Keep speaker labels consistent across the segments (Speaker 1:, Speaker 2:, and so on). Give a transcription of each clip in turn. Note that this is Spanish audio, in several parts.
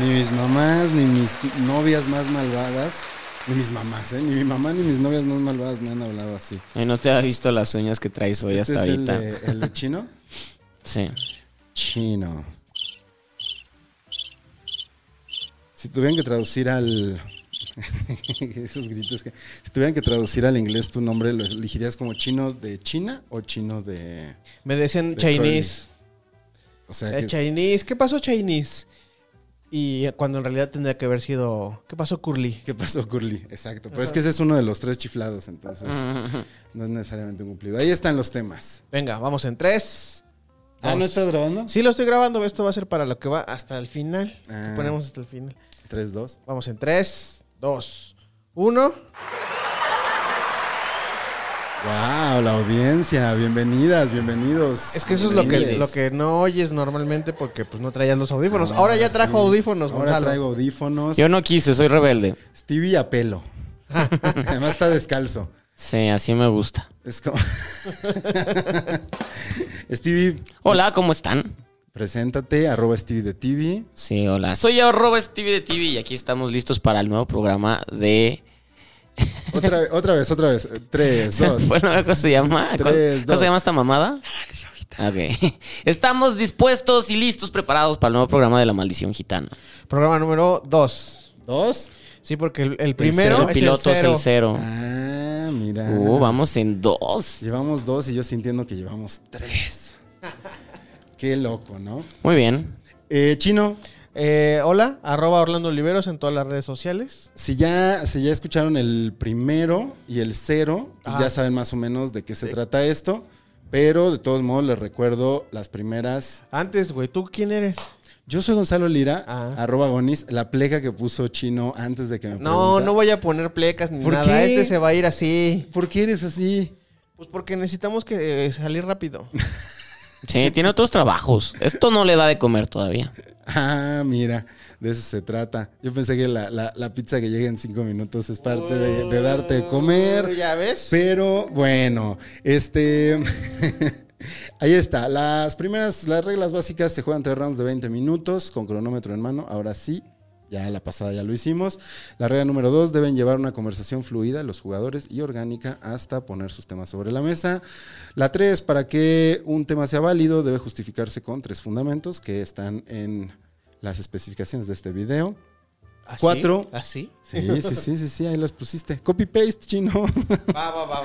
Speaker 1: Ni mis mamás, ni mis novias más malvadas. Ni mis mamás, ¿eh? Ni mi mamá ni mis novias más malvadas me han hablado así.
Speaker 2: Ay, no te has visto las uñas que traes hoy
Speaker 1: Este
Speaker 2: hasta
Speaker 1: es el
Speaker 2: ahorita.
Speaker 1: de, el de chino?
Speaker 2: Sí.
Speaker 1: Chino. Si tuvieran que traducir al... Esos gritos que... Si tuvieran que traducir al inglés tu nombre, ¿lo elegirías como chino de China o chino de...
Speaker 3: Me decían
Speaker 1: De
Speaker 3: Chinese.
Speaker 1: O sea, que-
Speaker 3: Eh, Chinese. ¿Qué pasó, Chinese? Y cuando en realidad tendría que haber sido. ¿Qué pasó, Curly?
Speaker 1: ¿qué pasó, Curly? Exacto. Pero es que ese es uno de los tres chiflados, entonces no es necesariamente un cumplido. Ahí están los temas.
Speaker 3: Venga, vamos en tres.
Speaker 1: Ah, ¿no estás grabando?
Speaker 3: Sí, lo estoy grabando. Esto va a ser para lo que va hasta el final. que
Speaker 1: Ah.
Speaker 3: ponemos hasta el final.
Speaker 1: 3, 2.
Speaker 3: Vamos en tres, dos, uno.
Speaker 1: Wow, la audiencia, bienvenidas, bienvenidos.
Speaker 3: Es que eso es lo que,
Speaker 1: Bienvenides.
Speaker 3: lo que no oyes normalmente porque pues no traías los audífonos.
Speaker 1: Ah,
Speaker 3: Ahora ya trajo
Speaker 1: sí.
Speaker 3: audífonos,
Speaker 1: Ahora
Speaker 3: Gonzalo.
Speaker 1: traigo audífonos.
Speaker 2: Yo no quise, soy rebelde.
Speaker 1: Stevie a pelo. Además está descalzo.
Speaker 2: Sí, así me gusta.
Speaker 1: Es como Stevie,
Speaker 2: Hola, ¿cómo están?
Speaker 1: preséntate, arroba Stevie de TV.
Speaker 2: Sí, hola. Soy yo, Roba Stevie de TV, y aquí estamos listos para el nuevo programa de.
Speaker 1: Otra, otra vez, otra vez. Tres, dos.
Speaker 2: Bueno, ¿cómo se llama? ¿Cómo,
Speaker 1: Tres,
Speaker 2: cómo
Speaker 1: dos.
Speaker 2: se llama esta mamada? Ok. Estamos dispuestos y listos, preparados para el nuevo programa de La Maldición Gitana.
Speaker 3: Programa número dos.
Speaker 1: Dos.
Speaker 3: Sí, porque el, el primero
Speaker 2: el piloto
Speaker 3: es el cero.
Speaker 2: cero.
Speaker 1: Ah, mira.
Speaker 2: Uh, vamos en dos.
Speaker 1: Llevamos dos y yo sintiendo que llevamos tres. Qué loco, ¿no?
Speaker 2: Muy bien.
Speaker 1: Eh, Chino,
Speaker 3: Eh, hola, arroba Orlando Oliveros en todas las redes sociales.
Speaker 1: Si ya, si ya escucharon el primero y el cero, pues ya saben más o menos de qué se trata esto. Pero de todos modos les recuerdo las primeras.
Speaker 3: Antes, güey, ¿tú quién eres?
Speaker 1: Yo soy Gonzalo Lira,
Speaker 3: Ah.
Speaker 1: arroba Gonis, la pleca que puso Chino antes de que me
Speaker 3: No,
Speaker 1: preguntara.
Speaker 3: no voy a poner plecas ni
Speaker 1: ¿Por
Speaker 3: nada.
Speaker 1: qué?
Speaker 3: Este se va a ir así.
Speaker 1: ¿Por qué eres así?
Speaker 3: Pues porque necesitamos que eh, salir rápido.
Speaker 2: Sí, tiene otros trabajos. Esto no le da de comer todavía.
Speaker 1: Ah, mira, de eso se trata. Yo pensé que la, la- la pizza que llega en cinco minutos es parte de, de darte de comer.
Speaker 3: ¿Ya ves?
Speaker 1: Pero bueno, este. Ahí está. Las primeras, las reglas básicas se juegan tres rounds de 20 minutos con cronómetro en mano. Ahora sí, ya la pasada ya lo hicimos. La regla número dos, deben llevar una conversación fluida los jugadores y orgánica hasta poner sus temas sobre la mesa. La tres, para que un tema sea válido, debe justificarse con tres fundamentos que están en las especificaciones de este video.
Speaker 2: ¿Ah,
Speaker 3: ¿Así?
Speaker 1: cuatro.
Speaker 3: ¿Así?
Speaker 1: Sí, sí, sí, sí, sí, ahí las pusiste. Copy paste, chino.
Speaker 3: Va, va, va, va, va.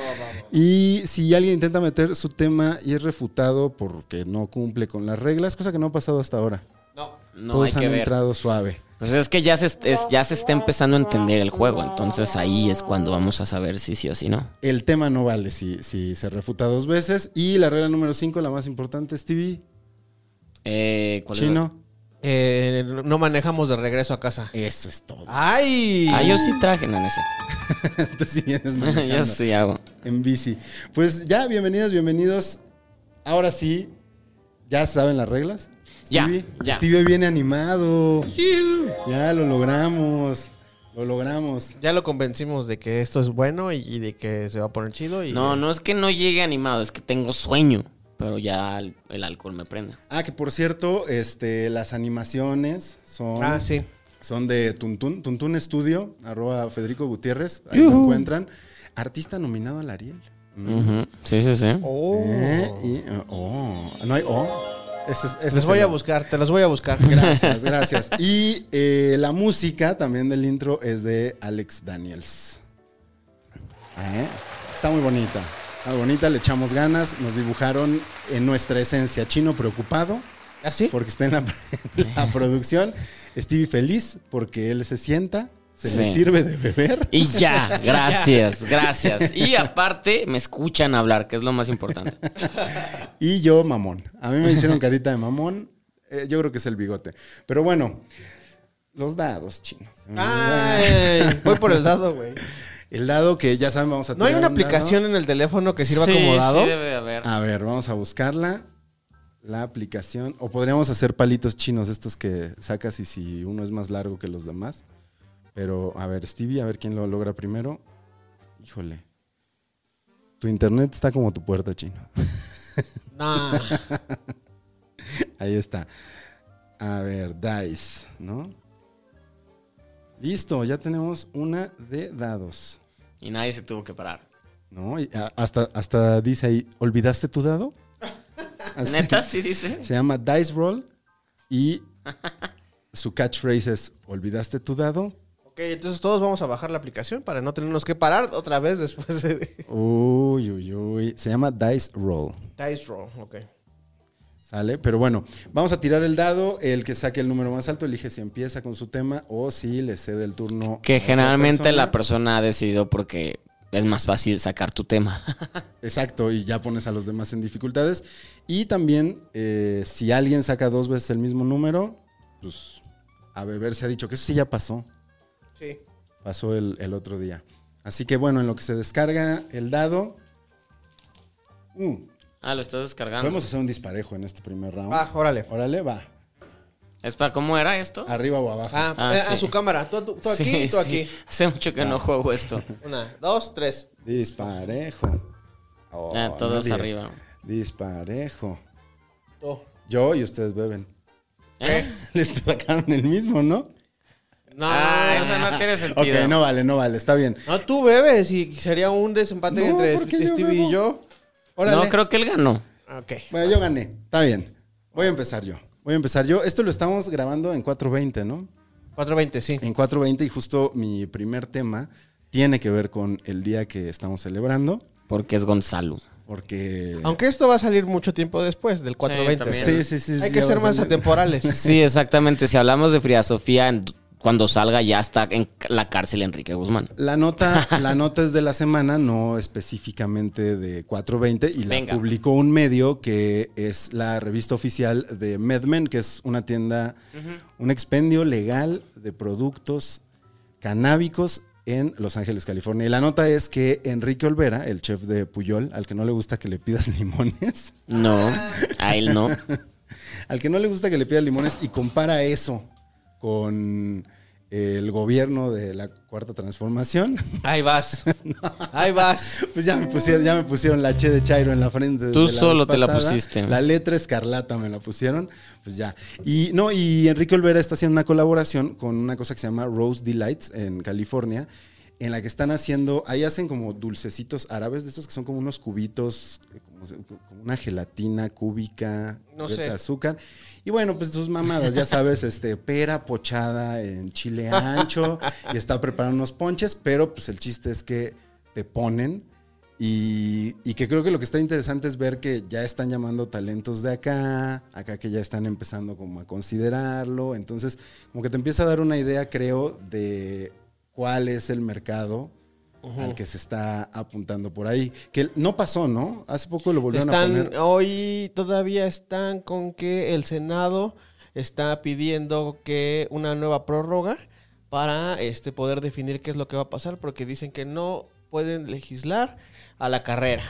Speaker 1: Y si alguien intenta meter su tema y es refutado porque no cumple con las reglas, cosa que no ha pasado hasta ahora.
Speaker 3: No.
Speaker 2: No
Speaker 1: Todos han
Speaker 2: hay que ver.
Speaker 1: entrado suave.
Speaker 2: Pues es que ya se, est- es- ya se está empezando a entender el juego, entonces ahí es cuando vamos a saber si sí o si no.
Speaker 1: El tema no vale si, si se refuta dos veces. Y la regla número 5, la más importante, Stevie,
Speaker 2: Eh, ¿cuál es la-
Speaker 1: chino.
Speaker 3: Eh, no manejamos de regreso a casa.
Speaker 1: Eso es todo.
Speaker 3: ¡Ay!
Speaker 2: Ah, yo sí traje, no, no es
Speaker 1: Tú sí vienes
Speaker 2: cierto. yo
Speaker 1: manejando
Speaker 2: sí hago.
Speaker 1: en bici. Pues ya, bienvenidos, bienvenidos. Ahora sí, ¿ya saben las reglas?
Speaker 2: Ya,
Speaker 1: Stevie,
Speaker 2: ya.
Speaker 1: Stevie viene animado. Ya lo logramos. Lo logramos.
Speaker 3: Ya lo convencimos de que esto es bueno y, y de que se va a poner chido. Y,
Speaker 2: No, no es que no llegue animado, es que tengo sueño, pero ya el, el alcohol me prende.
Speaker 1: Ah, que por cierto, este, las animaciones son,
Speaker 3: Ah, sí.
Speaker 1: son de Tuntun, Tuntun Studio, arroba Federico Gutiérrez, ahí lo encuentran. Artista nominado al Ariel.
Speaker 2: Ujú, Sí, sí, sí.
Speaker 3: Oh.
Speaker 1: Eh, y, eh, oh, no hay oh. Ese es- ese
Speaker 3: Los
Speaker 1: es
Speaker 3: voy
Speaker 1: el-
Speaker 3: a buscar, te los voy a buscar.
Speaker 1: Gracias, gracias. Y eh, la música también del intro es de Alex Daniels. Ah, ¿eh? Está muy bonita. Está muy bonita, le echamos ganas. Nos dibujaron en nuestra esencia. Chino preocupado.
Speaker 3: ¿Así?
Speaker 2: ¿Ah,
Speaker 1: porque está en la, en la producción. Stevie feliz porque él se sienta, se le
Speaker 2: Sí.
Speaker 1: sirve de beber.
Speaker 2: Y ya, gracias, gracias. Y aparte, me escuchan hablar, que es lo más importante.
Speaker 1: Y yo, mamón. A mí me hicieron carita de mamón. Eh, yo creo que es el bigote. Pero bueno, los dados, chinos.
Speaker 3: Ay, voy por el dado, güey.
Speaker 1: El dado que ya saben, vamos a
Speaker 3: ¿No hay
Speaker 1: tirar
Speaker 3: una
Speaker 1: un dado.
Speaker 3: aplicación en el teléfono que sirva
Speaker 2: Sí,
Speaker 3: como dado?
Speaker 2: sí debe de haber.
Speaker 1: A ver, vamos a buscarla. La aplicación. O podríamos hacer palitos chinos, estos que sacas y si uno es más largo que los demás. Pero, a ver, Stevie, a ver quién lo logra primero. Híjole. Tu internet está como tu puerta, chino.
Speaker 3: Nah.
Speaker 1: Ahí está. A ver, dice, ¿no? Listo, ya tenemos una de dados.
Speaker 2: Y nadie se tuvo que parar.
Speaker 1: ¿No? Y a- hasta, hasta dice ahí, ¿olvidaste tu dado? Así.
Speaker 2: ¿Neta? Sí dice.
Speaker 1: Se llama Dice Roll y su catchphrase es ¿Olvidaste tu dado?
Speaker 3: ok, entonces todos vamos a bajar la aplicación para no tenernos que parar otra vez después de
Speaker 1: Uy, uy, uy. Se llama Dice Roll.
Speaker 3: Dice Roll. Ok.
Speaker 1: ¿Sale? Pero bueno, vamos a tirar el dado. El que saque el número más alto elige si empieza con su tema o si le cede el turno. a
Speaker 2: Que
Speaker 1: otra
Speaker 2: generalmente
Speaker 1: persona.
Speaker 2: la persona ha decidido porque es más fácil sacar tu tema.
Speaker 1: Exacto, y ya pones a los demás en dificultades. Y también, eh, si alguien saca dos veces el mismo número, pues a beber se ha dicho que eso sí ya pasó.
Speaker 3: Sí.
Speaker 1: pasó el, el otro día. Así que bueno, en lo que se descarga el dado. Mm,
Speaker 2: Ah, lo estás descargando.
Speaker 1: podemos hacer un disparejo en este primer round.
Speaker 3: Ah, órale.
Speaker 1: Órale, va.
Speaker 2: ¿Es para cómo era esto?
Speaker 1: Arriba o abajo.
Speaker 3: Ah,
Speaker 2: Ah,
Speaker 3: eh,
Speaker 2: sí.
Speaker 3: a su cámara. Tú, tú- tú aquí,
Speaker 2: Sí,
Speaker 3: tú
Speaker 2: sí.
Speaker 3: aquí.
Speaker 2: Hace mucho
Speaker 1: Ah.
Speaker 2: que no juego esto.
Speaker 3: Una, dos, tres.
Speaker 1: Disparejo. Oh,
Speaker 2: Ah, todos
Speaker 1: nadie.
Speaker 2: arriba.
Speaker 1: Disparejo.
Speaker 3: Oh.
Speaker 1: Yo y ustedes beben.
Speaker 2: ¿Eh?
Speaker 1: Les sacaron el mismo, ¿no?
Speaker 3: No,
Speaker 2: Ah,
Speaker 3: no,
Speaker 2: eso no tiene sentido.
Speaker 1: Ok, no vale, no vale, está bien.
Speaker 3: no, tú bebes y sería un desempate
Speaker 1: No,
Speaker 3: entre
Speaker 1: ¿por qué yo
Speaker 3: Stevie
Speaker 1: bebo?
Speaker 3: y yo.
Speaker 1: Órale.
Speaker 2: No, creo que él ganó.
Speaker 3: Ok.
Speaker 1: Bueno, yo gané, está bien. Voy a empezar yo. Voy a empezar yo. Esto lo estamos grabando en 4.20, ¿no?
Speaker 3: 4.20, sí.
Speaker 1: en 420 y justo mi primer tema tiene que ver con el día que estamos celebrando,
Speaker 2: Porque es Gonzalo.
Speaker 1: porque...
Speaker 3: Aunque esto va a salir mucho tiempo después del 4.20.
Speaker 2: también.
Speaker 1: Sí, sí, sí.
Speaker 3: Hay
Speaker 1: sí,
Speaker 3: que
Speaker 1: ya
Speaker 3: ser
Speaker 1: va a
Speaker 3: más
Speaker 1: salir.
Speaker 3: atemporales.
Speaker 2: Sí, exactamente. Si hablamos de Frida Sofía, en- cuando salga ya está en la cárcel Enrique Guzmán.
Speaker 1: La nota, la nota es de la semana, no específicamente de 420, y la
Speaker 2: Venga.
Speaker 1: publicó un medio que es la revista oficial de MedMen, que es una tienda, un expendio legal de productos canábicos en Los Ángeles, California. Y la nota es que Enrique Olvera, el chef de Puyol, al que no le gusta que le pidas limones,
Speaker 2: No, a él no.
Speaker 1: Al que no le gusta que le pida limones y compara eso con el gobierno de la cuarta transformación,
Speaker 3: Ahí vas. Ahí vas.
Speaker 1: pues ya me pusieron, ya me pusieron la Che de Chairo en la frente.
Speaker 2: Tú
Speaker 1: de vez
Speaker 2: solo te la
Speaker 1: pasada.
Speaker 2: pusiste.
Speaker 1: La letra escarlata me la pusieron, pues ya. Y no, y Enrique Olvera está haciendo una colaboración con una cosa que se llama Rose Delights en California, en la que están haciendo, ahí hacen como dulcecitos árabes de estos que son como unos cubitos, eh, como, se- como una gelatina cúbica
Speaker 3: No
Speaker 1: cubierta
Speaker 3: sé.
Speaker 1: de azúcar. Y bueno, pues sus mamadas, ya sabes, este, pera pochada en chile ancho y está preparando unos ponches, pero pues el chiste es que te ponen y, y que creo que lo que está interesante es ver que ya están llamando talentos de acá, acá que ya están empezando como a considerarlo, entonces como que te empieza a dar una idea, creo, de cuál es el mercado al que se está apuntando por ahí, que no pasó, ¿no? Hace poco lo volvieron a poner.
Speaker 3: Están, hoy todavía están con que el Senado está pidiendo que una nueva prórroga para este poder definir qué es lo que va a pasar, porque dicen que no pueden legislar a la carrera.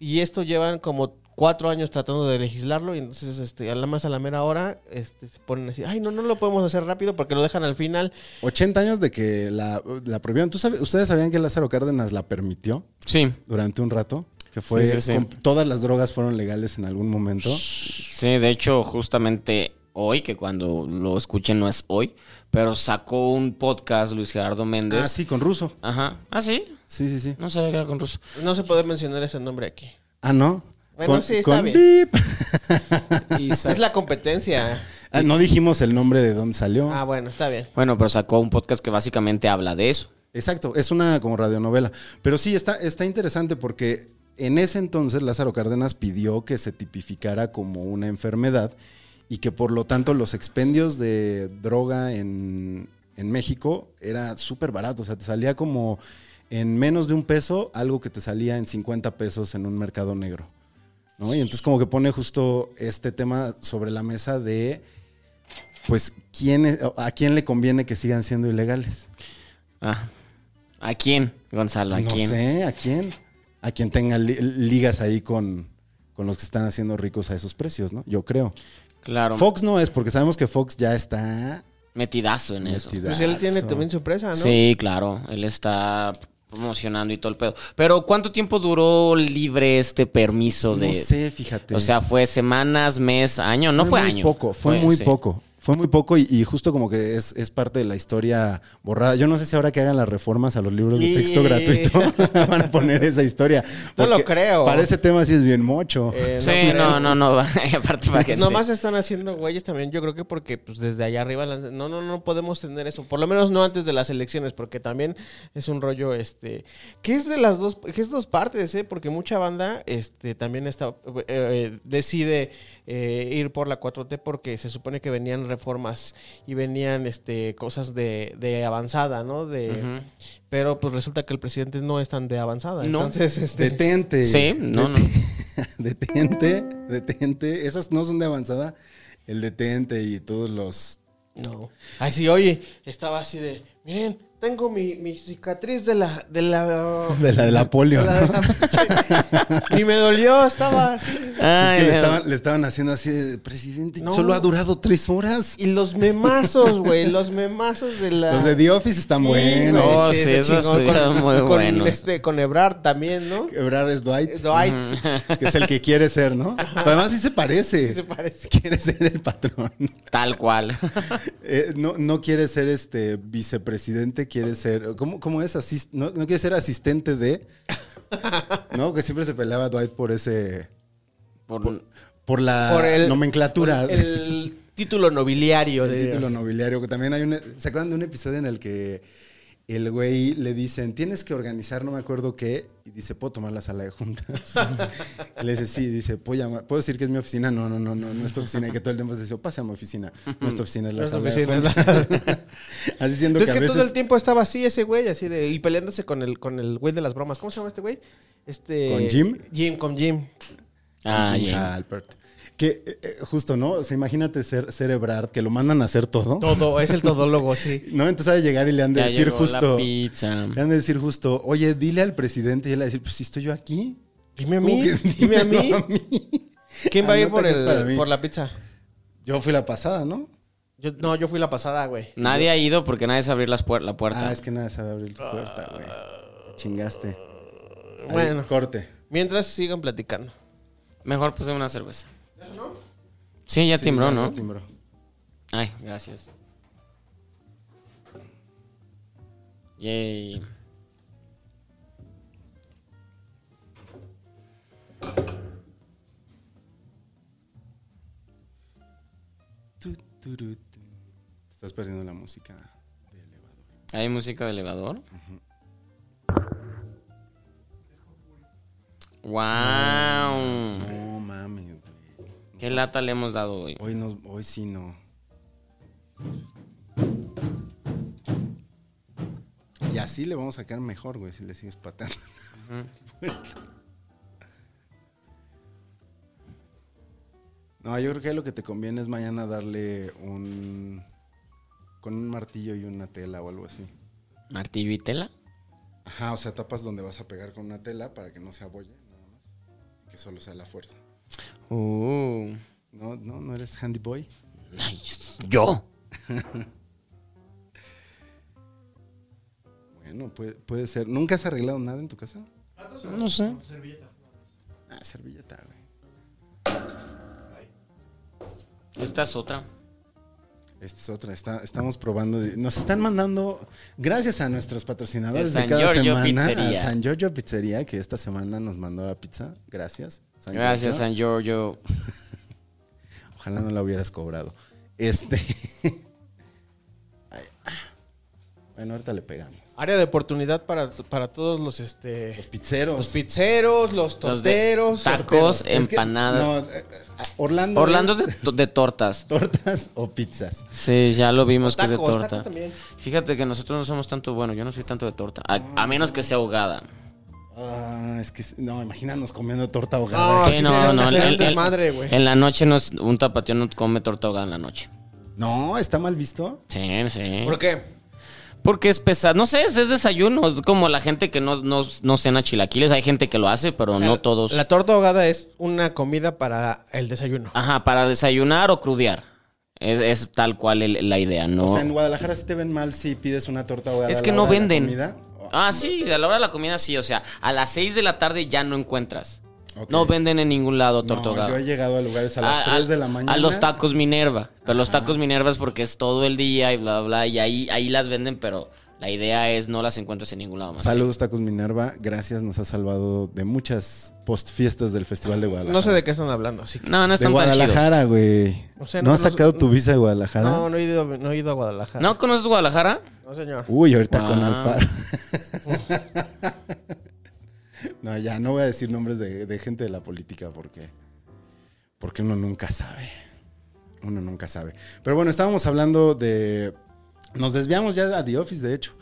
Speaker 3: Y esto llevan como cuatro años tratando de legislarlo, y entonces este, a la más a la mera hora este, se ponen así, ay no, no lo podemos hacer rápido porque lo dejan al final.
Speaker 1: 80 años de que la, la prohibieron. ¿Tú sabes- ¿Ustedes sabían que Lázaro Cárdenas la permitió
Speaker 2: Sí,
Speaker 1: durante un rato? Que fue.
Speaker 2: Sí, sí, sí.
Speaker 1: con- todas las drogas fueron legales en algún momento.
Speaker 2: sí, de hecho, justamente hoy, que cuando lo escuchen no es hoy, pero sacó un podcast Luis Gerardo Méndez.
Speaker 1: Ah, sí, con ruso.
Speaker 2: Ajá. Ah, sí.
Speaker 1: Sí, sí, sí.
Speaker 2: No sabía que era con ruso.
Speaker 3: No se puede mencionar ese nombre aquí.
Speaker 1: Ah, no.
Speaker 3: Bueno, sí, está bien.
Speaker 1: Bip.
Speaker 3: Es la competencia.
Speaker 1: Ah, no dijimos el nombre de dónde salió.
Speaker 3: Ah, bueno, está bien.
Speaker 2: Bueno, pero sacó un podcast que básicamente habla de eso.
Speaker 1: Exacto, es una como radionovela. Pero sí, está, está interesante porque en ese entonces Lázaro Cárdenas pidió que se tipificara como una enfermedad y que por lo tanto los expendios de droga en, en México era súper barato. O sea, te salía como en menos de un peso algo que te salía en 50 pesos en un mercado negro. ¿no? Y entonces como que pone justo este tema sobre la mesa de, pues, ¿quién es- a quién le conviene que sigan siendo ilegales.
Speaker 2: Ah. ¿A quién, Gonzalo? ¿A
Speaker 1: no
Speaker 2: quién?
Speaker 1: sé, ¿a quién? A quien tenga li- ligas ahí con, con los que están haciendo ricos a esos precios, ¿no? Yo creo.
Speaker 2: Claro.
Speaker 1: Fox no es, porque sabemos que Fox ya está...
Speaker 2: Metidazo en eso.
Speaker 1: metidazo.
Speaker 3: Pues él tiene también su empresa, ¿no?
Speaker 2: Sí, claro. Él está promocionando y todo el pedo. Pero ¿cuánto tiempo duró libre este permiso de...?
Speaker 1: No sé, fíjate.
Speaker 2: O sea, ¿fue semanas, mes, año? No fue,
Speaker 1: muy
Speaker 2: año.
Speaker 1: poco, fue, muy
Speaker 2: sí.
Speaker 1: poco. Fue muy poco y, y justo como que es, es parte de la historia borrada. Yo no sé si ahora que hagan las reformas a los libros de texto
Speaker 3: Y-
Speaker 1: gratuito van a poner esa historia.
Speaker 3: No lo
Speaker 1: Porque
Speaker 3: creo.
Speaker 1: Para ese tema sí es bien mocho.
Speaker 3: Eh,
Speaker 2: Sí, no, no, no. Aparte para que...
Speaker 3: Pues nomás están haciendo güeyes también, yo creo que porque pues desde allá arriba las- no no no podemos tener eso, por lo menos no antes de las elecciones, porque también es un rollo este que es de las dos que es dos partes, eh, porque mucha banda este también está eh, eh, decide eh, ir por la 4T porque se supone que venían reformas y venían este cosas de, de avanzada, ¿no? De pero pues resulta que el presidente no es tan de avanzada,
Speaker 2: No.
Speaker 3: entonces este
Speaker 1: Detente.
Speaker 2: Sí, no, no.
Speaker 1: detente, detente. Esas no son de avanzada. El detente y todos los...
Speaker 3: No. Así, oye, estaba así de, miren, tengo mi, mi cicatriz de la... De la,
Speaker 1: De la de la polio.
Speaker 3: de la- de
Speaker 1: ¿no?
Speaker 3: la pinche". y me dolió, estaba así.
Speaker 1: Pues es
Speaker 2: Ay,
Speaker 1: que le
Speaker 2: Dios.
Speaker 1: estaban, le estaban haciendo así, de, presidente,
Speaker 3: No.
Speaker 1: solo ha durado tres horas.
Speaker 3: Y los memazos, güey, los memazos de la...
Speaker 1: Los de The Office están
Speaker 3: Sí,
Speaker 1: buenos.
Speaker 3: güey,
Speaker 2: Oh, sí,
Speaker 3: está
Speaker 2: esos
Speaker 3: chingón.
Speaker 2: estuvieron muy
Speaker 3: con,
Speaker 2: buenos.
Speaker 3: Este, con Ebrard también, ¿no?
Speaker 1: Quebrar es Dwight.
Speaker 3: Dwight,
Speaker 1: que es el que quiere ser, ¿no? Pero además sí se parece.
Speaker 3: sí se parece.
Speaker 1: Quiere ser el patrón.
Speaker 2: Tal cual.
Speaker 1: Eh, no, no quiere ser este vicepresidente, quiere ser. ¿Cómo, cómo es? Asis- no, no quiere ser asistente de. ¿No? Que siempre se peleaba Dwight por ese.
Speaker 2: Por-
Speaker 1: Por la
Speaker 3: Por el-
Speaker 1: nomenclatura.
Speaker 3: El título nobiliario
Speaker 1: el
Speaker 3: de
Speaker 1: título
Speaker 3: ellos.
Speaker 1: nobiliario, que también hay un... ¿Se acuerdan de un episodio en el que el güey le dicen, tienes que organizar, no me acuerdo qué, y dice, ¿puedo tomar la sala de juntas? Y le dice, sí, dice, ¿puedo llamar? ¿Puedo decir que es mi oficina? No, no, no, no, no es tu oficina. Y que todo el tiempo se dice, pasa a mi oficina. Nuestra oficina es la
Speaker 3: No es tu
Speaker 1: sala de
Speaker 3: oficina,
Speaker 1: juntas. Así siendo
Speaker 3: Pero
Speaker 1: que,
Speaker 3: es
Speaker 1: a
Speaker 3: que
Speaker 1: veces...
Speaker 3: todo el tiempo estaba así ese güey, así de. Y peleándose con el, con el güey de las bromas. ¿Cómo se llama este güey? Este.
Speaker 1: ¿Con Jim?
Speaker 3: Jim, con Jim.
Speaker 2: Ah, ya.
Speaker 1: Albert. Que eh, eh, justo, ¿no? O sea, imagínate ser, ser Ebrard, que lo mandan a hacer todo.
Speaker 3: Todo, es el todólogo, sí.
Speaker 1: ¿No? Entonces ha de llegar y le han de
Speaker 2: Ya
Speaker 1: decir
Speaker 2: llegó
Speaker 1: justo...
Speaker 2: la pizza.
Speaker 1: Le han de decir justo, oye, dile al presidente. Y él va a decir, pues si estoy yo aquí.
Speaker 3: Dime a
Speaker 1: ¿Cómo
Speaker 3: mí,
Speaker 1: que
Speaker 3: dime a mí.
Speaker 1: dímelo a mí?
Speaker 3: ¿Quién va a ir
Speaker 1: Anota
Speaker 3: por,
Speaker 1: que es
Speaker 3: el-
Speaker 1: para mí.
Speaker 3: por la pizza?
Speaker 1: Yo fui la pasada, ¿no?
Speaker 3: Yo- no, yo fui la pasada, güey.
Speaker 2: Nadie ha ido porque nadie sabe abrir las puer- la puerta.
Speaker 1: Ah, es que nada sabe abrir tu puerta, güey. Te Chingaste. Ahí,
Speaker 3: Ah, Bueno,
Speaker 1: corte.
Speaker 3: mientras sigan platicando.
Speaker 2: Mejor puse una cerveza. Sí, ya timbró, ¿no?
Speaker 1: Timbró.
Speaker 2: Ay, gracias. Yay.
Speaker 1: Tu, tu, ru, tu. Te Estás perdiendo la música.
Speaker 2: ¿Hay música de elevador? ¡Wow!
Speaker 1: No mames, güey.
Speaker 2: ¿Qué lata le hemos dado hoy?
Speaker 1: Hoy, no, hoy sí no. Y así le vamos a sacar mejor, güey, si le sigues pateando. No, yo creo que lo que te conviene es mañana darle un. con un martillo y una tela o algo así.
Speaker 2: ¿Martillo y tela?
Speaker 1: Ajá, o sea, tapas donde vas a pegar con una tela para que no se aboye, nada más. Que solo sea la fuerza.
Speaker 2: Uh.
Speaker 1: No, no, no eres handy boy.
Speaker 2: Ay, ¿Yo?
Speaker 1: Bueno, puede, puede ser. ¿Nunca has arreglado nada en tu casa?
Speaker 2: No sé.
Speaker 1: Ah, servilleta, güey.
Speaker 2: Esta es otra.
Speaker 1: Esta es otra. está- estamos probando. de- Nos están mandando, gracias a nuestros patrocinadores
Speaker 2: De
Speaker 1: de,
Speaker 2: San
Speaker 1: cada
Speaker 2: Giorgio
Speaker 1: semana,
Speaker 2: Pizzería.
Speaker 1: a San Giorgio Pizzería, que esta semana nos mandó la pizza. Gracias. San
Speaker 2: Gracias,
Speaker 1: Giorgio.
Speaker 2: San Giorgio.
Speaker 1: Ojalá no la hubieras cobrado. Este. Ay, ah. bueno, ahorita le pegamos.
Speaker 3: Área de oportunidad para, para todos los este
Speaker 1: Los pizzeros.
Speaker 3: los pizzeros, los
Speaker 2: Los de
Speaker 3: torteros,
Speaker 2: tacos,
Speaker 3: sorteros.
Speaker 1: Es que-
Speaker 2: empanadas.
Speaker 1: no, eh, eh, Orlando.
Speaker 2: Orlando
Speaker 1: es
Speaker 2: es de, to- de tortas.
Speaker 1: tortas o pizzas.
Speaker 2: Sí, ya lo vimos que es de
Speaker 3: Tacos,
Speaker 2: torta.
Speaker 3: tacos también.
Speaker 2: Fíjate que nosotros no somos tanto, bueno, yo no soy tanto de torta. A, a menos que sea ahogada.
Speaker 1: Ah, es que no, imagínate comiendo torta
Speaker 3: No,
Speaker 1: ahogada.
Speaker 2: sí,
Speaker 3: aquí
Speaker 2: no,
Speaker 3: se-
Speaker 2: no.
Speaker 3: se
Speaker 2: el-
Speaker 3: dan
Speaker 2: el-
Speaker 3: desmadre, güey.
Speaker 2: en la noche no es- un tapatío no come torta ahogada en la noche.
Speaker 1: No, está mal visto.
Speaker 2: Sí, sí.
Speaker 3: ¿Por qué?
Speaker 2: Porque es pesado. No sé, es, es desayuno. Es como la gente que no, no, no cena chilaquiles. Hay gente que lo hace, pero
Speaker 3: O sea,
Speaker 2: no todos.
Speaker 3: La torta ahogada es una comida para el desayuno.
Speaker 2: Ajá, para desayunar o crudear. Es, es tal cual el- la idea, ¿no?
Speaker 1: O sea, en Guadalajara sí te ven mal si pides una torta ahogada.
Speaker 2: es
Speaker 1: a
Speaker 2: que
Speaker 1: la
Speaker 2: no
Speaker 1: hora de la
Speaker 2: venden.
Speaker 1: comida.
Speaker 2: Ah, sí, a la hora de la comida sí. O sea, a las 6 de la tarde ya no encuentras.
Speaker 1: Ok.
Speaker 2: No venden en ningún lado
Speaker 1: No,
Speaker 2: torta ahogada.
Speaker 1: yo he llegado a lugares a las 3 de la mañana.
Speaker 2: a los tacos Minerva. Pero los tacos Minerva es porque es todo el día y bla, bla, bla. Y ahí, ahí las venden, pero la idea es no las encuentras en ningún lado más.
Speaker 1: Saludos, Tacos Minerva. Gracias, nos ha salvado de muchas postfiestas del Festival de Guadalajara.
Speaker 3: No sé de qué están hablando, así que-
Speaker 2: No, no
Speaker 1: de
Speaker 2: están tan chidos.
Speaker 1: Guadalajara, güey.
Speaker 3: O sea,
Speaker 1: ¿No,
Speaker 3: no-
Speaker 1: has
Speaker 3: no-
Speaker 1: sacado tu visa de Guadalajara?
Speaker 3: No, no he ido, no he ido a Guadalajara.
Speaker 2: ¿No conoces Guadalajara?
Speaker 3: No, señor.
Speaker 1: Uy, ahorita con
Speaker 2: Wow.
Speaker 1: Alfaro. no, ya no voy a decir nombres de, de gente de la política porque, porque uno nunca sabe. Uno nunca sabe. Pero bueno, estábamos hablando de. Nos desviamos ya a The Office, de hecho.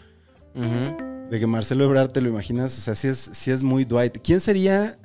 Speaker 2: Ujú.
Speaker 1: De que Marcelo Ebrard, te lo imaginas, o sea, sí es, sí es muy Dwight. ¿Quién sería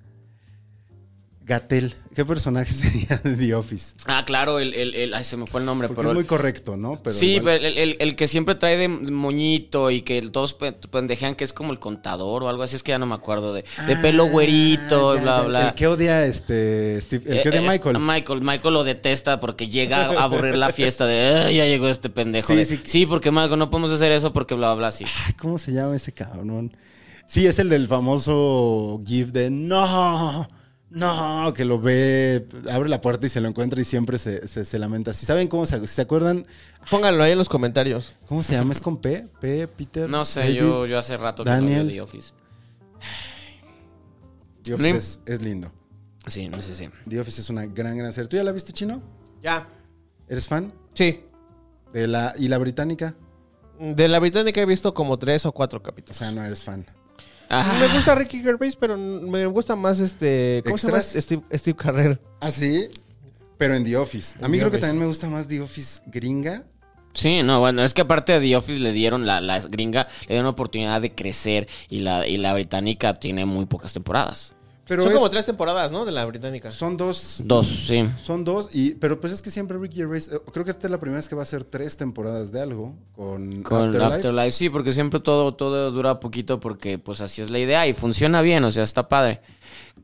Speaker 1: Gatel? ¿Qué personaje sería de The Office?
Speaker 2: Ah, claro, el, el- el- ay, se me fue el nombre,
Speaker 1: Porque
Speaker 2: pero.
Speaker 1: es
Speaker 2: el-
Speaker 1: muy correcto, ¿no? Pero
Speaker 2: sí,
Speaker 1: igual-
Speaker 2: pero el, el- el que siempre trae de moñito y que todos pe- pendejean que es como el contador o algo así, es que ya no me acuerdo de, de pelo
Speaker 1: Ah,
Speaker 2: güerito,
Speaker 1: ya,
Speaker 2: bla,
Speaker 1: ya,
Speaker 2: bla.
Speaker 1: El que odia este Steve- el que odia
Speaker 2: Eh, es-
Speaker 1: Michael.
Speaker 2: a Michael. Michael lo detesta porque llega a aburrir la fiesta de "Ay, ya llegó este pendejo.
Speaker 1: Sí,
Speaker 2: de, Sí,
Speaker 1: sí. Ah,
Speaker 2: porque Michael no podemos hacer eso porque bla bla bla sí.
Speaker 1: Ay, ¿Cómo se llama ese cabrón? Sí, es el del famoso GIF de no, no, que lo ve, abre la puerta y se lo encuentra y siempre se, se- se lamenta. Si saben cómo se, si se acuerdan,
Speaker 3: Pónganlo ahí en los comentarios.
Speaker 1: ¿cómo se llama? ¿Es con P? ¿P? ¿Peter?
Speaker 2: No sé,
Speaker 1: David.
Speaker 2: yo, yo hace rato que no
Speaker 1: Daniel.
Speaker 2: veo The Office.
Speaker 1: The Office es, es lindo.
Speaker 2: Sí, no sé, sí.
Speaker 1: The Office es una gran, gran serie. ¿Tú ya la viste, Chino?
Speaker 3: Ya.
Speaker 1: ¿Eres fan?
Speaker 3: Sí.
Speaker 1: De la, ¿Y la británica?
Speaker 3: De la británica he visto como tres o cuatro
Speaker 1: O
Speaker 3: capítulos.
Speaker 1: sea, no eres fan.
Speaker 2: Ah,
Speaker 3: Me gusta Ricky Gervais, pero me gusta más este. ¿Cómo se llama?
Speaker 1: ¿Extras?
Speaker 3: Steve, Steve Carrera.
Speaker 1: Ah, sí, pero en The Office. A
Speaker 3: En
Speaker 1: mí
Speaker 3: The
Speaker 1: creo que
Speaker 3: Office.
Speaker 1: también me gusta más The Office gringa.
Speaker 2: sí, no, bueno, es que aparte de The Office le dieron la, la gringa, le dieron oportunidad de crecer y la, y la británica tiene muy pocas temporadas.
Speaker 1: Pero
Speaker 3: Son
Speaker 1: es-
Speaker 3: como tres temporadas, ¿no? De la británica.
Speaker 1: son dos
Speaker 2: Dos, sí.
Speaker 1: Son dos, y, pero pues es que siempre Ricky Gervais, eh, creo que esta es la primera vez que va a hacer tres temporadas de algo con,
Speaker 2: Con Afterlife.
Speaker 1: Afterlife.
Speaker 2: sí, porque siempre todo, todo dura poquito porque pues así es la idea y funciona bien, o sea, está padre.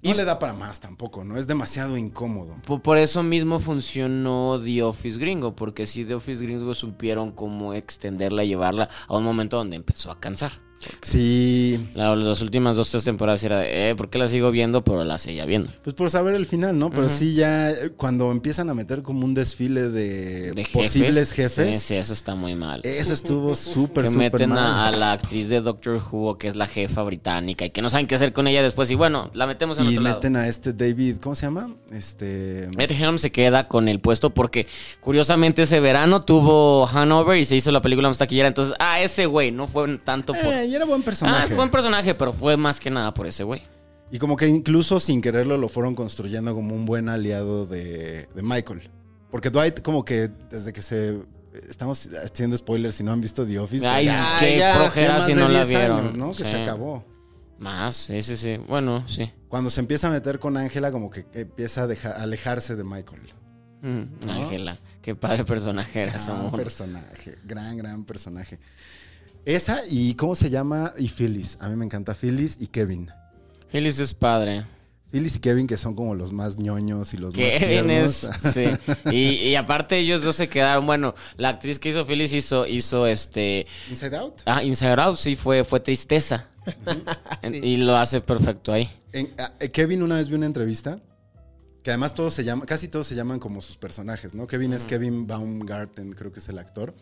Speaker 1: No le da para más tampoco, ¿no? Es demasiado incómodo.
Speaker 2: Po- Por, eso mismo funcionó The Office Gringo, porque sí, The Office Gringo supieron cómo extenderla y llevarla a un momento donde empezó a cansar.
Speaker 1: Sí.
Speaker 2: La- las últimas dos, tres temporadas era de, eh, ¿por qué la sigo viendo? Pero la seguía viendo.
Speaker 1: Pues por saber el final, ¿no? Pero sí ya eh, cuando empiezan a meter como un desfile de,
Speaker 2: De jefes.
Speaker 1: Eh, posibles jefes, Eh,
Speaker 2: Sí, sí, eso está muy mal.
Speaker 1: eso estuvo súper,
Speaker 2: que
Speaker 1: súper
Speaker 2: meten
Speaker 1: mal.
Speaker 2: a, a la actriz de Doctor Who, que es la jefa británica, y que no saben qué hacer con ella después. Y bueno, la metemos en
Speaker 1: Y
Speaker 2: otro lado.
Speaker 1: meten a este David, ¿cómo se llama? Este...
Speaker 2: Ed Helms se queda con el puesto porque curiosamente ese verano tuvo Hanover y se hizo la película más taquillera. Entonces, ah, ese güey no fue tanto por...
Speaker 1: Eh, y era buen
Speaker 2: Ah,
Speaker 1: personaje.
Speaker 2: es buen personaje, pero fue más que nada por ese güey.
Speaker 1: Y como que incluso sin quererlo lo fueron construyendo como un buen aliado de, de Michael. Porque Dwight como que desde que se... Estamos haciendo spoilers si no han visto The Office. pero
Speaker 2: Ay,
Speaker 1: ya-
Speaker 3: ya,
Speaker 2: qué
Speaker 3: ya.
Speaker 1: ya
Speaker 2: flojera
Speaker 1: más
Speaker 2: si
Speaker 1: de
Speaker 2: no la
Speaker 1: 10
Speaker 2: vieron.
Speaker 1: años, ¿no? Que
Speaker 2: Sí.
Speaker 1: se acabó.
Speaker 2: Más, sí, sí, sí. Bueno, sí.
Speaker 1: Cuando se empieza a meter con Ángela como que empieza a deja- alejarse de Michael.
Speaker 2: Mm,
Speaker 1: ¿No? Ah,
Speaker 2: Ángela, qué padre personaje era esa
Speaker 1: Gran
Speaker 2: mujer.
Speaker 1: personaje, gran, gran personaje. Esa y ¿cómo se llama? Y Phyllis. A mí me encanta Phyllis y Kevin.
Speaker 2: Phyllis es padre.
Speaker 1: Phyllis y Kevin que son como los más ñoños y los más
Speaker 2: Kevin es.
Speaker 1: tiernos.
Speaker 2: Sí. Y, y aparte ellos dos se quedaron. Bueno, la actriz que hizo Phyllis hizo, hizo este.
Speaker 1: Inside Out.
Speaker 2: Ah, Inside Out sí fue, fue tristeza. En- Y lo hace perfecto ahí.
Speaker 1: En- a- eh, Kevin una vez vi una entrevista que además todos se llaman, casi todos se llaman como sus personajes, ¿no? Kevin es Kevin Baumgarten, creo que es el actor.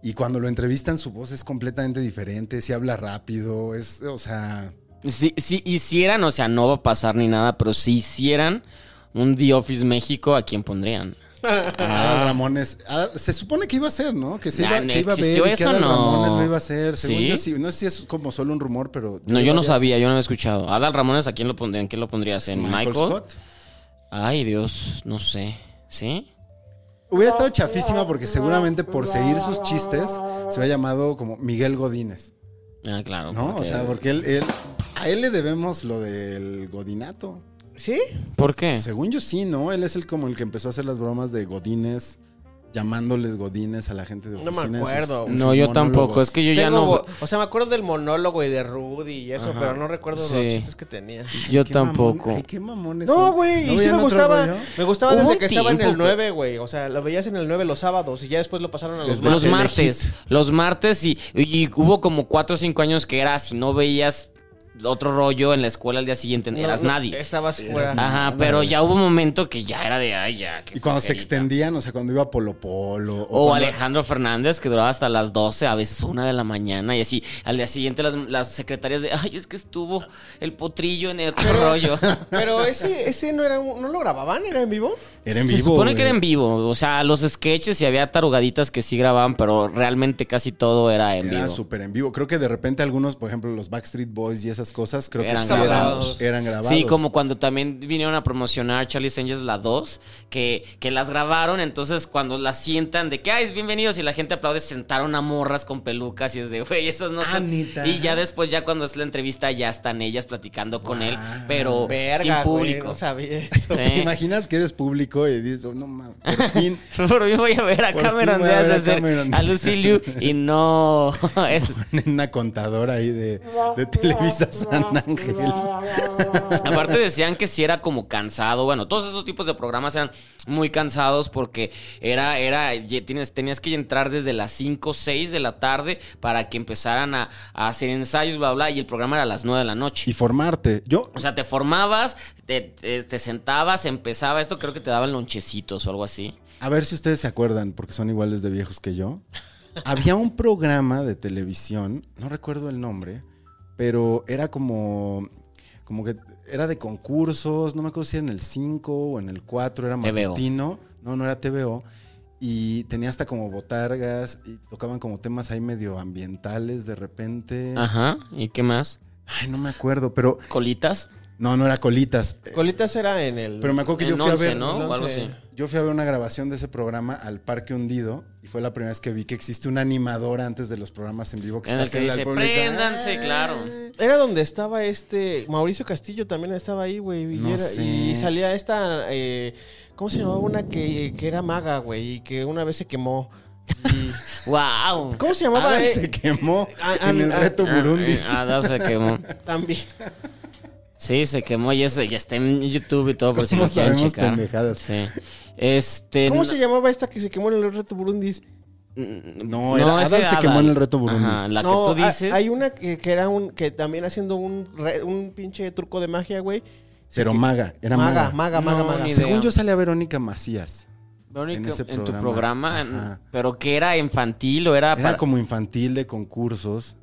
Speaker 1: Y cuando lo entrevistan, su voz es completamente diferente, sí habla rápido, es, o sea,
Speaker 2: Si, si hicieran, o sea, no va a pasar ni nada, pero si hicieran un The Office México, ¿a quién pondrían?
Speaker 1: Adal Ramones. Adal- se supone que iba a ser, ¿no? Que se
Speaker 2: Ah. Nah,
Speaker 1: iba,
Speaker 2: no
Speaker 1: que iba a ver y
Speaker 2: existió
Speaker 1: que
Speaker 2: eso,
Speaker 1: Adal
Speaker 2: no.
Speaker 1: Ramones lo iba a hacer. Según
Speaker 2: ¿Sí?
Speaker 1: yo, sí. No sé si es como solo un rumor, pero.
Speaker 2: No, yo
Speaker 1: leí
Speaker 2: no
Speaker 1: varias.
Speaker 2: sabía, yo no había escuchado. Adal Ramones, ¿a quién lo pondrían? ¿Quién lo pondrías? ¿En
Speaker 1: Michael,
Speaker 2: Michael?
Speaker 1: Scott.
Speaker 2: Ay, Dios, no sé. ¿Sí?
Speaker 1: Hubiera estado chafísima porque seguramente por seguir sus chistes se hubiera llamado como Miguel Godínez.
Speaker 2: Ah, claro.
Speaker 1: ¿No? O sea, porque él, él- a él le debemos lo del Godinato.
Speaker 3: ¿Sí?
Speaker 2: ¿Por qué?
Speaker 1: Según yo sí, ¿no? Él es el como el que empezó a hacer las bromas de Godines, llamándoles Godines a la gente de
Speaker 3: No me
Speaker 1: oficina. en
Speaker 3: acuerdo.
Speaker 1: en
Speaker 2: No, yo tampoco.
Speaker 1: monólogos.
Speaker 2: Es que yo ya
Speaker 3: Tengo
Speaker 2: no.
Speaker 3: bo- O sea, me acuerdo del monólogo y de Rudy y eso,
Speaker 2: Ajá.
Speaker 3: pero no recuerdo los
Speaker 2: Sí.
Speaker 3: chistes que tenía.
Speaker 2: Yo
Speaker 1: Qué
Speaker 2: tampoco.
Speaker 1: mamón- ay, qué mamones.
Speaker 3: No,
Speaker 1: son.
Speaker 3: güey, y sí
Speaker 1: veían otro
Speaker 3: me gustaba.
Speaker 1: rollo?
Speaker 3: Me gustaba
Speaker 2: Hubo
Speaker 3: desde
Speaker 2: un
Speaker 3: que estaba en
Speaker 2: tiempo
Speaker 3: el
Speaker 2: que-
Speaker 3: 9, güey. O sea, lo veías en el 9 los sábados y ya después lo pasaron a los
Speaker 1: Desde-
Speaker 3: martes.
Speaker 2: Los
Speaker 1: Telehit.
Speaker 2: martes. Los martes y, y hubo como cuatro o cinco años que era si no veías otro rollo en la escuela al día siguiente,
Speaker 3: No,
Speaker 2: eras
Speaker 3: no,
Speaker 2: nadie.
Speaker 3: Estabas fuera.
Speaker 2: Ajá,
Speaker 1: nada,
Speaker 2: pero
Speaker 1: güey.
Speaker 2: ya hubo un momento que ya era de ay, ya. qué
Speaker 1: Y cuando se
Speaker 2: flojerita.
Speaker 1: extendían, o sea, cuando iba Polo Polo.
Speaker 2: O
Speaker 1: cuando-
Speaker 2: Alejandro Fernández, que duraba hasta las 12, a veces una de la mañana, y así. Al día siguiente, las, las secretarias de, ay, es que estuvo el potrillo en el otro rollo.
Speaker 3: Pero ese, ese no era un- no lo grababan, era en vivo.
Speaker 1: Era en
Speaker 2: Se
Speaker 1: vivo.
Speaker 2: supone que
Speaker 1: güey.
Speaker 2: era en vivo. O sea, los sketches y había tarugaditas que sí grababan, pero realmente casi todo era en
Speaker 1: Era
Speaker 2: vivo.
Speaker 1: súper en vivo. Creo que de repente algunos, por ejemplo, los Backstreet Boys y esas cosas, creo que
Speaker 2: Eran
Speaker 1: sí eran-
Speaker 2: grabados.
Speaker 1: Eran, grabados.
Speaker 2: Sí, como cuando también vinieron a promocionar Charlie's Angels la 2, que, que las grabaron, entonces cuando las sientan de que, ay, bienvenidos y la gente aplaude, sentaron a morras con pelucas y es de, güey, esas
Speaker 1: Ah,
Speaker 2: no son...
Speaker 4: Anita.
Speaker 2: Y ya después, ya cuando es la entrevista, ya están ellas platicando con él,
Speaker 1: Ah,
Speaker 2: pero sin
Speaker 3: Verga, güey.
Speaker 2: público.
Speaker 3: No sabía eso.
Speaker 2: Sí.
Speaker 1: ¿Te imaginas que eres público y dices, oh, no mames, por fin.
Speaker 2: Por mí voy a ver a
Speaker 1: Por
Speaker 2: Cameron
Speaker 1: fin voy a
Speaker 2: Díaz
Speaker 1: ver a
Speaker 2: hacer
Speaker 1: Cameron.
Speaker 2: a Lucilio y no es
Speaker 1: Ponen una contadora ahí de, de Televisa San Ángel.
Speaker 2: Aparte decían que si era como cansado, bueno, todos esos tipos de programas eran muy cansados porque era, era, ye- tienes, tenías que entrar desde las 5, 6 de la tarde para que empezaran a, a hacer ensayos, bla, bla, y el programa era a las 9 de la
Speaker 1: Y
Speaker 2: noche.
Speaker 1: formarte. Yo,
Speaker 2: O sea, te formabas, te, te- te sentabas, empezaba esto, creo que te daban lonchecitos o algo así.
Speaker 1: a ver si ustedes se acuerdan, porque son iguales de viejos que yo. Había un programa de televisión, no recuerdo el nombre, pero era como, como que era de concursos, no me acuerdo si era en el 5 o en el 4, era
Speaker 2: TVO.
Speaker 1: matutino. No, no era TVO. Y tenía hasta como botargas y tocaban como temas ahí medio ambientales de repente.
Speaker 2: Ajá, ¿y qué más?
Speaker 1: Ay, no me acuerdo, pero
Speaker 2: ¿Colitas?
Speaker 1: no, no era colitas.
Speaker 3: Colitas era en el.
Speaker 1: Pero me acuerdo que yo
Speaker 2: En
Speaker 1: fui a
Speaker 2: 11,
Speaker 1: ver,
Speaker 2: ¿no?
Speaker 3: en
Speaker 2: O algo
Speaker 3: 11.
Speaker 2: así.
Speaker 1: yo fui a ver una grabación de ese programa al Parque Hundido y fue la primera vez que vi que existe una animadora antes de los programas en vivo que
Speaker 2: En
Speaker 1: está
Speaker 2: el que
Speaker 1: haciendo al
Speaker 2: dice,
Speaker 1: público,
Speaker 2: "Préndanse",
Speaker 1: "Ah".
Speaker 2: claro.
Speaker 3: Era donde estaba este. Mauricio Castillo también estaba ahí, güey. Y,
Speaker 1: No
Speaker 3: era-
Speaker 1: sé.
Speaker 3: y salía esta. eh, ¿Cómo se llamaba una que, que era maga, güey? Y que una vez se quemó. Y-
Speaker 2: ¡Wow!
Speaker 3: ¿Cómo se llamaba?
Speaker 1: Adal
Speaker 3: eh?
Speaker 1: Ah,
Speaker 3: ah,
Speaker 1: se quemó
Speaker 3: a-
Speaker 1: en
Speaker 3: a-
Speaker 1: el
Speaker 3: a-
Speaker 1: reto Burundi.
Speaker 2: Ah, ah, se quemó.
Speaker 3: También.
Speaker 2: Sí, se quemó y ese ya está en YouTube y todo, por si
Speaker 1: ¿Cómo
Speaker 2: lo quieren
Speaker 1: sabemos
Speaker 2: checar.
Speaker 1: pendejadas?
Speaker 2: Sí. Este.
Speaker 3: ¿Cómo
Speaker 2: no-
Speaker 3: se llamaba esta que se quemó en el reto Burundis?
Speaker 1: No, era Adal
Speaker 2: ese
Speaker 1: se quemó en el reto Burundi.
Speaker 2: Ajá, la
Speaker 3: No,
Speaker 2: que tú
Speaker 3: ha-
Speaker 2: dices.
Speaker 3: Hay una que, que era un. que también haciendo un, re- un pinche truco de magia, güey. Se
Speaker 1: Pero
Speaker 3: que-
Speaker 1: maga, era
Speaker 3: maga,
Speaker 1: maga.
Speaker 3: maga, maga,
Speaker 2: No,
Speaker 3: maga.
Speaker 2: ni idea.
Speaker 1: Según yo sale a Verónica Macías.
Speaker 2: Verónica,
Speaker 1: en
Speaker 2: en,
Speaker 1: ese
Speaker 2: tu
Speaker 1: programa.
Speaker 2: programa, en-
Speaker 1: Ajá.
Speaker 2: pero que era infantil o era,
Speaker 1: Era
Speaker 2: Ah, para-
Speaker 1: como infantil de concursos.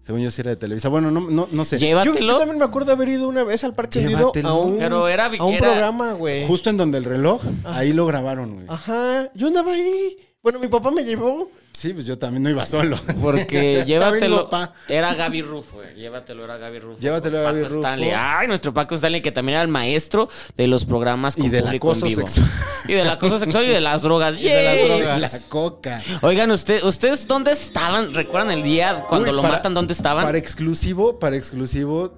Speaker 1: Según yo sí era de Televisa. Bueno, no, no, no sé.
Speaker 3: Yo, yo
Speaker 2: Llévatelo.
Speaker 3: también me acuerdo haber ido una vez al parque Hundido
Speaker 1: Llévatelo.
Speaker 3: a un,
Speaker 2: Pero era-
Speaker 3: a un
Speaker 2: era-
Speaker 3: programa, güey.
Speaker 1: Justo en donde el reloj,
Speaker 3: Ah.
Speaker 1: ahí lo grabaron, güey.
Speaker 3: Ajá, yo andaba ahí. Bueno, mi papá me llevó.
Speaker 1: Sí, pues yo también no iba solo.
Speaker 2: Porque
Speaker 1: Ya
Speaker 2: llévatelo.
Speaker 1: vengo, pa.
Speaker 2: era Gaby Rufo, eh, Llévatelo, era Gaby Rufo.
Speaker 1: Llévatelo a
Speaker 2: Paco
Speaker 1: Gaby Rufo.
Speaker 2: Stanley. Ay, nuestro Paco Stanley, que también era el maestro de los programas con
Speaker 1: Y del
Speaker 2: público en
Speaker 1: acoso
Speaker 2: vivo.
Speaker 1: sexual.
Speaker 2: Y del acoso sexual y de las drogas.
Speaker 3: de las
Speaker 2: ¡Yay!
Speaker 3: drogas.
Speaker 1: La coca.
Speaker 2: Oigan, usted, ¿ustedes dónde estaban? ¿Recuerdan el día cuando
Speaker 1: Uy,
Speaker 2: lo
Speaker 1: para-
Speaker 2: matan? ¿Dónde estaban?
Speaker 1: Para exclusivo, para exclusivo,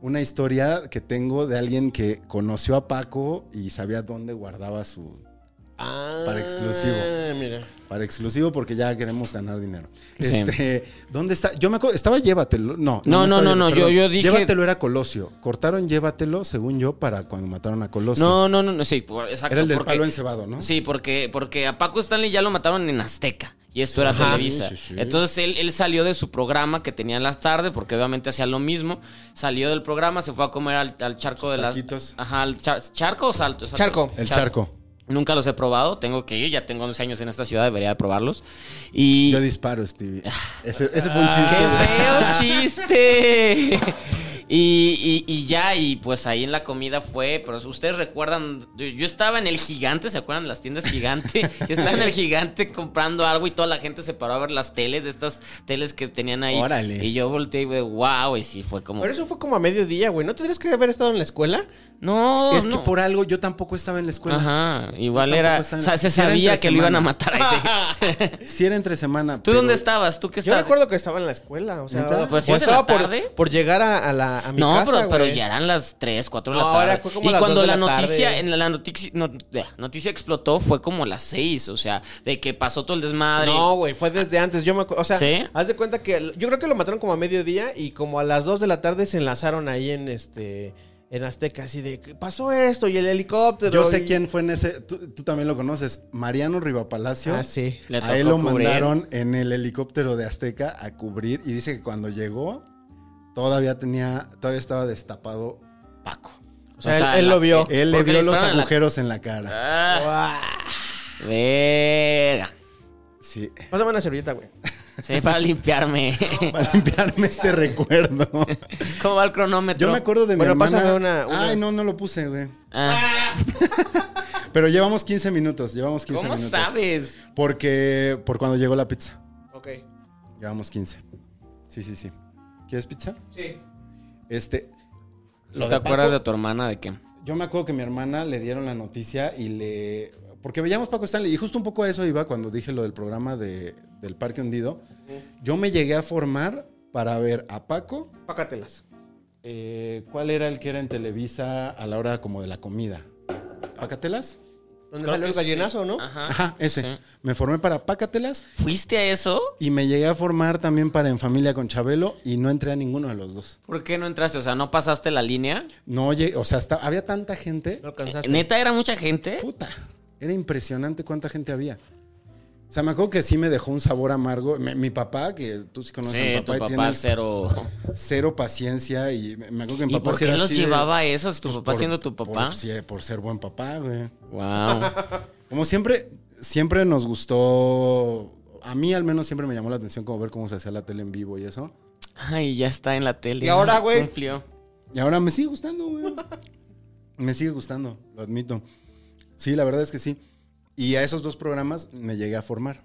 Speaker 1: una historia que tengo de alguien que conoció a Paco y sabía dónde guardaba su.
Speaker 3: Ah,
Speaker 1: Para exclusivo.
Speaker 3: Mira.
Speaker 1: Para exclusivo, porque ya queremos ganar dinero.
Speaker 2: Sí.
Speaker 1: Este, ¿dónde está? Yo me acuerdo, estaba llévatelo. No,
Speaker 2: No, no,
Speaker 1: estaba
Speaker 2: no, no,
Speaker 1: Llévatelo,
Speaker 2: yo-
Speaker 1: perdón.
Speaker 2: yo dije-
Speaker 1: Llévatelo era Colosio. Cortaron llévatelo, según yo, para cuando mataron a Colosio.
Speaker 2: No, no, no, no, sí, por- exacto.
Speaker 1: era el del
Speaker 2: porque-
Speaker 1: palo encebado, ¿no?
Speaker 2: Sí, porque, porque a Paco Stanley ya lo mataron en Azteca. Y esto era
Speaker 3: Ajá.
Speaker 2: Televisa.
Speaker 1: Sí, sí, sí.
Speaker 2: Entonces él, él salió de su programa que tenía en las tardes, porque obviamente hacía lo mismo. Salió del programa, se fue a comer al, al charco
Speaker 1: Sus
Speaker 2: de las.
Speaker 1: taquitos.
Speaker 2: Ajá, al char- charco o salto. Salto.
Speaker 3: Charco.
Speaker 1: El charco.
Speaker 2: Nunca los he probado, tengo que ir, ya tengo 11 años en esta ciudad, debería de probarlos. Y. Ah,
Speaker 1: Yo disparo, Stevie. Ese, ese fue un
Speaker 2: ¡Qué
Speaker 1: chiste.
Speaker 2: feo chiste! Ah. Y, y- y ya, y pues ahí en la comida fue, pero ustedes recuerdan, yo, yo estaba en el gigante, ¿se acuerdan? Las tiendas gigante. Yo estaba en el gigante comprando algo y toda la gente se paró a ver las teles, de estas teles que tenían ahí.
Speaker 1: Órale.
Speaker 2: Y yo volteé y dije, wow, y sí, fue como...
Speaker 3: Pero eso fue como a mediodía, güey. ¿No tendrías que haber estado en la escuela?
Speaker 2: No,
Speaker 1: Es que
Speaker 2: no".
Speaker 1: por algo yo tampoco estaba en la escuela.
Speaker 2: Ajá, igual
Speaker 1: Yo tampoco
Speaker 2: era...
Speaker 1: estaba en-
Speaker 2: o sea, se
Speaker 1: Sí era
Speaker 2: sabía
Speaker 1: entre
Speaker 2: que lo iban a
Speaker 1: semana.
Speaker 2: matar a ese.
Speaker 1: Si era entre semana.
Speaker 2: ¿Tú
Speaker 1: pero-
Speaker 2: dónde estabas? ¿Tú qué
Speaker 3: Yo
Speaker 2: estabas?
Speaker 3: recuerdo que estaba en la escuela. O sea,
Speaker 1: ¿Neta?
Speaker 2: Pues
Speaker 3: o
Speaker 2: sí es en
Speaker 3: estaba
Speaker 2: la tarde.
Speaker 3: por, por llegar a, a la, a mi
Speaker 2: no,
Speaker 3: casa,
Speaker 2: pero, pero
Speaker 3: güey.
Speaker 2: ya eran las 3, 4 de la
Speaker 3: No,
Speaker 2: tarde.
Speaker 3: ahora fue como
Speaker 2: y
Speaker 3: las
Speaker 2: cuando
Speaker 3: dos
Speaker 2: la,
Speaker 3: de la
Speaker 2: noticia,
Speaker 3: tarde.
Speaker 2: en la, la noticia, no- la noticia explotó fue como las 6, o sea, de que pasó todo el desmadre.
Speaker 3: No, güey, fue desde antes. Yo me acu- o sea,
Speaker 2: ¿Sí?
Speaker 3: haz de cuenta que el- yo creo que lo mataron como a mediodía y como a las 2 de la tarde se enlazaron ahí en este en Azteca así de "¿Qué pasó esto y el helicóptero.
Speaker 1: Yo sé
Speaker 3: y-
Speaker 1: quién fue en ese. Tú, tú también lo conoces. Mariano Rivapalacio.
Speaker 3: Ah, sí.
Speaker 2: Le
Speaker 1: a él
Speaker 2: tocó
Speaker 1: lo
Speaker 2: cubrir.
Speaker 1: mandaron en el helicóptero de Azteca a cubrir y dice que cuando llegó todavía tenía, todavía estaba destapado Paco.
Speaker 3: O sea,
Speaker 2: O
Speaker 3: él-
Speaker 2: sea,
Speaker 3: él,
Speaker 2: la-
Speaker 3: lo vio.
Speaker 1: Él le
Speaker 2: Porque le
Speaker 1: vio los
Speaker 2: disparan en la-
Speaker 1: agujeros en la cara.
Speaker 2: Ah,
Speaker 3: Guau.
Speaker 2: verga.
Speaker 1: Sí.
Speaker 3: Pásame una servilleta, güey.
Speaker 2: Sí, para limpiarme.
Speaker 1: Para limpiarme este recuerdo.
Speaker 2: ¿Cómo va el cronómetro?
Speaker 1: Yo me acuerdo de mi
Speaker 3: Bueno,
Speaker 1: hermana.
Speaker 3: pásame una- una-
Speaker 1: Ay, no, no lo puse, güey.
Speaker 2: Ah,
Speaker 1: Pero llevamos 15 minutos, llevamos 15
Speaker 2: ¿Cómo
Speaker 1: minutos.
Speaker 2: sabes?
Speaker 1: Porque por cuando llegó la pizza.
Speaker 3: Ok.
Speaker 1: Llevamos 15. Sí, sí, sí. ¿Quieres pizza?
Speaker 3: Sí.
Speaker 1: Este
Speaker 2: ¿No
Speaker 1: lo
Speaker 2: te
Speaker 1: de
Speaker 2: acuerdas
Speaker 1: Paco-
Speaker 2: de tu hermana de qué?
Speaker 1: Yo me acuerdo que mi hermana le dieron la noticia y le. Porque veíamos Paco Stanley. Y justo un poco a eso iba cuando dije lo del programa de- del Parque Hundido. Yo me llegué a formar para ver a Paco.
Speaker 3: Pácatelas.
Speaker 1: eh, ¿Cuál era el que era en Televisa a la hora como de la comida? ¿Pacatelas?
Speaker 3: ¿Dónde
Speaker 2: Creo
Speaker 3: salió
Speaker 2: que
Speaker 3: el gallinazo,
Speaker 2: sí.
Speaker 3: no?
Speaker 2: Ajá.
Speaker 1: Ajá, ese.
Speaker 2: Ah, sí.
Speaker 1: Me formé para Pacatelas
Speaker 2: ¿Fuiste a eso?
Speaker 1: y me llegué a formar también para En Familia con Chabelo y no entré a ninguno de los dos.
Speaker 2: ¿Por qué no entraste? O sea, ¿no pasaste la línea?
Speaker 1: No, oye, o sea, hasta, había tanta gente.
Speaker 3: No alcanzaste.
Speaker 2: ¿Neta era mucha gente?
Speaker 1: Puta, era impresionante cuánta gente había. O sea, me acuerdo que sí me dejó un sabor amargo. Mi, mi papá, que tú sí conoces a
Speaker 2: Sí,
Speaker 1: mi papá,
Speaker 2: tu
Speaker 1: y
Speaker 2: papá
Speaker 1: tiene
Speaker 2: cero.
Speaker 1: cero paciencia y me me acuerdo que mi
Speaker 2: ¿Y
Speaker 1: papá
Speaker 2: por
Speaker 1: sí
Speaker 2: qué
Speaker 1: era
Speaker 2: los
Speaker 1: así de-
Speaker 2: llevaba a eso? Si tu
Speaker 1: pues,
Speaker 2: papá
Speaker 1: por-
Speaker 2: siendo tu papá.
Speaker 1: Por, sí, por ser buen papá, güey.
Speaker 2: Wow.
Speaker 1: Como siempre, siempre nos gustó, a mí al menos siempre me llamó la atención como ver cómo se hacía la tele en vivo y eso.
Speaker 2: Ay, ya está en la tele.
Speaker 3: ¿Y ahora, güey?
Speaker 2: Cumplió.
Speaker 1: Y ahora me sigue gustando, güey. Me sigue gustando, lo admito. Sí, la verdad es que sí. Y a esos dos programas me llegué a formar.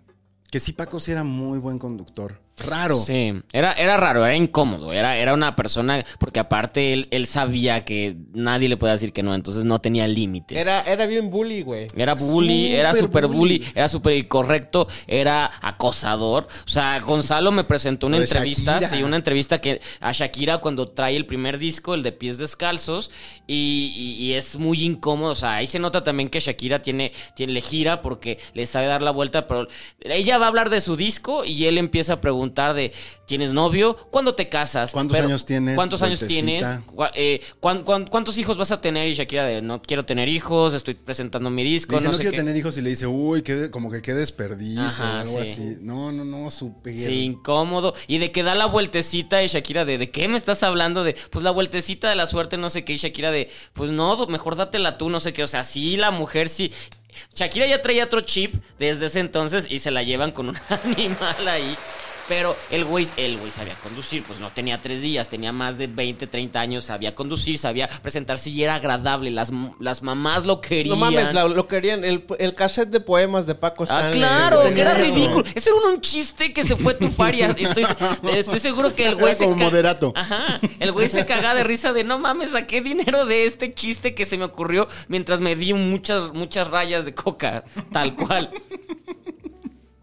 Speaker 1: Que sí, Paco sí era muy buen conductor. Raro.
Speaker 2: Sí, era, era raro, era incómodo, era, era una persona, porque aparte él, él sabía que nadie le podía decir que no, entonces no tenía límites.
Speaker 3: Era, era bien bully, güey.
Speaker 2: Era bully,
Speaker 1: Súper
Speaker 2: era super bully,
Speaker 1: bully.
Speaker 2: era super incorrecto, era acosador. O sea, Gonzalo me presentó una
Speaker 1: Lo de
Speaker 2: entrevista,
Speaker 1: Shakira.
Speaker 2: sí, una entrevista que a Shakira cuando trae el primer disco, el de Pies Descalzos, y, y- y es muy incómodo. O sea, ahí se nota también que Shakira tiene, tiene, le gira porque le sabe dar la vuelta, pero ella va a hablar de su disco y él empieza a preguntar de, ¿tienes novio? ¿Cuándo te casas?
Speaker 1: ¿Cuántos años tienes,
Speaker 2: ¿Cuántos años tienes?
Speaker 1: vueltecita?
Speaker 2: Cu- eh, cuán- cuán- ¿Cuántos hijos vas a tener? Y Shakira de, no quiero tener hijos, estoy presentando mi disco,
Speaker 1: Le dice,
Speaker 2: no,
Speaker 1: no,
Speaker 2: sé
Speaker 1: quiero
Speaker 2: qué".
Speaker 1: tener hijos y le dice, uy, qué de- como que qué desperdicio o
Speaker 2: Ajá,
Speaker 1: algo
Speaker 2: sí.
Speaker 1: así. No, no, no, super.
Speaker 2: Sí, incómodo. Y de que da la vueltecita y Shakira de, ¿de qué me estás hablando? De, pues la vueltecita de la suerte, no sé qué. Y Shakira de, pues no, do- mejor dátela tú, no sé qué. O sea, sí, la mujer sí. Shakira ya traía otro chip desde ese entonces y se la llevan con un animal ahí. Pero el güey, el güey sabía conducir, pues no tenía tres días, tenía más de 20, 30 años, sabía conducir, sabía presentarse y era agradable. Las, m- las mamás lo querían.
Speaker 3: No mames, la- lo querían. El, el cassette de poemas de Paco
Speaker 2: Ah,
Speaker 3: Stanley.
Speaker 2: claro,
Speaker 3: güey.
Speaker 2: que era
Speaker 1: Tenía eso.
Speaker 2: ridículo. Ese era un, un chiste que se fue tu faria. Estoy, estoy seguro que el güey
Speaker 1: Era como
Speaker 2: ca-
Speaker 1: moderato.
Speaker 2: Ajá. El güey se cagaba de risa de no mames, saqué dinero de este chiste que se me ocurrió mientras me di muchas, muchas rayas de coca. Tal cual.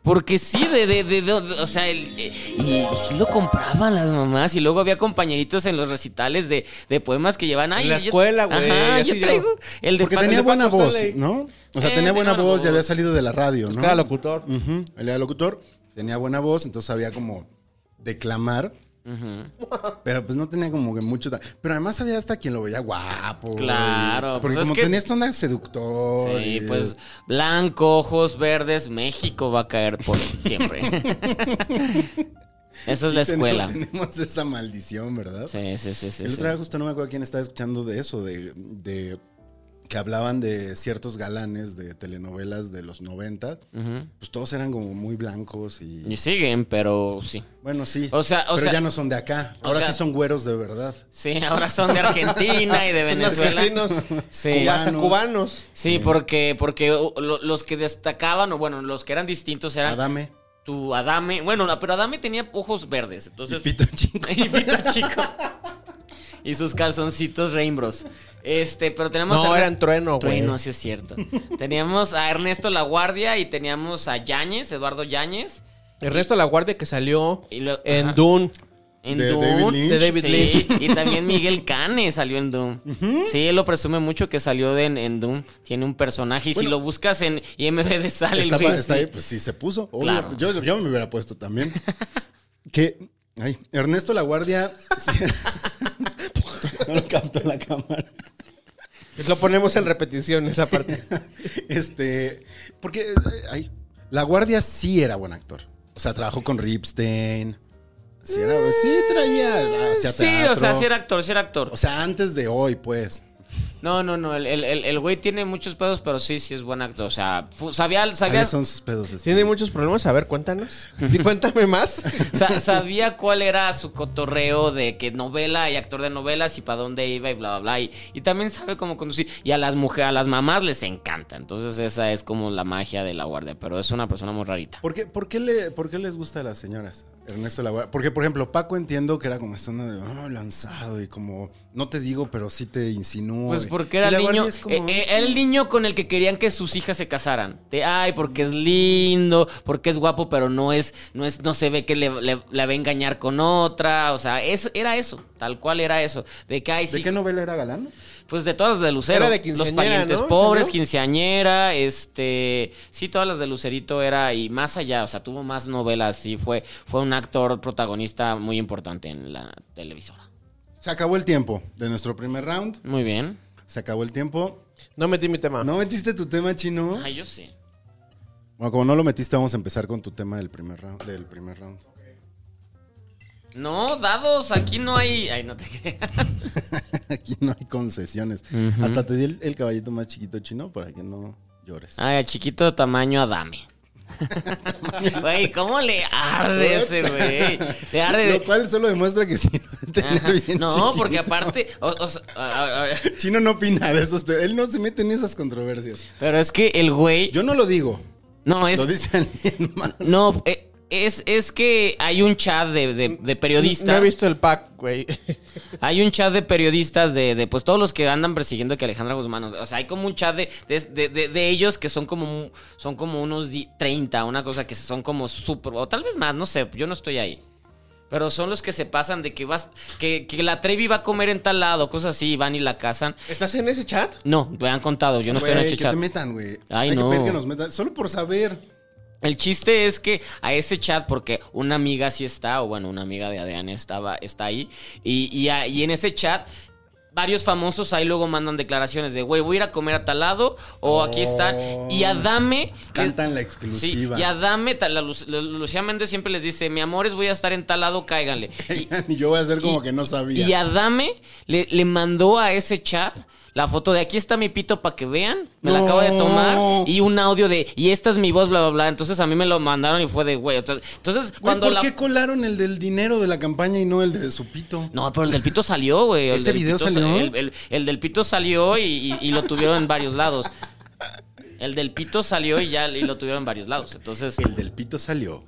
Speaker 2: Porque sí, de, de, de, de- de- o sea, el- eh, y sí lo compraban las mamás. Y luego había compañeritos en los recitales de, de poemas que llevan ahí.
Speaker 3: la escuela, güey,
Speaker 2: Ajá,
Speaker 3: así
Speaker 2: yo
Speaker 3: yo.
Speaker 2: traigo el de
Speaker 1: Porque
Speaker 2: Paco-
Speaker 1: tenía
Speaker 2: de Paco
Speaker 1: buena voz,
Speaker 2: Stanley.
Speaker 1: ¿no? O sea,
Speaker 2: Eh,
Speaker 1: tenía buena
Speaker 2: tenía
Speaker 1: voz,
Speaker 2: voz.
Speaker 1: ya había salido de la radio, ¿no?
Speaker 3: Era locutor.
Speaker 2: Mm.
Speaker 1: Ujú, Él era locutor, tenía buena voz, entonces sabía como declamar. Pero pues no tenía como que mucho. ta- Pero además había hasta quien lo veía guapo.
Speaker 2: Claro,
Speaker 1: y- Porque
Speaker 2: pues es
Speaker 1: como
Speaker 2: que-
Speaker 1: tenía esta onda seductor.
Speaker 2: Sí,
Speaker 1: y-
Speaker 2: pues blanco, ojos verdes, México va a caer por siempre. Esa es la
Speaker 1: ten-
Speaker 2: escuela.
Speaker 1: Tenemos esa maldición, ¿verdad?
Speaker 2: Sí, sí, sí, sí.
Speaker 1: El
Speaker 2: sí.
Speaker 1: otro día justo no me acuerdo quién estaba escuchando de eso, de, de que hablaban de ciertos galanes de telenovelas de los 90, pues todos eran como muy blancos y...
Speaker 2: Y siguen, pero sí.
Speaker 1: Bueno, sí.
Speaker 2: O sea- o
Speaker 1: pero
Speaker 2: sea-
Speaker 1: ya no son de acá. Ahora
Speaker 2: sea-
Speaker 1: sí son güeros de verdad.
Speaker 2: Sí, ahora son de Argentina y de
Speaker 3: Son
Speaker 2: Venezuela.
Speaker 3: argentinos,
Speaker 2: Sí.
Speaker 3: y hasta
Speaker 1: Cubanos.
Speaker 3: cubanos.
Speaker 2: Sí, porque, porque uh, lo- los que destacaban, o bueno, los que eran distintos eran
Speaker 1: Adame.
Speaker 2: tu Adame. Bueno, no, pero Adame tenía ojos verdes,
Speaker 1: Y
Speaker 2: entonces.
Speaker 1: Pito Chingo.
Speaker 2: Y pito chico. Y sus calzoncitos Rainbows. Este, pero tenemos.
Speaker 3: No,
Speaker 2: a
Speaker 3: eran Trueno, güey.
Speaker 2: Trueno, sí es cierto. teníamos a Ernesto La Guardia y teníamos a Yáñez, Eduardo Yáñez.
Speaker 3: El resto de la guardia que salió
Speaker 2: Y lo-
Speaker 3: en
Speaker 2: Eh, ajá.
Speaker 3: Dune.
Speaker 2: En
Speaker 1: De
Speaker 2: Doom.
Speaker 1: David Lynch.
Speaker 3: De David
Speaker 2: Sí, Y también Miguel Cane salió en Doom. Sí, él lo presume mucho que salió de, en, en Doom. Tiene un personaje. Y si lo buscas en IMDb sale el
Speaker 1: Está,
Speaker 2: güey.
Speaker 1: pa- está ahí, pues sí se puso. obvio.
Speaker 2: Claro.
Speaker 1: Yo, yo me hubiera puesto también. que. Ay, Ernesto La Guardia. sí era- no lo captó la cámara.
Speaker 3: Pues Lo ponemos en repetición esa parte.
Speaker 1: Este. Porque. eh, ay, la Guardia sí era buen actor. O sea, trabajó con Ripstein. Sí, era, pues, sí traía hacia
Speaker 2: Eh, Sí, o sea,
Speaker 1: teatro.
Speaker 2: sí era actor, sí era actor.
Speaker 1: O sea, antes de hoy, pues.
Speaker 2: No, no, no. El, el, el- el güey tiene muchos pedos, pero sí, sí es buen actor. O sea, fu- sabía, sabía,
Speaker 1: ¿Cuáles son sus pedos? este estos?
Speaker 3: Tiene muchos problemas. A ver, cuéntanos. Di- Cuéntame más.
Speaker 2: sa- sabía cuál era su cotorreo de que novela y actor de novelas y para dónde iba y bla, bla, bla. Y, y también sabe cómo conducir. Y a las mujeres, a las mamás les encanta. Entonces, esa es como la magia de la guardia. Pero es una persona muy rarita.
Speaker 1: ¿Por qué, por, qué le, ¿Por qué les gusta a las señoras, Ernesto La Guardia? Porque, por ejemplo, Paco entiendo que era como esta onda de "Ah, lanzado y como, no te digo, pero sí te insinúo.
Speaker 2: Pues
Speaker 1: Y- y
Speaker 2: porque era
Speaker 1: La
Speaker 2: el
Speaker 1: Guardia
Speaker 2: niño,
Speaker 1: es como,
Speaker 2: eh, eh, el niño con el que querían que sus hijas se casaran. De, ay, porque es lindo, porque es guapo, pero no es, no es, no se ve que le, le- la va a engañar con otra. O sea, es, era eso, tal cual era eso. De que, ay,
Speaker 1: ¿De
Speaker 2: sí,
Speaker 1: qué novela era galán?
Speaker 2: pues de todas las de Lucero.
Speaker 3: Era de
Speaker 2: los
Speaker 3: quinceañera,
Speaker 2: parientes
Speaker 3: ¿no?
Speaker 2: pobres,
Speaker 3: ¿Salió?
Speaker 2: quinceañera, este, sí, todas las de Lucerito era y más allá, o sea, tuvo más novelas, sí, fue, fue un actor protagonista muy importante en la televisora.
Speaker 1: Se acabó el tiempo de nuestro primer round.
Speaker 2: Muy bien.
Speaker 1: Se acabó el tiempo.
Speaker 3: No metí mi tema.
Speaker 1: ¿No metiste tu tema chino?
Speaker 2: Ay, yo sí.
Speaker 1: Bueno, como no lo metiste, vamos a empezar con tu tema del primer round. Del primer round.
Speaker 2: No, dados, aquí no hay. Ay, no te creas.
Speaker 1: Aquí no hay concesiones. Hasta te di el, el caballito más chiquito chino para que no llores.
Speaker 2: Ay, a chiquito de tamaño Adame. Güey, ¿cómo le arde ese güey? Le arde
Speaker 1: Lo
Speaker 2: de-
Speaker 1: cual solo demuestra que sí. lo tener
Speaker 2: Ajá.
Speaker 1: bien
Speaker 2: No,
Speaker 1: chiquito.
Speaker 2: porque aparte. o- o sea, a- a- a-
Speaker 1: Chino no opina de esos temas. Él no se mete en esas controversias.
Speaker 2: pero es que el güey.
Speaker 1: Yo no lo digo.
Speaker 2: No, es.
Speaker 1: Lo dice alguien más.
Speaker 2: No, eh, es, es que hay un chat de, de- de periodistas.
Speaker 3: No he visto el pack, güey.
Speaker 2: Hay un chat de periodistas de, de, pues todos los que andan persiguiendo que Alejandra Guzmán. O sea, hay como un chat de, de, de- de- de ellos que son como un- son como unos di- 30, una cosa que son como súper. O tal vez más, no sé, yo no estoy ahí. Pero son los que se pasan de que vas. Que, que la Trevi va a comer en tal lado, cosas así, y van y la cazan.
Speaker 3: ¿Estás en ese chat?
Speaker 2: No, me han contado, yo no
Speaker 1: Güey,
Speaker 2: estoy en ese
Speaker 1: que
Speaker 2: chat.
Speaker 1: te metan, güey.
Speaker 2: Ay,
Speaker 1: Hay
Speaker 2: no.
Speaker 1: que pedir que nos metan. Solo por saber.
Speaker 2: El chiste es que a ese chat, porque una amiga sí está, o bueno, una amiga de Adrián estaba, está ahí, y, y a- y en ese chat. Varios famosos ahí luego mandan declaraciones de, güey, voy a ir a comer a tal lado, o aquí están. Y Adame.
Speaker 1: Cantan la
Speaker 2: Sí,
Speaker 1: exclusiva.
Speaker 2: y Adame, tal- la Lu- la Lucía Méndez siempre les dice, mi amores, voy a estar en tal lado, cáiganle. Y-
Speaker 1: y yo voy a hacer como
Speaker 2: y-
Speaker 1: que no sabía.
Speaker 2: Y Adame le, le mandó a ese chat la foto de aquí está mi pito para que vean. Me la
Speaker 1: No.
Speaker 2: acabo de tomar. Y un audio de y esta es mi voz, bla, bla, bla. Entonces a mí me lo mandaron y fue de güey. Entonces, entonces,
Speaker 1: Güey,
Speaker 2: cuando
Speaker 1: ¿Por
Speaker 2: la.
Speaker 1: qué colaron el del dinero de la campaña y no el de su pito?
Speaker 2: No, pero el del pito salió, güey. El
Speaker 1: ¿Ese
Speaker 2: del
Speaker 1: video
Speaker 2: pito sa-
Speaker 1: salió?
Speaker 2: El, el- el del pito salió y, y- y lo tuvieron en varios lados. El del pito salió y ya y lo tuvieron en varios lados. Entonces,
Speaker 1: El del pito salió.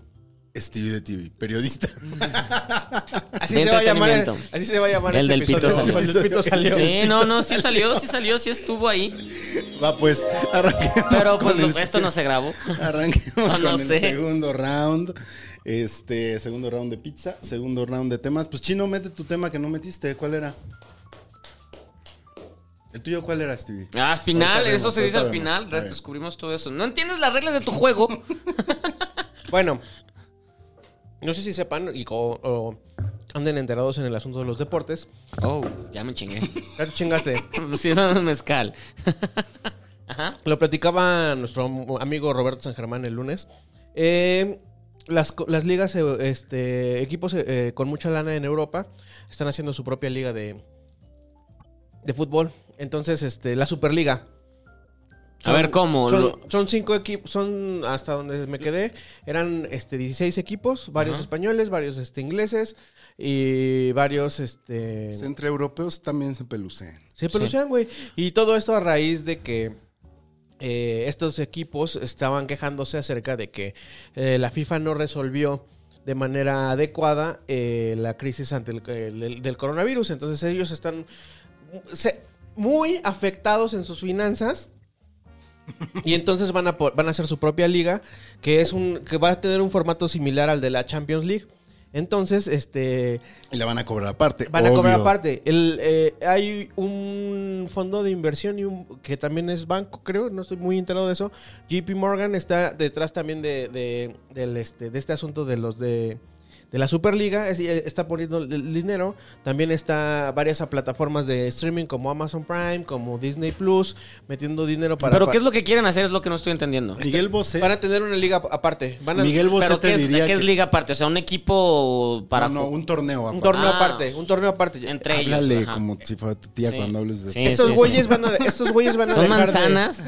Speaker 1: Stevie de TV, periodista.
Speaker 3: Así
Speaker 2: De
Speaker 3: se va a llamar. el-
Speaker 2: entretenimiento.
Speaker 3: Así se va a llamar
Speaker 2: El
Speaker 3: este
Speaker 2: del pito
Speaker 3: episodio,
Speaker 2: salió.
Speaker 3: El del pito salió.
Speaker 2: sí, no, no, sí salió, sí salió, sí estuvo ahí.
Speaker 1: Va pues, arranquemos.
Speaker 2: Pero
Speaker 1: con
Speaker 2: pues lo-
Speaker 1: el-
Speaker 2: esto no se grabó.
Speaker 1: Arranquemos
Speaker 2: No, no
Speaker 1: con el
Speaker 2: sé.
Speaker 1: segundo round. Este, segundo round de pizza, segundo round de temas. Pues Chino, mete tu tema que no metiste. ¿Cuál era? ¿El tuyo cuál era, Stevie?
Speaker 2: Ah, al final,
Speaker 1: Ahorita
Speaker 2: eso
Speaker 1: vemos,
Speaker 2: se dice
Speaker 1: ahorita
Speaker 2: al
Speaker 1: vemos.
Speaker 2: final,
Speaker 1: Está bien.
Speaker 2: descubrimos todo eso. No entiendes las reglas de tu juego.
Speaker 3: Bueno, no sé si sepan y co- o anden enterados en el asunto de los deportes.
Speaker 2: Oh, ya me chingué.
Speaker 3: Ya te chingaste.
Speaker 2: Pusieron un mezcal. Ajá.
Speaker 3: Lo platicaba nuestro am- amigo Roberto San Germán el lunes. Eh, las, co- las ligas, eh, este, equipos eh, con mucha lana en Europa están haciendo su propia liga de, de fútbol. Entonces, este, la Superliga.
Speaker 2: A ver, ¿cómo?
Speaker 3: Son,
Speaker 2: Lo-
Speaker 3: son cinco equipos, son hasta donde me quedé, eran este 16 equipos, varios españoles, varios este, ingleses y varios este
Speaker 1: Pues entre europeos también se pelucean.
Speaker 3: se pronuncian, güey. Y todo esto a raíz de que eh, estos equipos estaban quejándose acerca de que eh, la FIFA no resolvió de manera adecuada eh, la crisis ante el, el- el- del coronavirus. Entonces ellos están se- muy afectados en sus finanzas. Y entonces van a, po- van a hacer su propia liga, que es un que va a tener un formato similar al de la Champions League. Entonces, este,
Speaker 1: Y la van a cobrar aparte.
Speaker 3: Van a cobrar
Speaker 1: obvio.
Speaker 3: aparte. El, eh, hay un fondo de inversión y un, que también es banco, creo, no estoy muy enterado de eso. JP Morgan está detrás también de, de- del, este, de este asunto de los de, de la Superliga. Es- eh, está poniendo el dinero. También está varias plataformas de streaming como Amazon Prime, como Disney Plus, metiendo dinero para...
Speaker 2: Pero ¿qué es lo que quieren hacer? Es lo que no estoy entendiendo.
Speaker 1: Miguel Bosé.
Speaker 3: Van a tener una liga aparte. Van a-
Speaker 1: Miguel Bosé
Speaker 2: ¿Pero
Speaker 1: te
Speaker 2: qué es,
Speaker 1: diría
Speaker 2: qué es
Speaker 1: que-
Speaker 2: liga aparte? O sea, un equipo para...
Speaker 1: no, no,
Speaker 2: ju-
Speaker 1: un torneo
Speaker 3: un
Speaker 1: aparte.
Speaker 3: torneo
Speaker 2: Ah,
Speaker 3: aparte. Un torneo aparte.
Speaker 2: Entre ellos.
Speaker 1: Háblale
Speaker 2: ajá.
Speaker 1: como si fuera tu tía
Speaker 2: Sí.
Speaker 1: cuando hables de
Speaker 2: Sí.
Speaker 3: estos,
Speaker 2: sí.
Speaker 3: güeyes Van a, estos güeyes van a
Speaker 2: Son
Speaker 3: dejar de-
Speaker 2: manzanas.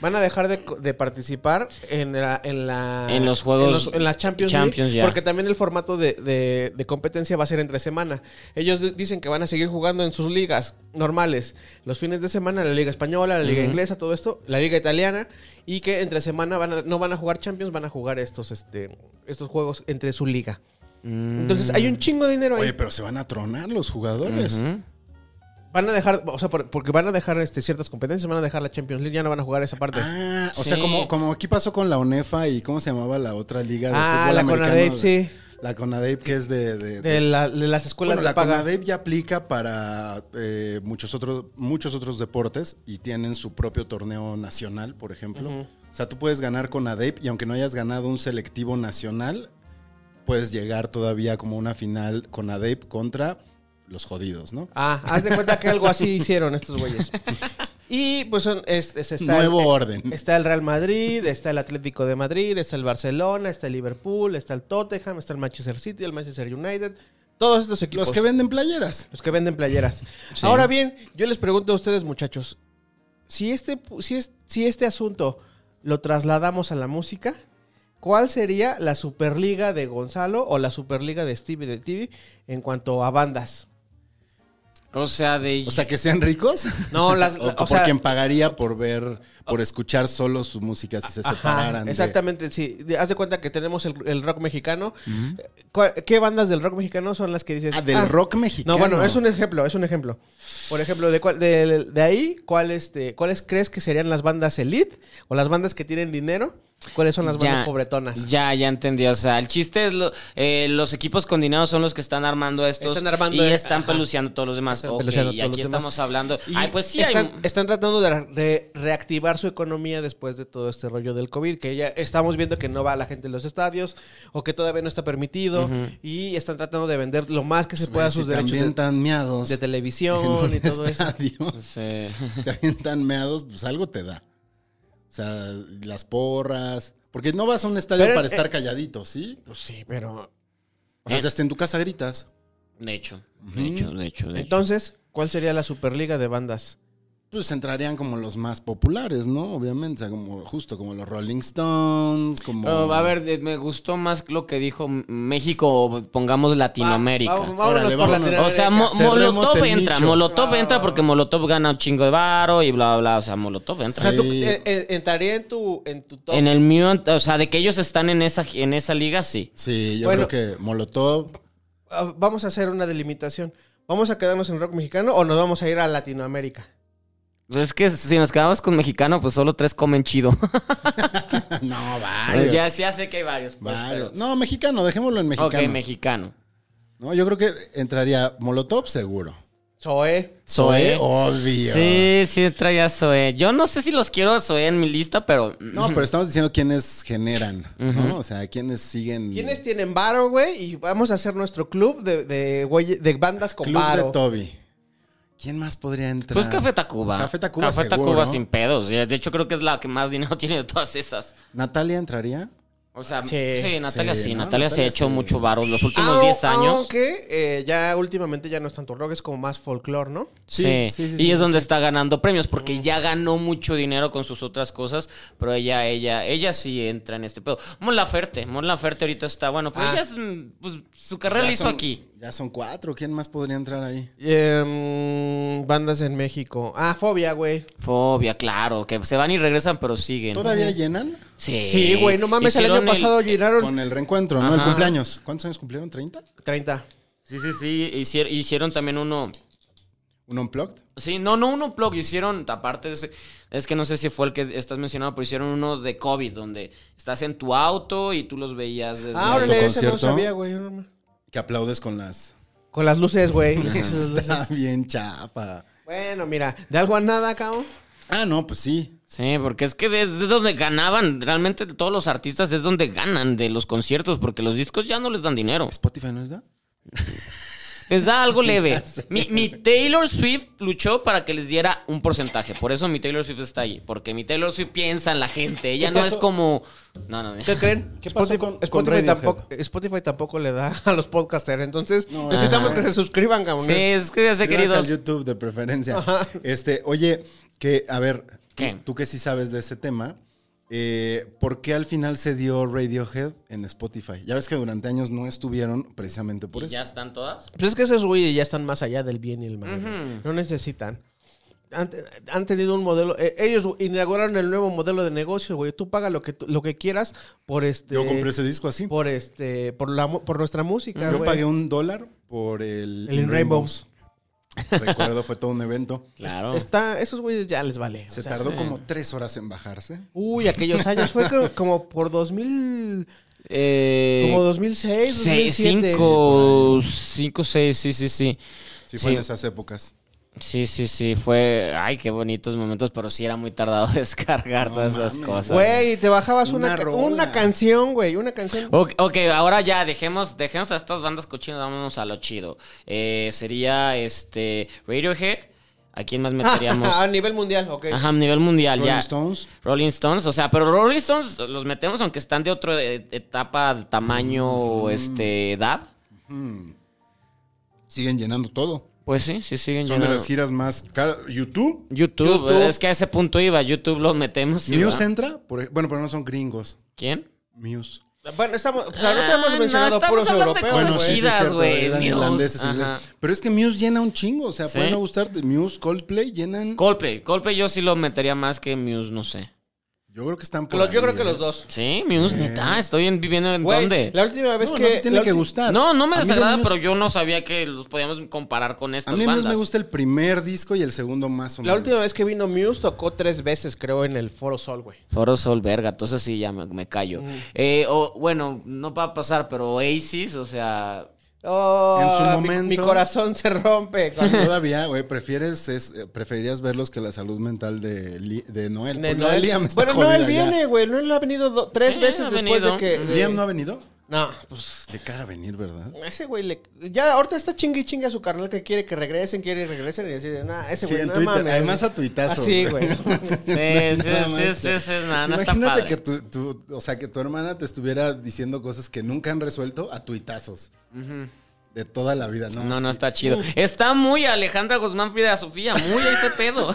Speaker 3: Van a dejar de, de participar en la, en la-
Speaker 2: En los juegos-
Speaker 3: en, en la Champions,
Speaker 2: Champions,
Speaker 3: League,
Speaker 2: ya.
Speaker 3: porque también el formato de, de- de competencia va a ser entre semana. Ellos di- dicen que van a seguir jugando en sus ligas normales, los fines de semana, la liga española, la liga inglesa, todo esto, la liga italiana, y que entre semana van a- no van a jugar Champions, van a jugar estos, este, estos juegos entre su liga.
Speaker 2: Mm,
Speaker 3: Entonces hay un chingo de dinero ahí.
Speaker 1: Oye, pero se van a tronar los jugadores.
Speaker 2: Ujú.
Speaker 3: Van a dejar, o sea, por- porque van a dejar este, ciertas competencias, van a dejar la Champions League, ya no van a jugar esa parte.
Speaker 1: Ah, o
Speaker 2: Sí.
Speaker 1: sea, como, como aquí pasó con la UNEFA y cómo se llamaba la otra liga de
Speaker 3: Ah,
Speaker 1: fútbol
Speaker 3: la
Speaker 1: americano.
Speaker 3: CONADEP,
Speaker 1: de-
Speaker 3: sí.
Speaker 1: La CONADEP que es de... de- de-
Speaker 3: De, la- de las escuelas
Speaker 1: bueno,
Speaker 3: de
Speaker 1: la
Speaker 3: paga.
Speaker 1: CONADEP ya aplica para eh, muchos, otros, muchos otros deportes y tienen su propio torneo nacional, por ejemplo. O sea, tú puedes ganar CONADEP y aunque no hayas ganado un selectivo nacional, puedes llegar todavía como una final CONADEP contra los jodidos, ¿no?
Speaker 3: Ah, haz de cuenta que algo así hicieron estos güeyes. Y pues son, es, es- está,
Speaker 1: Nuevo
Speaker 3: el,
Speaker 1: orden.
Speaker 3: está el Real Madrid, está el Atlético de Madrid, está el Barcelona, está el Liverpool, está el Tottenham, está el Manchester City, el Manchester United. Todos estos equipos.
Speaker 1: Los que venden playeras.
Speaker 3: los que venden playeras. Ahora bien, yo les pregunto a ustedes, muchachos, si este, pu- si, es, si este asunto lo trasladamos a la música, ¿cuál sería la Superliga de Gonzalo o la Superliga de Stevie de TV en cuanto a bandas?
Speaker 2: O sea, de...
Speaker 1: O sea, que sean ricos.
Speaker 3: No, las,
Speaker 1: O,
Speaker 3: o
Speaker 1: por
Speaker 3: sea,
Speaker 1: quien pagaría por ver, por escuchar solo su música si se
Speaker 3: Ajá,
Speaker 1: separaran. de-
Speaker 3: exactamente, sí. De- Haz de cuenta que tenemos el, el rock mexicano. Eh, ¿Cuál- ¿Qué bandas del rock mexicano son las que dices?
Speaker 1: Ah, del rock mexicano.
Speaker 3: No, bueno, es un ejemplo, es un ejemplo. Por ejemplo, de, cuál- de, de ahí, ¿cuál este, ¿cuáles crees que serían las bandas elite o las bandas que tienen dinero? ¿Cuáles son las bandas pobretonas?
Speaker 2: Ya, ya entendí. O sea, el chiste es lo- eh, los equipos con dinero son los que están armando estos
Speaker 3: Están armando,
Speaker 2: y
Speaker 3: eh,
Speaker 2: están
Speaker 3: ajá.
Speaker 2: peluceando todos los demás.
Speaker 3: Están
Speaker 2: Ok,
Speaker 3: peluceando
Speaker 2: y
Speaker 3: todos
Speaker 2: aquí
Speaker 3: los demás.
Speaker 2: estamos hablando.
Speaker 3: Y
Speaker 2: Ay, pues sí,
Speaker 3: están,
Speaker 2: hay...
Speaker 3: están tratando de, de reactivar su economía después de todo este rollo del COVID, que ya estamos viendo que no va la gente a los estadios o que todavía no está permitido y están tratando de vender lo más que se pueda sus
Speaker 1: Pues, si También
Speaker 3: derechos de,
Speaker 1: tan meados.
Speaker 3: de
Speaker 1: en un
Speaker 3: televisión y todo eso.
Speaker 1: estadio,
Speaker 2: Sí.
Speaker 1: si También tan meados, pues algo te da. O sea, las porras. Porque no vas a un estadio
Speaker 3: Pero,
Speaker 1: para
Speaker 3: eh,
Speaker 1: estar calladito, ¿sí?
Speaker 3: Pues sí, pero
Speaker 1: O sea,
Speaker 2: Eh.
Speaker 1: hasta en tu casa gritas.
Speaker 2: De hecho, de hecho, de hecho, de hecho.
Speaker 3: entonces, ¿cuál sería la Superliga de bandas?
Speaker 1: Pues entrarían como los más populares, ¿no? Obviamente. O sea, como justo como los Rolling Stones, como.
Speaker 3: Oh,
Speaker 2: Pero, a ver, de- me gustó más lo que dijo M- México, pongamos Latinoamérica.
Speaker 3: Va- vamos- vámonos
Speaker 1: Órale,
Speaker 3: por
Speaker 1: vámonos.
Speaker 3: Latinoamérica.
Speaker 2: O sea, Mo-
Speaker 1: Cerremos el
Speaker 2: Molotov entra,
Speaker 1: nicho.
Speaker 2: Molotov entra porque Molotov gana un chingo de varo y bla, bla, o sea, Molotov
Speaker 3: O
Speaker 2: entra.
Speaker 3: sea, tú,
Speaker 1: Sí.
Speaker 3: eh, eh, entraría en tu, en tu top.
Speaker 2: En el mío, o sea, de que ellos están en esa, en esa liga, sí.
Speaker 1: Sí, yo
Speaker 3: Bueno.
Speaker 1: creo que Molotov.
Speaker 3: Ah, Vamos a hacer una delimitación. ¿Vamos a quedarnos en rock mexicano o nos vamos a ir a Latinoamérica?
Speaker 2: Es que si nos quedamos con mexicano, pues solo tres comen chido.
Speaker 1: no,
Speaker 2: Pero
Speaker 1: varios.
Speaker 2: ya, ya sé que hay varios. pues,
Speaker 1: varios.
Speaker 2: pero-
Speaker 1: No, mexicano, dejémoslo en mexicano.
Speaker 2: Ok, mexicano.
Speaker 1: No, yo creo que entraría Molotov seguro.
Speaker 3: Zoé.
Speaker 2: Zoé.
Speaker 1: Obvio.
Speaker 2: Sí, sí, traía Zoé. Yo no sé si los quiero a Zoé en mi lista, pero.
Speaker 1: No, pero estamos diciendo quiénes generan, ¿no? O sea, quiénes siguen.
Speaker 3: ¿Quiénes tienen varo, güey? Y vamos a hacer nuestro club de, de, güey- de bandas con
Speaker 1: Club
Speaker 3: varo.
Speaker 1: de Toby. ¿Quién más podría entrar?
Speaker 2: Pues Café Tacuba.
Speaker 1: Café Tacuba
Speaker 2: Café
Speaker 1: seguro.
Speaker 2: Tacuba sin pedos. De hecho, creo que es la que más dinero tiene de todas esas.
Speaker 1: ¿Natalia entraría?
Speaker 2: O sea, sí,
Speaker 3: Sí.
Speaker 2: Natalia sí,
Speaker 1: Sí, ¿no?
Speaker 2: Natalia se ha
Speaker 1: Natalia sí.
Speaker 2: hecho
Speaker 1: Ah,
Speaker 2: mucho varo los últimos
Speaker 3: Au-
Speaker 2: 10 años.
Speaker 3: Aunque eh, ya últimamente ya no es tanto rock, es como más folclore, ¿no?
Speaker 2: Sí,
Speaker 1: Sí, sí, sí,
Speaker 2: y
Speaker 1: sí,
Speaker 2: es
Speaker 1: sí,
Speaker 2: donde
Speaker 1: sí.
Speaker 2: está ganando premios porque ya ganó mucho dinero con sus otras cosas, pero ella ella ella sí entra en este pedo. Mon Laferte, Mon Laferte ahorita está, bueno, pues
Speaker 3: Ah.
Speaker 2: ella es, mm, pues, su carrera
Speaker 1: Ya
Speaker 2: la hizo
Speaker 1: son-
Speaker 2: aquí.
Speaker 1: Ya son cuatro. ¿Quién más podría entrar ahí?
Speaker 3: Y, em, bandas en México. Ah, Fobia, güey.
Speaker 2: Fobia, claro, que se van y regresan, pero siguen.
Speaker 1: ¿Todavía llenan?
Speaker 2: Sí.
Speaker 3: Sí, güey, no mames, Eh, el eh,
Speaker 2: Hicieron
Speaker 3: año pasado giraron
Speaker 1: Con el reencuentro, ¿no? El
Speaker 2: Ajá.
Speaker 1: cumpleaños. ¿Cuántos años cumplieron? ¿30?
Speaker 3: 30.
Speaker 2: Sí, sí, sí, hicieron, hicieron también uno
Speaker 1: ¿Un unplugged?
Speaker 2: Sí, no, no, un unplug hicieron, aparte de ese, es que no sé si fue el que estás mencionando, pero hicieron uno de COVID, donbre estás en tu auto y tú los veías desde...
Speaker 3: Ah,
Speaker 1: el
Speaker 3: órale, ese no
Speaker 1: concierto.
Speaker 3: sabía, güey. no mames.
Speaker 1: Que aplaudes con las...
Speaker 3: Con las luces, güey.
Speaker 1: Está bien chafa.
Speaker 3: bueno, mira, de algo a nada, cabrón.
Speaker 1: Ah, no, pues sí.
Speaker 2: Sí, porque es que es donde ganaban, realmente todos los artistas es donde ganan de los conciertos, porque los discos ya no les dan dinero.
Speaker 1: ¿Spotify no es da?
Speaker 2: Les da algo leve. Mi, mi Taylor Swift luchó para que les diera un porcentaje, por eso mi Taylor Swift está ahí, porque mi Taylor Swift piensa en la gente, ella no es como... No, no, no.
Speaker 3: ¿Qué creen?
Speaker 1: ¿Qué pasó
Speaker 3: Spotify,
Speaker 1: con- con
Speaker 3: Spotify
Speaker 1: Radiohead?
Speaker 3: tampoco, Spotify tampoco le da a los podcasters. Entonces,
Speaker 1: No,
Speaker 3: necesitamos
Speaker 1: ah.
Speaker 3: que se suscriban, cabrón.
Speaker 2: Sí, escríbase,
Speaker 1: Escríbase
Speaker 2: queridos.
Speaker 1: al YouTube de preferencia. Este, oye, que, a ver, tú-
Speaker 2: ¿Qué?
Speaker 1: Tú, que sí sabes de ese tema, eh, ¿por qué al final se dio Radiohead en Spotify? Ya ves que durante años no estuvieron precisamente por
Speaker 2: ¿Y
Speaker 1: eso.
Speaker 2: ya están todas?
Speaker 3: Pues es que esos güeyes ya están más allá del bien y el mal. güey.
Speaker 2: Ujú.
Speaker 3: No necesitan. Han, han tenido un modelo. eh, ellos inauguraron el nuevo modelo de negocio, güey. Tú paga lo que tú- lo que quieras por este.
Speaker 1: Yo compré ese disco así.
Speaker 3: por este por la mu- por nuestra música,
Speaker 1: Yo
Speaker 3: güey.
Speaker 1: pagué un dólar por el...
Speaker 3: El In Rainbows.
Speaker 1: Recuerdo, fue todo un evento.
Speaker 2: Claro.
Speaker 3: Está, esos güeyes ya les vale. o
Speaker 1: Se
Speaker 3: sea,
Speaker 1: tardó como tres horas en bajarse.
Speaker 3: Uy, aquellos años fue co- como por 2000
Speaker 2: Eh,
Speaker 3: como 2006, 2007.
Speaker 2: 5, 5, 6, sí, sí,
Speaker 1: Sí,
Speaker 2: sí. Sí.
Speaker 1: fue en esas épocas.
Speaker 2: Sí, sí, sí, fue... Ay, qué bonitos momentos, pero sí era muy tardado descargar
Speaker 1: No
Speaker 2: todas esas
Speaker 1: mames,
Speaker 2: cosas.
Speaker 3: Güey, te bajabas una
Speaker 1: Una
Speaker 3: ca-
Speaker 1: rola.
Speaker 3: una canción, güey, una canción.
Speaker 2: Ok, ok, ahora ya dejemos, dejemos a estas bandas cochinas, vámonos a lo chido. Eh, sería este Radiohead. ¿A quién más meteríamos?
Speaker 3: a nivel mundial, ok.
Speaker 2: Ajá, a nivel mundial,
Speaker 1: Rolling
Speaker 2: ya.
Speaker 1: Stones.
Speaker 2: Rolling Stones, o sea, pero Rolling Stones los metemos aunque están de otra eh, etapa, tamaño,
Speaker 1: Mm.
Speaker 2: o este, edad.
Speaker 1: Siguen llenando todo.
Speaker 2: Pues sí, sí siguen
Speaker 1: Son de
Speaker 2: llenando.
Speaker 1: las giras más caras. YouTube.
Speaker 2: YouTube,
Speaker 3: YouTube.
Speaker 2: pues, es que a ese punto iba, YouTube lo metemos. sí,
Speaker 1: Muse
Speaker 2: ¿verdad?
Speaker 1: entra. por ej- bueno, pero no son gringos.
Speaker 2: ¿Quién?
Speaker 1: Muse.
Speaker 3: Bueno, estamos, o sea, no te hemos
Speaker 2: Ah,
Speaker 3: mencionado
Speaker 2: no, estamos
Speaker 3: puros
Speaker 2: hablando de
Speaker 3: europeos.
Speaker 2: cosas
Speaker 1: Bueno, sí, sí,
Speaker 2: chidas,
Speaker 1: es cierto,
Speaker 2: güey,
Speaker 1: eran
Speaker 2: Muse,
Speaker 1: irlandeses,
Speaker 2: ajá.
Speaker 1: ingleses. Pero es que Muse llena un chingo, o sea,
Speaker 2: Sí.
Speaker 1: pueden no gustarte. Muse, Coldplay llenan.
Speaker 2: Coldplay. Coldplay yo sí lo metería más que Muse, no sé.
Speaker 1: yo creo que están por
Speaker 3: Los- yo
Speaker 1: ahí,
Speaker 3: creo que
Speaker 1: ¿eh?
Speaker 3: los dos.
Speaker 2: Sí, Muse, neta, estoy en- viviendo en
Speaker 3: Güey,
Speaker 2: dónde.
Speaker 3: La última vez
Speaker 1: No,
Speaker 3: que
Speaker 1: no te tiene
Speaker 3: la
Speaker 1: que
Speaker 3: ulti-
Speaker 1: gustar.
Speaker 2: No, no me
Speaker 1: A mí de
Speaker 2: desagrada,
Speaker 1: Muse-
Speaker 2: pero yo no sabía que los podíamos comparar con
Speaker 1: A
Speaker 2: estas
Speaker 1: mí Muse
Speaker 2: bandas.
Speaker 1: me gusta el primer disco y el segundo más o
Speaker 3: La
Speaker 1: menos.
Speaker 3: última vez que vino Muse tocó tres veces, creo, en el Foro Sol, güey.
Speaker 2: Foro Sol, verga, entonces sí, ya me, me callo.
Speaker 1: Mm.
Speaker 2: Eh, o, bueno, no va a pasar, pero Oasis, o sea...
Speaker 3: Oh,
Speaker 1: En su
Speaker 3: mi-
Speaker 1: momento. Pues
Speaker 3: Mi, corazón se rompe. cuando-
Speaker 1: Todavía, güey, prefieres es- eh, preferirías verlos que la salud mental de, Li- de Noel.
Speaker 3: Nel-
Speaker 1: Pues la de Liam está
Speaker 3: bueno, no, él
Speaker 1: jodida ya.
Speaker 3: viene, güey. No, él ha venido do- tres
Speaker 2: Sí,
Speaker 3: veces
Speaker 2: ha
Speaker 3: después
Speaker 2: venido.
Speaker 3: de que. de-
Speaker 1: ¿Liam no ha venido?
Speaker 3: No, pues.
Speaker 1: Te caga venir, ¿verdad?
Speaker 3: a Ese güey le. Ya ahorita está chingue y chingue a su carnal que quiere que regresen, quiere que regresen. Y decide, nah, ese
Speaker 1: Sí,
Speaker 3: güey
Speaker 1: en
Speaker 3: no
Speaker 1: Twitter.
Speaker 3: mames.
Speaker 1: Además a tuitazo.
Speaker 3: Así, güey.
Speaker 2: Sí, sí, sí, sí, sí, no, no está
Speaker 1: Imagínate
Speaker 2: padre.
Speaker 1: que tu, tu- o sea, que tu hermana te estuviera diciendo cosas que nunca han resuelto a tuitazos. De toda la vida, ¿no? Ah,
Speaker 2: No, no
Speaker 1: sí. Mm.
Speaker 2: está chido. Está muy Alejandra Guzmán Frida Sofía, muy ese pedo.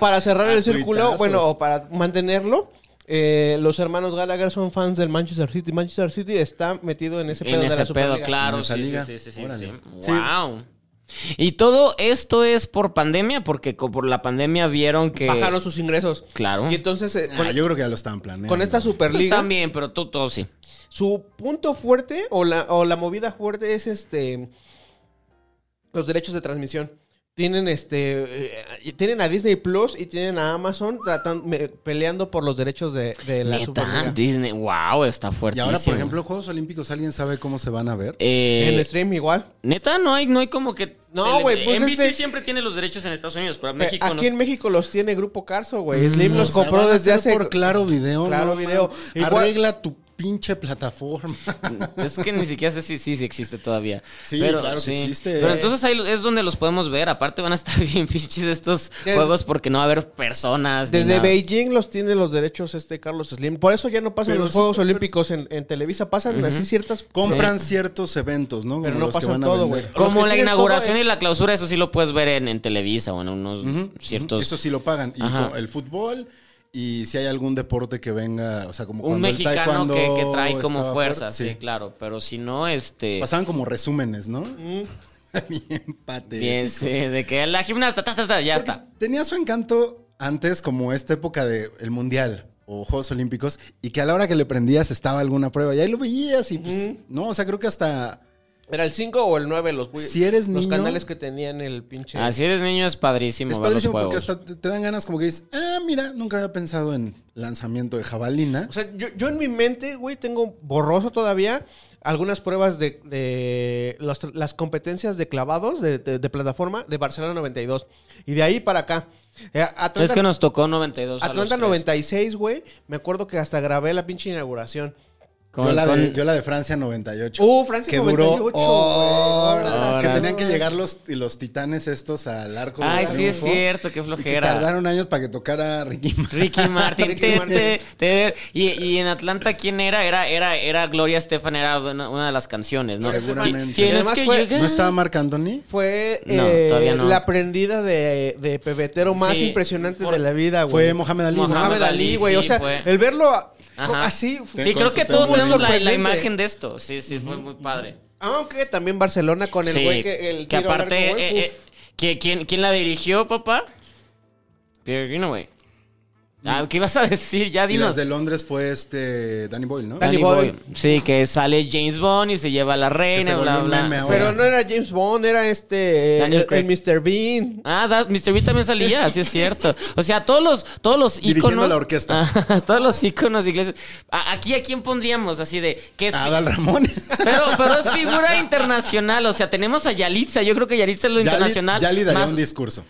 Speaker 3: para cerrar
Speaker 1: A
Speaker 3: el círculo,
Speaker 1: tuitazos.
Speaker 3: bueno, o para mantenerlo, eh, los hermanos Gallagher son fans del Manchester City. Manchester City está metido en ese pedo
Speaker 2: en
Speaker 3: de la
Speaker 2: ese pedo,
Speaker 3: Superliga.
Speaker 2: claro,
Speaker 1: En esa
Speaker 2: sí, sí,
Speaker 1: liga.
Speaker 2: sí, sí, sí,
Speaker 1: Órale.
Speaker 2: sí.
Speaker 1: Sí.
Speaker 2: Wow. Y todo esto es por pandemia, porque co- por la pandemia vieron que
Speaker 3: Bajaron sus ingresos.
Speaker 2: Claro.
Speaker 3: Y entonces, eh,
Speaker 1: Ah,
Speaker 3: con,
Speaker 1: yo creo que ya lo estaban planeando.
Speaker 3: con esta
Speaker 2: pues,
Speaker 3: Superliga,
Speaker 2: también, pero tú todo sí.
Speaker 3: su punto fuerte o la, o la movida fuerte es este los derechos de transmisión. Tienen este eh, y tienen a Disney Plus y tienen a Amazon tratan- me- peleando por los derechos de, de la
Speaker 2: Neta,
Speaker 3: Superliga.
Speaker 2: Disney, wow, está
Speaker 1: Y
Speaker 2: fuerte.
Speaker 1: ahora, por ejemplo, Juegos Olímpicos, ¿alguien sabe cómo se van a ver?
Speaker 3: Eh, En stream igual.
Speaker 2: Eh, neta no hay no hay como que
Speaker 3: No,
Speaker 2: tele-
Speaker 3: güey, pues,
Speaker 2: NBC
Speaker 3: este-
Speaker 2: siempre tiene los derechos en Estados Unidos, pero a
Speaker 3: Pe-
Speaker 2: México
Speaker 3: Eh, Aquí
Speaker 2: no.
Speaker 3: en México los tiene Grupo Carso, güey. Slim los
Speaker 1: O sea,
Speaker 3: compró
Speaker 1: Mm, van a
Speaker 3: desde
Speaker 1: ser
Speaker 3: hace.
Speaker 1: Por Claro Video.
Speaker 3: Claro
Speaker 1: no
Speaker 3: Video.
Speaker 1: mames.
Speaker 3: Igual- Mm.
Speaker 1: Arregla tu pinche plataforma.
Speaker 2: Es que ni siquiera sé si, si, si existe todavía.
Speaker 1: Sí, claro que existe.
Speaker 2: Pero entonces ahí es donde los podemos ver. Aparte van a estar bien pinches estos
Speaker 3: Desde-
Speaker 2: juegos porque no va a haber personas. ni
Speaker 3: Desde
Speaker 2: nada.
Speaker 3: Beijing los tiene los derechos este Carlos Slim. Por eso ya no pasan
Speaker 1: Pero
Speaker 3: los
Speaker 1: sí,
Speaker 3: Juegos
Speaker 1: pero-
Speaker 3: Olímpicos en, en Televisa. Pasan así ciertas...
Speaker 1: Compran ciertos eventos, ¿no? Como
Speaker 3: Pero no
Speaker 1: los que
Speaker 3: pasan
Speaker 1: van a
Speaker 3: todo,
Speaker 1: vender.
Speaker 3: güey. Los
Speaker 2: Como
Speaker 3: que
Speaker 2: la
Speaker 3: tienen
Speaker 2: inauguración
Speaker 3: todo
Speaker 2: y
Speaker 3: es-
Speaker 2: la clausura, eso sí lo puedes ver en, en Televisa o en unos
Speaker 1: Ujú,
Speaker 2: ciertos...
Speaker 1: ujú, Eso sí lo pagan. Y
Speaker 2: Ajá.
Speaker 1: con el fútbol. Y si hay algún deporte que venga, o sea, como
Speaker 2: un
Speaker 1: cuando el
Speaker 2: mexicano
Speaker 1: taekwondo
Speaker 2: que, que trae como
Speaker 1: estaba
Speaker 2: fuerza,
Speaker 1: fuerte,
Speaker 2: sí. claro. Pero si no, este...
Speaker 1: Pasaban como resúmenes, ¿no? Bien patético.
Speaker 2: Bien, sí, de que la gimnasta, ta, ta, ta, ya está.
Speaker 1: Tenía su encanto antes, como esta época del el Mundial o Juegos Olímpicos, y que a la hora que le prendías estaba alguna prueba. Y ahí lo veías y pues, no, o sea, creo que hasta
Speaker 3: ¿Era el 5 o el 9? Los,
Speaker 1: Si eres
Speaker 3: los
Speaker 1: niño- Ah,
Speaker 3: canales que tenían el pinche...
Speaker 2: Así eres niño, es padrísimo
Speaker 1: es
Speaker 2: ver
Speaker 1: padrísimo
Speaker 2: los
Speaker 1: porque
Speaker 2: juegos.
Speaker 1: hasta te, te dan ganas como que dices, ah, mira, nunca había pensado en lanzamiento de jabalina.
Speaker 3: O sea, yo, yo en mi mente, güey, tengo borroso todavía algunas pruebas de, de los- las competencias de clavados de, de- de plataforma de Barcelona 92. Y de ahí para acá. Eh, Atlanta,
Speaker 2: Es que nos tocó 92 a los
Speaker 3: Atlanta
Speaker 2: tres.
Speaker 3: 96, güey. Me acuerdo que hasta grabé la pinche inauguración.
Speaker 2: Con-
Speaker 1: yo, la de,
Speaker 2: con-
Speaker 1: yo la de Francia 98.
Speaker 3: Uh, Francia
Speaker 1: que
Speaker 3: 98,
Speaker 1: duró
Speaker 3: güey.
Speaker 1: horas,
Speaker 2: Horas.
Speaker 1: Que tenían que llegar los, y los titanes estos al arco. del
Speaker 2: Ay, sí es
Speaker 1: triunfo,
Speaker 2: cierto, qué
Speaker 1: y que
Speaker 2: flojera.
Speaker 1: tardaron años para que tocara Ricky Martin.
Speaker 2: Ricky Martin.
Speaker 3: Ricky
Speaker 2: te-
Speaker 3: Martin.
Speaker 2: te- te- y, y en Atlanta, ¿quién era? Era, era, era Gloria Estefan, era una, una de las canciones, ¿no?
Speaker 1: Gloria Estefan.
Speaker 2: Ti-
Speaker 3: Y
Speaker 2: Tienes
Speaker 3: además
Speaker 2: que
Speaker 3: fue-
Speaker 2: llegar.
Speaker 1: ¿No estaba Marc Anthony?
Speaker 3: Fue
Speaker 2: No,
Speaker 3: eh,
Speaker 2: todavía no.
Speaker 3: la prendida de, de pebetero más
Speaker 2: Sí,
Speaker 3: impresionante
Speaker 2: por-
Speaker 3: de la vida, güey.
Speaker 1: Fue Mohamed Ali. ¿no?
Speaker 2: Mohamed
Speaker 3: Mohamed Ali,
Speaker 2: Ali,
Speaker 3: güey. o
Speaker 2: sí,
Speaker 3: sea,
Speaker 2: fue.
Speaker 3: el verlo a-
Speaker 2: Ajá.
Speaker 3: así. fue-
Speaker 2: Sí,
Speaker 1: con
Speaker 2: creo
Speaker 1: su
Speaker 2: que todos
Speaker 1: tambor.
Speaker 2: tenemos la, la
Speaker 3: Sorprendente.
Speaker 2: imagen de esto. Sí, sí, fue muy padre.
Speaker 3: Aunque también Barcelona con el
Speaker 2: Sí,
Speaker 3: güey que el
Speaker 2: que
Speaker 3: tiro al
Speaker 2: aparte,
Speaker 3: arco, güey,
Speaker 2: eh,
Speaker 3: uf.
Speaker 2: eh, que- ¿quién, quién la dirigió, papá? Pierre Greenaway. Ah, ¿Qué ibas a decir? Ya
Speaker 1: Y las
Speaker 2: dinos.
Speaker 1: de Londres fue este Danny Boyle, ¿no?
Speaker 3: Danny Boy.
Speaker 2: Sí, que sale James Bond y se lleva a la reina,
Speaker 1: volvió
Speaker 2: bla,
Speaker 1: un
Speaker 2: bla.
Speaker 1: meme ahora.
Speaker 3: Pero no era James Bond, era este. El,
Speaker 2: Daniel
Speaker 3: el Mr. Bean.
Speaker 2: Ah, da- Mr. Bean también salía, sí es cierto. O sea, todos los, todos los
Speaker 1: Dirigiendo
Speaker 2: íconos.
Speaker 1: la orquesta.
Speaker 2: Ajá, todos los íconos ingleses. A- aquí a quién pondríamos así de que es.
Speaker 1: Ah, Adal Ramón.
Speaker 2: Pero, pero es figura internacional, o sea, tenemos a Yalitza, yo creo que Yalitza es lo internacional.
Speaker 1: Ya le daría
Speaker 2: más-
Speaker 1: un discurso.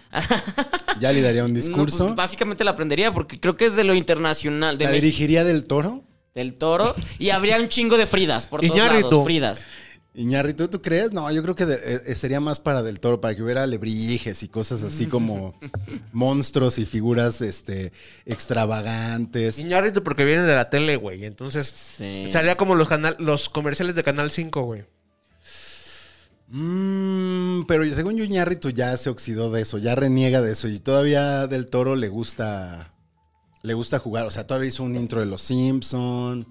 Speaker 1: Ya le daría un
Speaker 2: No,
Speaker 1: discurso.
Speaker 2: pues, básicamente la aprendería porque creo que es de lo internacional, de
Speaker 1: la
Speaker 2: mi-
Speaker 1: dirigiría del toro.
Speaker 2: del toro. Y habría un chingo de Fridas, por todos
Speaker 3: Iñárritu.
Speaker 2: lados, Fridas.
Speaker 1: Iñarri, ¿tú, tú crees? No, yo creo que de- eh, sería más para del toro, para que hubiera lebrijes y cosas así como monstruos y figuras este, extravagantes.
Speaker 3: Iñárritu porque viene de la tele, güey. Entonces
Speaker 2: Sí.
Speaker 3: salía como los, canal, los comerciales de Canal 5, güey.
Speaker 1: Mm, pero yo- según yo, Iñárritu ya se oxidó de eso, ya reniega de eso y todavía del toro le gusta, le gusta jugar. O sea, todavía hizo un intro de Los Simpson.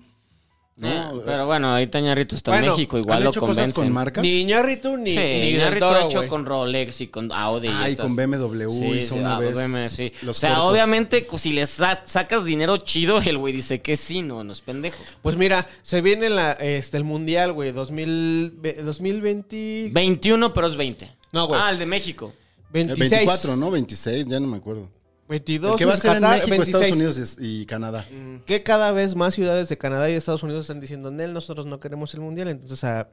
Speaker 2: Eh,
Speaker 1: ¿no?
Speaker 2: pero bueno, ahorita Iñárritu está en
Speaker 3: Bueno,
Speaker 2: México,
Speaker 1: ¿Han
Speaker 2: Pues igual lo
Speaker 1: hecho cosas con
Speaker 2: convencen.
Speaker 1: marcas?
Speaker 3: Ni Iñárritu ni,
Speaker 2: sí,
Speaker 3: ni del
Speaker 2: Iñárritu ha
Speaker 3: Toro,
Speaker 2: hecho
Speaker 3: güey.
Speaker 2: con Rolex y con Audi. y
Speaker 1: Ah, y
Speaker 2: estas.
Speaker 1: con BMW
Speaker 2: Sí,
Speaker 1: hizo
Speaker 2: sí,
Speaker 1: una
Speaker 2: ah,
Speaker 1: vez.
Speaker 2: BMW, sí.
Speaker 1: los
Speaker 2: o sea,
Speaker 1: cortos.
Speaker 2: obviamente, cu- si le sa- sacas dinero chido, el güey dice que sí, no, no es pendejo.
Speaker 3: Pues mira, se viene la, este, el Mundial, güey. 2000 ve- 2020.
Speaker 2: 21, pero es 20.
Speaker 3: No, güey.
Speaker 2: Ah, el de México.
Speaker 1: El
Speaker 3: 26.
Speaker 1: 24, Eh, ¿no? 26, ya no me acuerdo.
Speaker 3: 22.
Speaker 1: El que va a
Speaker 3: es
Speaker 1: ser en
Speaker 3: Qatar,
Speaker 1: México,
Speaker 3: 26.
Speaker 1: Estados Unidos y y Canadá.
Speaker 3: Que cada vez más ciudades de Canadá y de Estados Unidos están diciendo, Nel, nosotros no queremos el Mundial. Entonces, ah,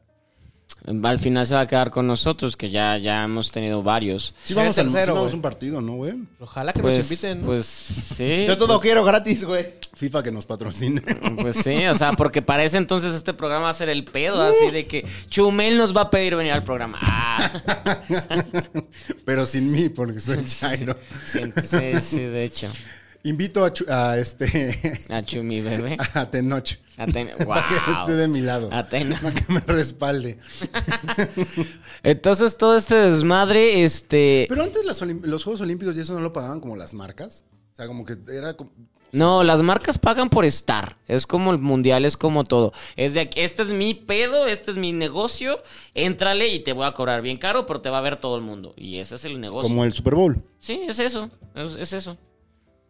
Speaker 2: Al final se va a quedar con nosotros, que ya, ya hemos tenido varios.
Speaker 1: Sí,
Speaker 3: Sí,
Speaker 1: vamos, al-
Speaker 3: tercero,
Speaker 1: sí vamos
Speaker 3: güey.
Speaker 1: a un partido, ¿no, güey?
Speaker 3: ojalá que nos
Speaker 2: Pues,
Speaker 3: inviten.
Speaker 2: pues sí.
Speaker 3: Yo todo quiero gratis, güey.
Speaker 1: FIFA que nos patrocine.
Speaker 2: Pues sí, o sea, porque para ese entonces este programa va a ser el pedo,
Speaker 3: Uh.
Speaker 2: así de que Chumel nos va a pedir venir al programa. Ah,
Speaker 1: Pero sin mí, porque soy Chairo.
Speaker 2: sí, sí, sí, de hecho.
Speaker 1: Invito a, Chu- a este
Speaker 2: A Chumi, bebé.
Speaker 1: a Tenoch.
Speaker 2: A ten-
Speaker 1: Para que
Speaker 2: Guau.
Speaker 1: esté de mi lado.
Speaker 2: A Tenoch.
Speaker 1: Para que me respalde.
Speaker 2: Entonces todo este desmadre, este...
Speaker 1: Pero antes las olim- los Juegos Olímpicos y eso no lo pagaban como las marcas. O sea, como que era como-
Speaker 2: No, las marcas pagan por estar. Es como el mundial, es como todo. Es de aquí, este es mi pedo, este es mi negocio, éntrale y te voy a cobrar bien caro, pero te va a ver todo el mundo. Y ese es el negocio.
Speaker 1: como el Super Bowl.
Speaker 2: Sí, es eso, es, es eso.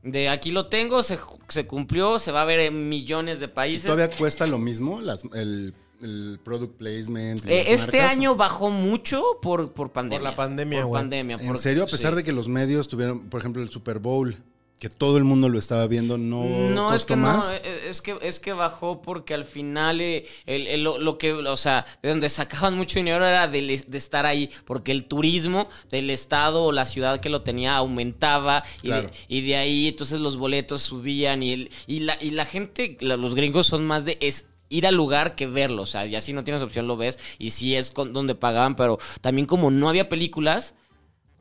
Speaker 2: De aquí lo tengo, se, ju- se cumplió, se va a ver en millones de
Speaker 1: ¿Y
Speaker 2: países.
Speaker 1: ¿Todavía cuesta lo mismo las- el, el product placement? y
Speaker 2: Eh,
Speaker 1: las
Speaker 2: este
Speaker 1: marcas?
Speaker 2: año bajó mucho por, por pandemia.
Speaker 3: Por la pandemia,
Speaker 2: Por
Speaker 3: güey.
Speaker 2: pandemia.
Speaker 1: ¿En serio? A
Speaker 2: pues,
Speaker 1: pesar de que los medios tuvieron, por ejemplo, el Super Bowl, que todo el mundo lo estaba viendo, no,
Speaker 2: No,
Speaker 1: costó
Speaker 2: es que
Speaker 1: más.
Speaker 2: no, eh, es que, es que bajó porque al final eh, el- el- lo, lo que, o sea, de donde sacaban mucho dinero era del- de, estar ahí, porque el turismo del estado o la ciudad que lo tenía aumentaba y,
Speaker 1: Claro.
Speaker 2: de, y de ahí entonces los boletos subían y, el- y, la, y la gente, la- los gringos son más de... Es, ir al lugar que verlo. O sea, ya si no tienes opción lo ves. Y sí es con- donde pagaban, pero también como no había películas,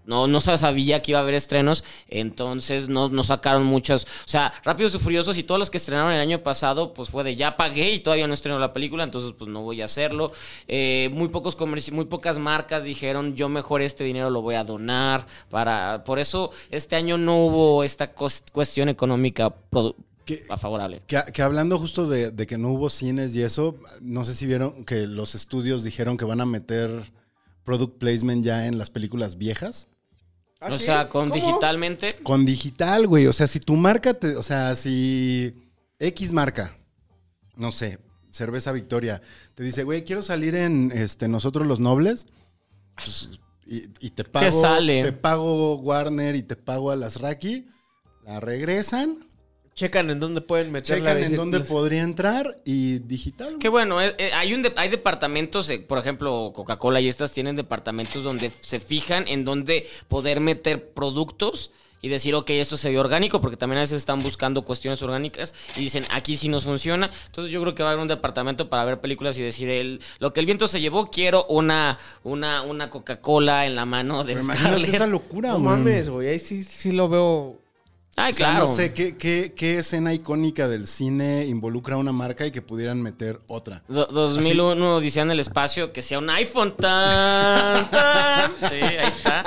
Speaker 2: no, no se sabía que iba a haber estrenos, entonces no, no sacaron muchas. O sea, Rápidos y Furiosos y todos los que estrenaron el año pasado, pues fue de ya pagué y todavía no estrenó la película, entonces pues no voy a hacerlo. Eh, muy, pocos comerci- muy pocas marcas dijeron yo mejor este dinero lo voy a donar. para Por eso este año no hubo esta cos- cuestión económica produ-
Speaker 1: Que-
Speaker 2: favorable.
Speaker 1: Que, que hablando justo de, de que no hubo cines y eso, no sé si vieron que los estudios dijeron que van a meter product placement ya en las películas viejas. ¿Ah,
Speaker 2: o sea, con digitalmente.
Speaker 1: Con digital, güey. O sea, si tu marca, te- o sea, si X marca, no sé, cerveza Victoria, te dice, güey, quiero salir en este, Nosotros los Nobles. pues, y, y te pago.
Speaker 2: sale.
Speaker 1: Te pago Warner y te pago a las Raki. La regresan,
Speaker 3: Checan en dónde pueden meterla.
Speaker 1: checan en
Speaker 3: decir,
Speaker 1: dónde
Speaker 3: les-
Speaker 1: podría entrar y digital. güey.
Speaker 2: Qué bueno, eh, eh, hay, un de- hay departamentos, eh, por ejemplo, Coca-Cola y estas tienen departamentos donde se fijan en dónde poder meter productos y decir, ok, esto se ve orgánico, porque también a veces están buscando cuestiones orgánicas y dicen, aquí sí nos funciona. Entonces yo creo que va a haber un departamento para ver películas y decir, el, lo que el viento se llevó, quiero una, una, una Coca-Cola en la mano de
Speaker 1: Pero imagínate
Speaker 2: Scarlett.
Speaker 1: esa locura,
Speaker 3: No
Speaker 1: güey.
Speaker 3: mames, güey. Ahí sí, sí lo veo.
Speaker 2: Ay,
Speaker 1: O sea,
Speaker 2: claro.
Speaker 1: no sé ¿qué, qué, qué escena icónica del cine involucra una marca y que pudieran meter otra.
Speaker 2: Do- 2001 Odisea en el espacio, que sea un iPhone tan, tan. Sí, ahí está.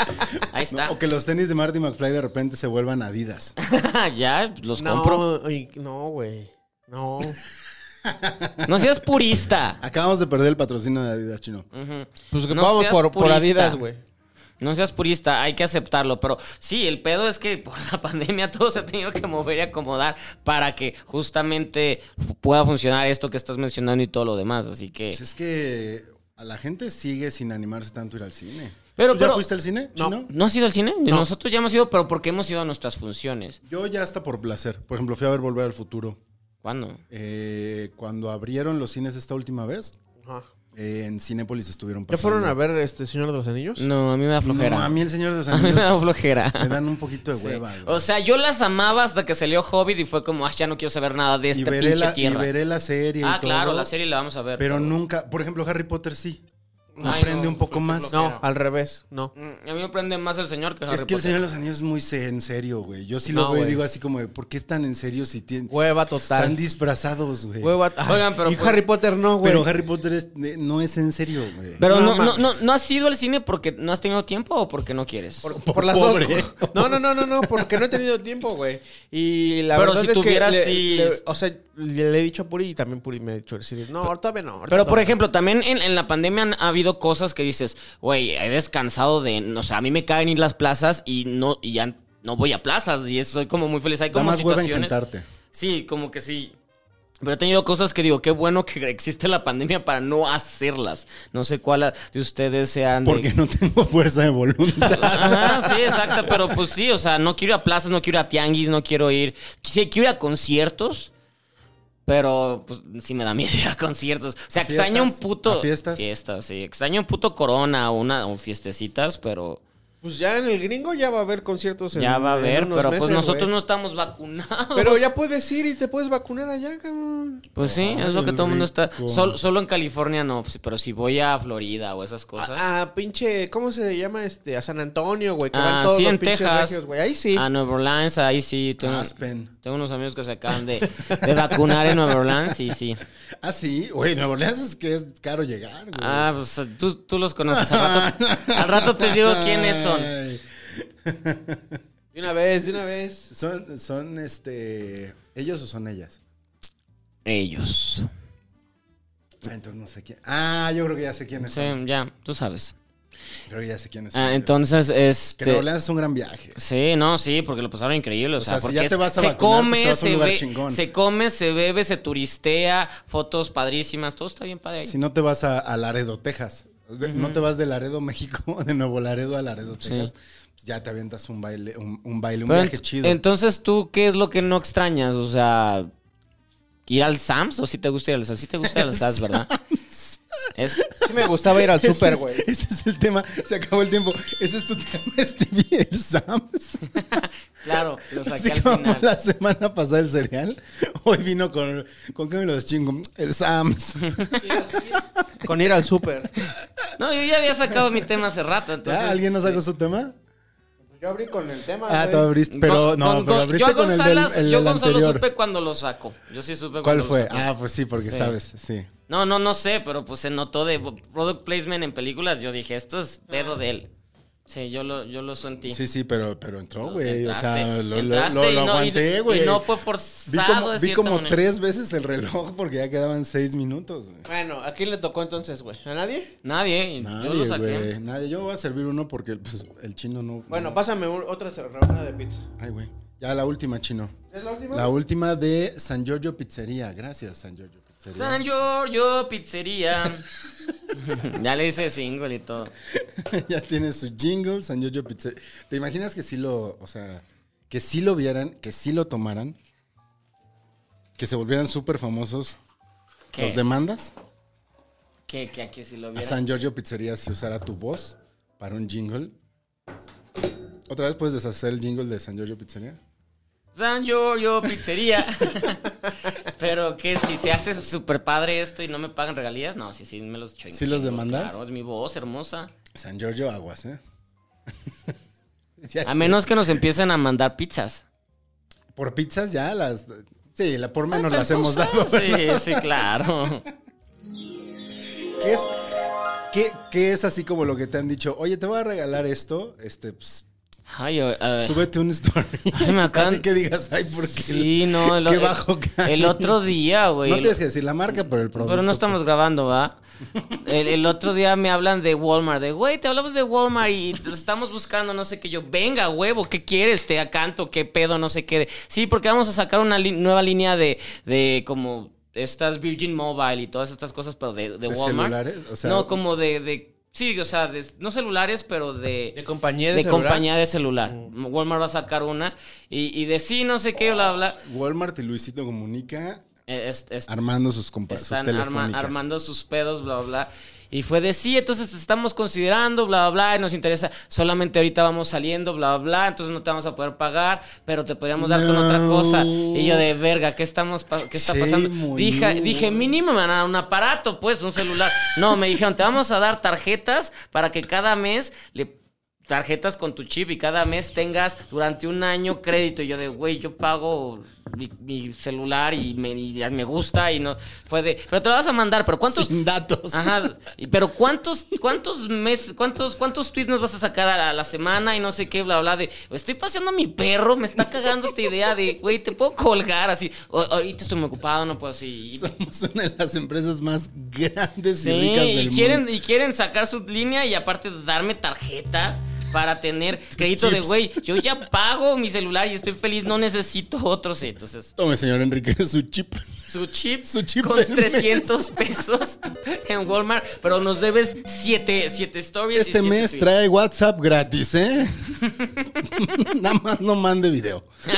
Speaker 2: Ahí está.
Speaker 1: O que los tenis de Marty McFly de repente se vuelvan Adidas.
Speaker 2: ya, los
Speaker 3: no,
Speaker 2: compro. Pues
Speaker 3: ay, no, güey. No.
Speaker 2: No seas purista.
Speaker 1: Acabamos de perder el patrocinio de Adidas chino.
Speaker 2: Ujú.
Speaker 3: Pues
Speaker 2: No
Speaker 3: vamos
Speaker 2: seas
Speaker 3: por, por
Speaker 2: purista.
Speaker 3: Adidas, güey.
Speaker 2: No seas purista, hay que aceptarlo. Pero sí, el pedo es que por la pandemia todo se ha tenido que mover y acomodar para que justamente pueda funcionar esto que estás mencionando y todo lo demás. Así que.
Speaker 1: Pues es que a la gente sigue sin animarse tanto a ir al cine.
Speaker 2: Pero-
Speaker 1: ¿Tú ya
Speaker 2: pero-
Speaker 1: fuiste al cine,
Speaker 3: No.
Speaker 1: chino?
Speaker 2: ¿No has ido al cine? Nosotros ya hemos ido, pero porque hemos ido a nuestras funciones.
Speaker 1: Yo ya hasta por placer. Por ejemplo, fui a ver Volver al Futuro.
Speaker 2: ¿Cuándo?
Speaker 1: Eh, cuando abrieron los cines esta última vez,
Speaker 3: Ajá.
Speaker 1: eh, en Cinépolis estuvieron
Speaker 3: ¿Ya
Speaker 1: pasando.
Speaker 3: fueron a ver este Señor de los Anillos?
Speaker 2: No, a mí me da flojera.
Speaker 1: Pues, No, a mí el Señor de los
Speaker 2: A mí me da
Speaker 1: Anillos
Speaker 2: flojera.
Speaker 1: me dan un poquito de
Speaker 2: Sí.
Speaker 1: hueva. güey.
Speaker 2: O sea, yo las amaba hasta que salió Hobbit y fue como, ah, ya no quiero saber nada de
Speaker 1: y
Speaker 2: esta
Speaker 1: veré,
Speaker 2: pinche
Speaker 1: la, y
Speaker 2: tierra.
Speaker 1: veré la serie. y
Speaker 2: Ah,
Speaker 1: todo,
Speaker 2: claro, la serie la vamos a ver.
Speaker 1: Pero nunca, por ejemplo, Harry Potter sí.
Speaker 2: Ay,
Speaker 1: aprende
Speaker 2: no,
Speaker 1: un poco más.
Speaker 3: No, al revés, no.
Speaker 2: Mm, A mí me prende más el señor que Harry
Speaker 1: es que el
Speaker 2: Potter.
Speaker 1: Señor de los Anillos es muy se- en serio, güey. Yo sí lo
Speaker 3: No,
Speaker 1: veo y
Speaker 3: güey.
Speaker 1: digo así como, de, ¿por qué están en serio si tienen,
Speaker 3: Hueva
Speaker 1: están
Speaker 3: total.
Speaker 1: disfrazados, güey?
Speaker 3: Hueva ay,
Speaker 2: Oigan, pero
Speaker 3: Y
Speaker 2: pues-
Speaker 3: Harry Potter no, güey.
Speaker 1: Pero Harry Potter es- ne- no es en serio, güey.
Speaker 2: Pero no,
Speaker 3: No
Speaker 2: no,
Speaker 3: mames.
Speaker 2: no, ¿no has ido al cine porque no has tenido tiempo o porque no quieres?
Speaker 3: Por,
Speaker 1: Por
Speaker 3: por las
Speaker 1: pobre.
Speaker 3: dos. No, no, no, no, no, porque no he tenido tiempo, güey. Y la
Speaker 2: Pero
Speaker 3: verdad
Speaker 2: si
Speaker 3: es
Speaker 2: tuvieras,
Speaker 3: que le-
Speaker 2: sí.
Speaker 3: le- o sea, le, le he dicho a Puri y también Puri me ha dicho, sí, no, ahorita ve, no. ahorita
Speaker 2: Pero, por
Speaker 3: todavía
Speaker 2: ejemplo, también en, en la pandemia han habido cosas que dices, güey, he descansado de... O sea, a mí me caen ir las plazas y no y ya no voy a plazas y eso soy como muy feliz. Hay
Speaker 1: Da
Speaker 2: como
Speaker 1: más hueva
Speaker 2: situaciones...
Speaker 1: encantarte.
Speaker 2: Sí, como que sí. Pero he tenido cosas que digo, qué bueno que existe la pandemia para no hacerlas. No sé cuál de ustedes sean... de-
Speaker 1: Porque no tengo fuerza de voluntad.
Speaker 2: Ajá, sí, exacto, pero pues sí, o sea, no quiero ir a plazas, no quiero ir a tianguis, no quiero ir. Sí, quiero ir a conciertos, pero pues sí me da miedo ir a conciertos. O sea,
Speaker 1: ¿A
Speaker 2: extraño un
Speaker 1: fiestas?
Speaker 2: puto.
Speaker 1: ¿A fiestas?
Speaker 2: sí. Extraño un puto corona o, una, o fiestecitas, pero
Speaker 3: Pues ya en el gringo ya va a haber conciertos en
Speaker 2: ya va a
Speaker 3: en
Speaker 2: haber,
Speaker 3: unos
Speaker 2: pero pues
Speaker 3: meses,
Speaker 2: nosotros
Speaker 3: güey.
Speaker 2: no estamos vacunados.
Speaker 3: Pero ya puedes ir y te puedes vacunar allá, cabrón.
Speaker 2: Pues sí, es lo que
Speaker 1: Ay,
Speaker 2: todo el mundo está.
Speaker 1: rico.
Speaker 2: Sol- solo en California no, pues, pero si voy a Florida o esas cosas.
Speaker 3: A, a pinche, ¿cómo se llama este? A San Antonio, güey. Que
Speaker 2: Ah,
Speaker 3: van todos
Speaker 2: sí,
Speaker 3: los
Speaker 2: en
Speaker 3: pinches
Speaker 2: Texas. Ah,
Speaker 3: regios, güey. Ahí sí.
Speaker 2: A Nueva Orleans, ahí sí. Tengo,
Speaker 1: Ah, Aspen.
Speaker 2: tengo unos amigos que se acaban de, de vacunar en Nueva Orleans, sí, sí.
Speaker 1: Ah, sí. Güey, Nueva Orleans es que es caro llegar, güey.
Speaker 2: Ah, pues tú, tú los conoces. Al rato, al rato te digo quiénes son.
Speaker 1: Ay.
Speaker 3: De una vez, de una vez.
Speaker 1: Son, son, este, ellos o son ellas.
Speaker 2: Ellos.
Speaker 1: Ah, entonces no sé quién. Ah, yo creo que ya sé quiénes
Speaker 2: Sí,
Speaker 1: son.
Speaker 2: ya, tú sabes.
Speaker 1: Creo que ya sé quiénes son.
Speaker 2: Ah,
Speaker 1: ellos.
Speaker 2: entonces,
Speaker 1: Que Nueva
Speaker 2: este.
Speaker 1: Orleans es un gran viaje.
Speaker 2: Sí, no, sí, porque lo pasaron increíble. O sea,
Speaker 1: sea, si
Speaker 2: porque
Speaker 1: ya te
Speaker 2: es-
Speaker 1: vas a
Speaker 2: se
Speaker 1: vacunar, pues, te vas a
Speaker 2: come,
Speaker 1: un
Speaker 2: se,
Speaker 1: lugar
Speaker 2: ve-
Speaker 1: chingón.
Speaker 2: se come, se bebe, se turistea, fotos padrísimas, todo está bien padre ahí.
Speaker 1: Si no te vas a, a Laredo, Texas. De- No te vas de Laredo, México, de Nuevo Laredo a Laredo, Texas. pues ya te avientas un baile, un, un baile, un
Speaker 2: Pero
Speaker 1: viaje
Speaker 2: ent-
Speaker 1: chido.
Speaker 2: Entonces, ¿tú qué es lo que no extrañas? O sea, ¿ir al Sams o si te gusta ir al Sams? Sí te gusta ir al Sams, ¿verdad? Es-
Speaker 3: Sí me gustaba ir al
Speaker 1: Ese
Speaker 3: súper,
Speaker 1: es-
Speaker 3: güey.
Speaker 1: Ese, es el tema. Se acabó el tiempo. Ese es tu tema, Stevie, el Sams.
Speaker 2: claro, lo saqué
Speaker 1: Así
Speaker 2: al
Speaker 1: como
Speaker 2: final.
Speaker 1: la semana pasada el cereal. Hoy vino con. ¿Con qué me los chingo? El Sams.
Speaker 3: Con ir al súper.
Speaker 2: No, yo ya había sacado mi tema hace rato, entonces.
Speaker 1: ¿Ya? ¿Alguien nos sacó su tema?
Speaker 3: Yo abrí con el tema.
Speaker 1: Ah, tú abriste. Pero
Speaker 2: Con-
Speaker 1: no,
Speaker 2: con-
Speaker 1: pero
Speaker 2: con-
Speaker 1: abriste
Speaker 2: yo a
Speaker 1: con el del,
Speaker 2: Gonzalo-
Speaker 1: el
Speaker 2: Yo a
Speaker 1: del
Speaker 2: Gonzalo
Speaker 1: anterior.
Speaker 2: supe cuando lo saco. Yo sí supe cuando
Speaker 1: ¿Cuál
Speaker 2: lo
Speaker 1: fue?
Speaker 2: saco.
Speaker 1: Ah, pues sí, porque
Speaker 2: Sí.
Speaker 1: sabes, sí.
Speaker 2: No, no, no sé, pero pues se notó de product placement en películas. Yo dije, esto es pedo de él. Sí, yo lo, yo lo sentí.
Speaker 1: Sí, sí, pero, pero entró, güey. O
Speaker 2: Entraste,
Speaker 1: sea, lo, lo-
Speaker 2: entraste
Speaker 1: lo-
Speaker 2: y
Speaker 1: lo
Speaker 2: no- y-
Speaker 1: aguanté, güey.
Speaker 2: Y no fue
Speaker 1: Vi
Speaker 2: forzado.
Speaker 1: como,
Speaker 2: de
Speaker 1: vi
Speaker 2: cierta
Speaker 1: como
Speaker 2: manera.
Speaker 1: tres veces el reloj porque ya quedaban seis minutos, güey.
Speaker 3: Bueno, ¿a quién le tocó entonces, güey? ¿A nadie?
Speaker 2: Nadie, yo lo
Speaker 1: Nadie,
Speaker 2: saqué.
Speaker 1: güey. Nadie. Yo voy a servir uno porque pues, el chino no.
Speaker 3: Bueno, pásame un- otra rebanada de pizza.
Speaker 1: Ay, güey. Ya la última, chino.
Speaker 3: ¿Es la última?
Speaker 1: La última de San Giorgio Pizzería. Gracias, San Giorgio Pizzería.
Speaker 2: San Giorgio Pizzería. ya le hice single y todo.
Speaker 1: ya tiene su jingle, San Giorgio Pizzería. ¿Te imaginas que sí lo, o sea, que sí lo vieran, que sí lo tomaran? Que se volvieran súper famosos.
Speaker 2: ¿Qué?
Speaker 1: ¿Los demandas?
Speaker 2: ¿Qué, qué, aquí si lo
Speaker 1: A
Speaker 2: vieran?
Speaker 1: San Giorgio Pizzería si usara tu voz para un jingle. ¿Otra vez puedes deshacer el jingle de San Giorgio Pizzería?
Speaker 2: San Giorgio Pizzería. Pero que si se hace súper padre esto y no me pagan regalías, no, sí, sí, me los chingo.
Speaker 1: ¿Sí los demandas?
Speaker 2: Claro, es mi voz hermosa.
Speaker 1: San Giorgio Aguas, ¿eh? Ya
Speaker 2: A
Speaker 1: está.
Speaker 2: menos que nos empiecen a mandar pizzas.
Speaker 1: Por pizzas ya las... Sí, la por menos las hemos
Speaker 2: Pues,
Speaker 1: dado. ¿verdad?
Speaker 2: Sí, sí, claro.
Speaker 1: ¿Qué es, qué- qué es así como lo que te han dicho? Oye, te voy a regalar esto. Este, pues,
Speaker 2: Ay, eh, o- a ver.
Speaker 1: Súbete un story.
Speaker 2: Ay, me acaban-
Speaker 1: Así que digas, ay, ¿por qué?
Speaker 2: Sí, no. El,
Speaker 1: qué
Speaker 2: el-
Speaker 1: bajo cae?
Speaker 2: el otro día, güey.
Speaker 1: No tienes que decir la marca, pero el producto.
Speaker 2: Pero no estamos grabando, ¿va? El, el otro día me hablan de Walmart, de güey, te hablamos de Walmart y los estamos buscando, no sé qué. Yo, venga, huevo, ¿qué quieres? Te acanto, qué pedo, no sé qué. Sí, porque vamos a sacar una li- nueva línea de, de como estas Virgin Mobile y todas estas cosas, pero de, de Walmart.
Speaker 1: celulares? O sea-
Speaker 2: no, como de, de- Sí, o sea, de- no celulares, pero de.
Speaker 3: De compañía de,
Speaker 2: de
Speaker 3: celular.
Speaker 2: compañía de celular. Walmart va a sacar una. Y, y de sí, no sé qué, bla,
Speaker 1: Oh.
Speaker 2: bla.
Speaker 1: Walmart y Luisito comunica
Speaker 2: Eh, es- es-
Speaker 1: armando sus compas, sus
Speaker 2: están arma-
Speaker 1: telefónicas.
Speaker 2: armando sus pedos, bla, bla, bla. Y fue de sí, entonces te estamos considerando, bla, bla, bla, y nos interesa, solamente ahorita vamos saliendo, bla, bla, bla, entonces no te vamos a poder pagar, pero te podríamos dar con otra
Speaker 1: No.
Speaker 2: cosa. Y yo de verga, ¿qué estamos pa- qué está
Speaker 1: Che,
Speaker 2: pasando?
Speaker 1: Muñoz.
Speaker 2: Dije, dije, mínimo me van a dar un aparato, pues, un celular. No, me dijeron, te vamos a dar tarjetas para que cada mes le tarjetas con tu chip y cada mes tengas durante un año crédito. Y yo de, güey, yo pago mi, mi celular y me, y ya me gusta y no. Fue de, pero te lo vas a mandar, pero ¿cuántos?
Speaker 1: Sin datos.
Speaker 2: Ajá, y- pero ¿cuántos, cuántos meses, cuántos, cuántos tweets nos vas a sacar a la, a la semana y no sé qué, bla, bla, de, estoy paseando a mi perro, me está cagando esta idea de, güey, te puedo colgar así, "O- ahorita estoy muy ocupado, no puedo así. Y-
Speaker 1: Somos una de las empresas más grandes
Speaker 2: Sí,
Speaker 1: y ricas del
Speaker 2: y quieren,
Speaker 1: mundo.
Speaker 2: y quieren sacar su línea y aparte darme tarjetas para tener crédito de
Speaker 1: chips.
Speaker 2: güey. Yo ya pago mi celular y estoy feliz, no necesito otro. sí. Entonces,
Speaker 1: Tome, señor Enrique, su chip.
Speaker 2: su chip,
Speaker 1: Su chip
Speaker 2: con
Speaker 1: del mes.
Speaker 2: 300 pesos en Walmart, pero nos debes 7 stories. y
Speaker 1: Este
Speaker 2: siete
Speaker 1: mes
Speaker 2: tweets.
Speaker 1: trae WhatsApp gratis, ¿eh? Nada más no mande video.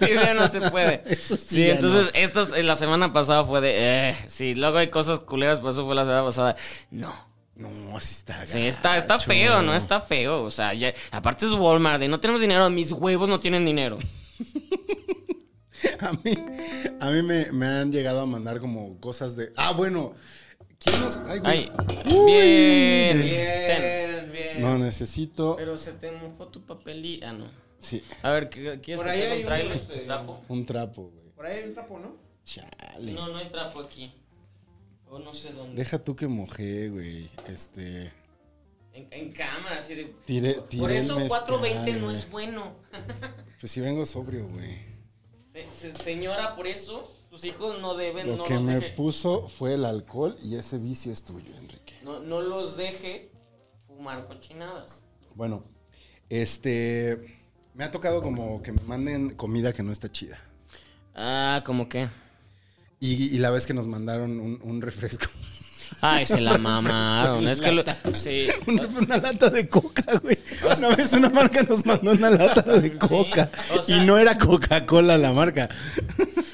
Speaker 2: Sí, ya no se puede.
Speaker 1: Eso sí,
Speaker 2: sí,
Speaker 1: ya
Speaker 2: entonces, estas, eh, la semana pasada fue de, eh, sí, luego hay cosas culeras, pero eso fue la semana pasada. No.
Speaker 1: No, así está.
Speaker 2: Sí, está, está
Speaker 1: gacho.
Speaker 2: feo, ¿no? Está feo. O sea, ya- aparte es Walmart, de no tenemos dinero, mis huevos no tienen dinero.
Speaker 1: A mí, a mí me, me han llegado a mandar como cosas de. Ah, bueno. ¿Quién nos.? Ay, güey.
Speaker 2: Ay, bien. Ten.
Speaker 3: Bien, bien.
Speaker 1: No necesito.
Speaker 2: Pero se te mojó tu papelito. Ah, no.
Speaker 1: Sí,
Speaker 2: A ver, ¿qué- ¿quieres
Speaker 3: Por
Speaker 2: que
Speaker 3: ahí
Speaker 2: traiga
Speaker 3: hay
Speaker 2: un
Speaker 3: un,
Speaker 2: trailer?
Speaker 3: este,
Speaker 2: ¿Trapo?
Speaker 1: un trapo, güey.
Speaker 3: Por ahí hay un trapo, ¿no?
Speaker 1: Chale.
Speaker 2: No, no hay trapo aquí. O no sé dónde.
Speaker 1: Deja tú que mojé, güey. Este.
Speaker 2: En, en cámara, así de.
Speaker 1: Tiré-
Speaker 2: Por
Speaker 1: tiré el
Speaker 2: eso
Speaker 1: mezcal,
Speaker 2: 420 no
Speaker 1: güey.
Speaker 2: es bueno.
Speaker 1: Pues si vengo sobrio, güey.
Speaker 2: Se- se- señora, por eso sus hijos no deben.
Speaker 1: Lo
Speaker 2: no
Speaker 1: que
Speaker 2: los
Speaker 1: me
Speaker 2: deje-
Speaker 1: puso fue el alcohol y ese vicio es tuyo, Enrique.
Speaker 2: No, no los deje fumar cochinadas.
Speaker 1: Bueno, este. Me ha tocado como que me manden comida que no está chida.
Speaker 2: Ah, ¿cómo qué?
Speaker 1: Y, y la vez que nos mandaron un, un refresco.
Speaker 2: Ay, se
Speaker 1: Pues,
Speaker 2: la mamaron.
Speaker 1: en
Speaker 2: Es que lo-
Speaker 1: lata.
Speaker 2: sí.
Speaker 1: Una, una lata de coca, güey. Una vez una marca nos mandó una lata de coca.
Speaker 2: o sea-
Speaker 1: y no era Coca-Cola la marca.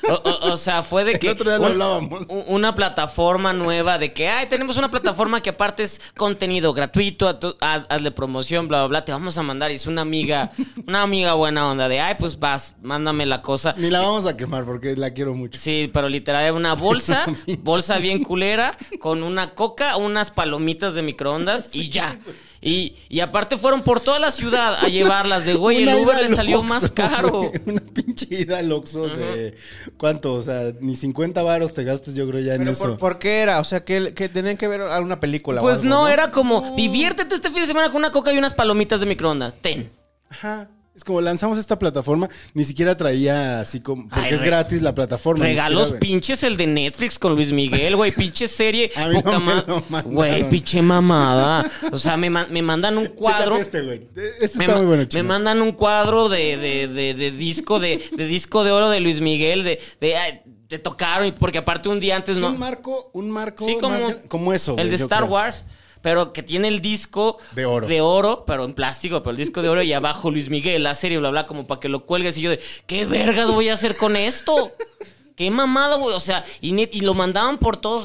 Speaker 2: O, o- o sea, fue de que.
Speaker 1: El otro día lo
Speaker 2: un-
Speaker 1: hablábamos.
Speaker 2: u- Una plataforma nueva de que, ay, tenemos una plataforma que aparte es contenido gratuito, a tu- haz- hazle promoción, bla, bla, bla, te vamos a mandar. Y es una amiga, una amiga buena onda de, ay, pues vas, mándame la cosa.
Speaker 1: Ni la vamos a quemar porque la quiero mucho.
Speaker 2: Sí, pero literal era una bolsa, bolsa bien culera, con una coca, unas palomitas de microondas y ya. Y, y aparte fueron por toda la ciudad a llevarlas de güey, el
Speaker 1: Una ida
Speaker 2: Uber le
Speaker 1: al
Speaker 2: salió
Speaker 1: Oxxo,
Speaker 2: más caro.
Speaker 1: güey. Una pinche ida al Oxxo de. ¿Cuánto? O sea, ni 50 varos te gastas, yo creo, ya en
Speaker 3: Pero
Speaker 1: eso.
Speaker 3: por, ¿por qué era? O sea, que, que tenían que ver alguna película. o
Speaker 2: Pues
Speaker 3: algo,
Speaker 2: no, era como, diviértete este fin de semana con una coca y unas palomitas de microondas. Ten.
Speaker 1: Ajá. Es como lanzamos esta plataforma, ni siquiera traía así como. Porque
Speaker 2: Ay,
Speaker 1: es
Speaker 2: re-
Speaker 1: gratis la plataforma. ni
Speaker 2: Regalos
Speaker 1: siquiera-
Speaker 2: pinches el de Netflix con Luis Miguel, güey. Pinche serie.
Speaker 1: A mí no
Speaker 2: poca
Speaker 1: me
Speaker 2: ma-
Speaker 1: lo mandaron.
Speaker 2: Güey, pinche mamada. O sea, me, ma- me mandan un cuadro.
Speaker 1: Chécate este, güey. Este
Speaker 2: Me,
Speaker 1: está
Speaker 2: ma-
Speaker 1: muy bueno,
Speaker 2: me
Speaker 1: chico.
Speaker 2: mandan un cuadro de, de- de- de disco de, de disco de oro de Luis Miguel de, de, ay, te tocaron y- porque aparte un día antes
Speaker 1: Es
Speaker 2: no
Speaker 1: Un marco, un marco
Speaker 2: Sí,
Speaker 1: como,
Speaker 2: como,
Speaker 1: como eso.
Speaker 2: el
Speaker 1: güey,
Speaker 2: de
Speaker 1: yo
Speaker 2: Star
Speaker 1: creo.
Speaker 2: Wars pero que tiene el disco
Speaker 1: De oro.
Speaker 2: oro, pero en plástico, pero el disco de oro y abajo Luis Miguel, la serie, bla, bla, como para que lo cuelgues. Y yo de, ¿qué vergas voy a hacer con esto? ¿Qué mamada, güey? O sea, y, net- y lo mandaban por todos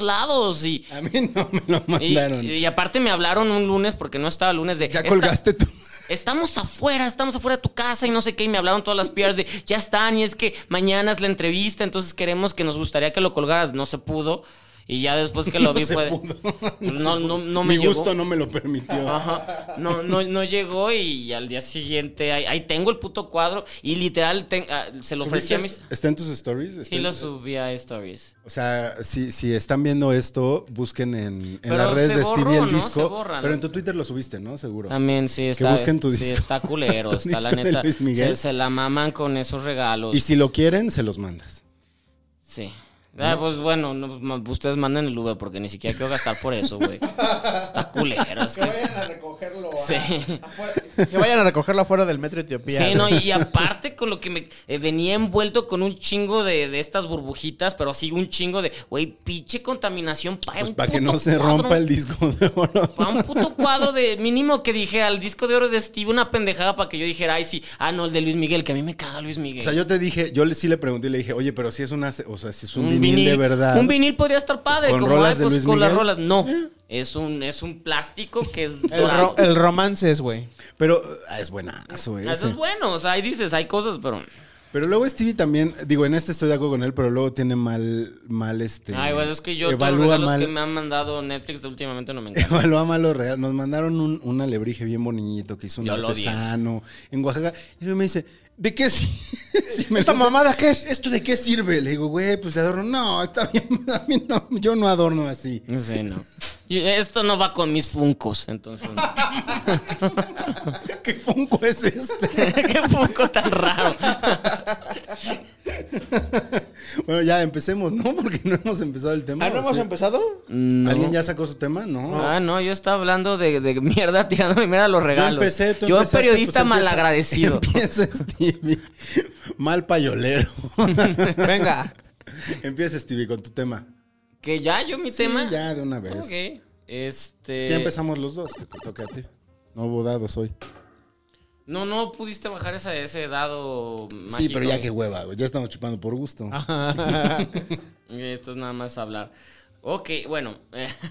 Speaker 2: lados. Y,
Speaker 1: A mí no me lo
Speaker 2: y,
Speaker 1: mandaron.
Speaker 2: y aparte me hablaron un lunes, porque no estaba el lunes de...
Speaker 1: ya
Speaker 2: "Esta-
Speaker 1: colgaste tú.
Speaker 2: Estamos afuera, estamos afuera de tu casa y no sé qué. Y me hablaron todas las piernas de, ya están, y es que mañana es la entrevista, entonces queremos que nos gustaría que lo colgaras. No se pudo. Y ya después que lo vi
Speaker 1: se
Speaker 2: fue... de-
Speaker 1: pudo.
Speaker 2: pues, No,
Speaker 1: se
Speaker 2: no-
Speaker 1: pudo.
Speaker 2: no
Speaker 1: "Pues,
Speaker 2: me
Speaker 1: Mi
Speaker 2: llegó.
Speaker 1: gusto no me lo permitió.
Speaker 2: Ajá. No, no, no llegó y al día siguiente ahí, ahí tengo el puto cuadro y literal ten- ah, se lo ofrecí a mis...
Speaker 1: ¿Está en tus stories? ¿Está
Speaker 2: Sí
Speaker 1: en-
Speaker 2: lo subí a Stories.
Speaker 1: O sea, si, si están viendo esto, busquen en, en
Speaker 2: Pero
Speaker 1: las redes
Speaker 2: se
Speaker 1: de
Speaker 2: borró,
Speaker 1: Stevie el
Speaker 2: ¿no? Se
Speaker 1: disco.
Speaker 2: borra, ¿no?
Speaker 1: pero en tu Twitter lo subiste, ¿no? Seguro.
Speaker 2: También sí está...
Speaker 1: busquen tu
Speaker 2: sí,
Speaker 1: disco.
Speaker 2: está culero,
Speaker 1: Tu
Speaker 2: está la
Speaker 1: disco de
Speaker 2: neta.
Speaker 1: Luis Miguel.
Speaker 2: Se, se la maman con esos regalos.
Speaker 1: Y si lo quieren, se los mandas.
Speaker 2: Sí. Ah, pues bueno, no, ma- ustedes manden el Uber porque ni siquiera quiero gastar por eso, güey. Está culero, es que es-
Speaker 3: a recogerlo.
Speaker 2: Sí.
Speaker 3: Que vayan a recogerlo afuera del metro Etiopía.
Speaker 2: Sí, no, y aparte con lo que me eh, venía envuelto con un chingo de, de estas burbujitas, pero así un chingo de, güey, pinche contaminación para
Speaker 1: Pues para que no se rompa el disco de oro.
Speaker 2: Para un puto cuadro de mínimo que dije al disco de oro de Steve, una pendejada para que yo dijera, ay, sí, ah, no, el de Luis Miguel, que a mí me caga Luis Miguel.
Speaker 1: O sea, yo te dije, yo le- sí le pregunté y le dije, oye, pero si es una, o sea, si es un,
Speaker 2: un
Speaker 1: vinil, de verdad.
Speaker 2: Un vinil podría estar padre,
Speaker 1: ¿Con
Speaker 2: como
Speaker 1: rolas
Speaker 2: ay,
Speaker 1: de
Speaker 2: pues,
Speaker 1: Luis
Speaker 2: con las
Speaker 1: Miguel? Eh.
Speaker 2: rolas. No, es un, es un plástico que es
Speaker 3: El,
Speaker 2: dorado.
Speaker 3: ro- el romance es, güey.
Speaker 1: Pero ah, es buenazo, eh.
Speaker 2: Eso
Speaker 1: ese.
Speaker 2: es bueno, o sea, ahí dices, hay cosas, pero...
Speaker 1: Pero luego Stevie también, digo, en este estoy de acuerdo con él, pero luego tiene mal, mal este.
Speaker 2: Ay, güey, Ah, es que yo todos los
Speaker 1: evalúa
Speaker 2: regalos
Speaker 1: mal.
Speaker 2: que me han mandado Netflix últimamente no me encantan.
Speaker 1: Evalúa mal los regalos. Nos mandaron un, un alebrije bien bonito que hizo un
Speaker 2: Yo lo odié.
Speaker 1: artesano en Oaxaca. Y luego me dice, ¿de qué sirve?
Speaker 3: ¿Esta mamada qué es?
Speaker 1: ¿Esto de qué sirve? Le digo, güey, pues de adorno. No, está bien. A mí no, yo no adorno así.
Speaker 2: Sí, no. Y Esto no va con mis funcos, entonces. no.
Speaker 1: ¿Qué funko es este?
Speaker 2: Qué funco tan raro.
Speaker 1: bueno, ya empecemos, ¿no? Porque no hemos empezado el tema.
Speaker 3: ¿Ah, no
Speaker 1: ¿o
Speaker 3: hemos
Speaker 1: sí?
Speaker 3: empezado?
Speaker 1: ¿Alguien ya sacó su tema? No.
Speaker 2: Ah, no, yo estaba hablando de, de mierda tirándome mierda a los
Speaker 1: Yo
Speaker 2: regalos.
Speaker 1: empecé, tú
Speaker 2: Yo,
Speaker 1: empezaste,
Speaker 2: periodista
Speaker 1: pues, empieza-
Speaker 2: malagradecido.
Speaker 1: Empieza Stevie. Mal payolero.
Speaker 3: Venga.
Speaker 1: empieza Stevie con tu tema.
Speaker 2: Que ya, yo mi tema. Ah,
Speaker 1: Sí, ya, de una vez.
Speaker 2: Ok. Este.
Speaker 1: Es que ya empezamos los dos, que te toca a ti. No hubo dados hoy.
Speaker 2: No, no pudiste bajar esa, ese dado. Mágico.
Speaker 1: sí, pero ya que hueva, güey. Ya estamos chupando por gusto.
Speaker 2: Ah, Esto es nada más hablar. Ok, bueno,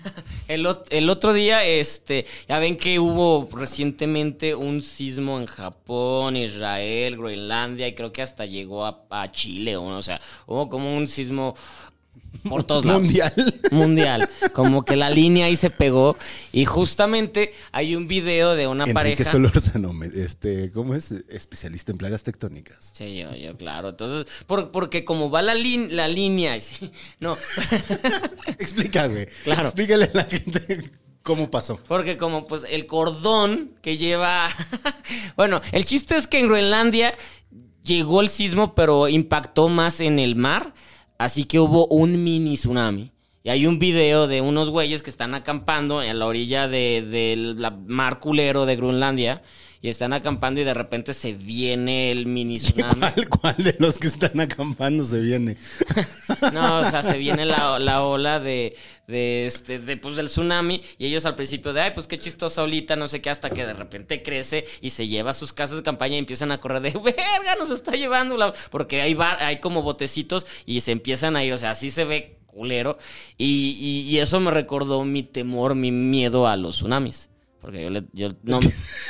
Speaker 2: el, ot- el otro día, este, ya ven que hubo recientemente un sismo en Japón, Israel, Groenlandia y creo que hasta llegó a, a Chile, ¿no? o sea, hubo como un sismo por todos lados
Speaker 1: Mundial.
Speaker 2: mundial. Como que la línea ahí se pegó. Y justamente hay un video de una
Speaker 1: Enrique
Speaker 2: pareja.
Speaker 1: Solórzano, me- este, ¿cómo es? Especialista en plagas tectónicas.
Speaker 2: Sí, yo, yo, claro. Entonces, por- porque como va la, lin- la línea, sí, no,
Speaker 1: Explica, güey.
Speaker 2: Claro.
Speaker 1: Explícale a la gente cómo pasó.
Speaker 2: porque como pues el cordón que lleva... bueno, el chiste es que en Groenlandia llegó el sismo, pero impactó más en el mar, así que hubo un mini tsunami. Y hay un video de unos güeyes que están acampando en la orilla de- del la mar culero de Groenlandia. Y están acampando y de repente se viene el mini tsunami.
Speaker 1: ¿Cuál, ¿Cuál de los que están acampando se viene?
Speaker 2: No, o sea, se viene la, la ola de, de este, de, pues, del tsunami y ellos al principio de, ay, pues qué chistosa olita, no sé qué, hasta que de repente crece y se lleva a sus casas de campaña y empiezan a correr de, verga, nos está llevando, la-". porque hay, bar- hay como botecitos y se empiezan a ir, o sea, así se ve culero y, y- y eso me recordó mi temor, mi miedo a los tsunamis. Porque yo, le- yo no,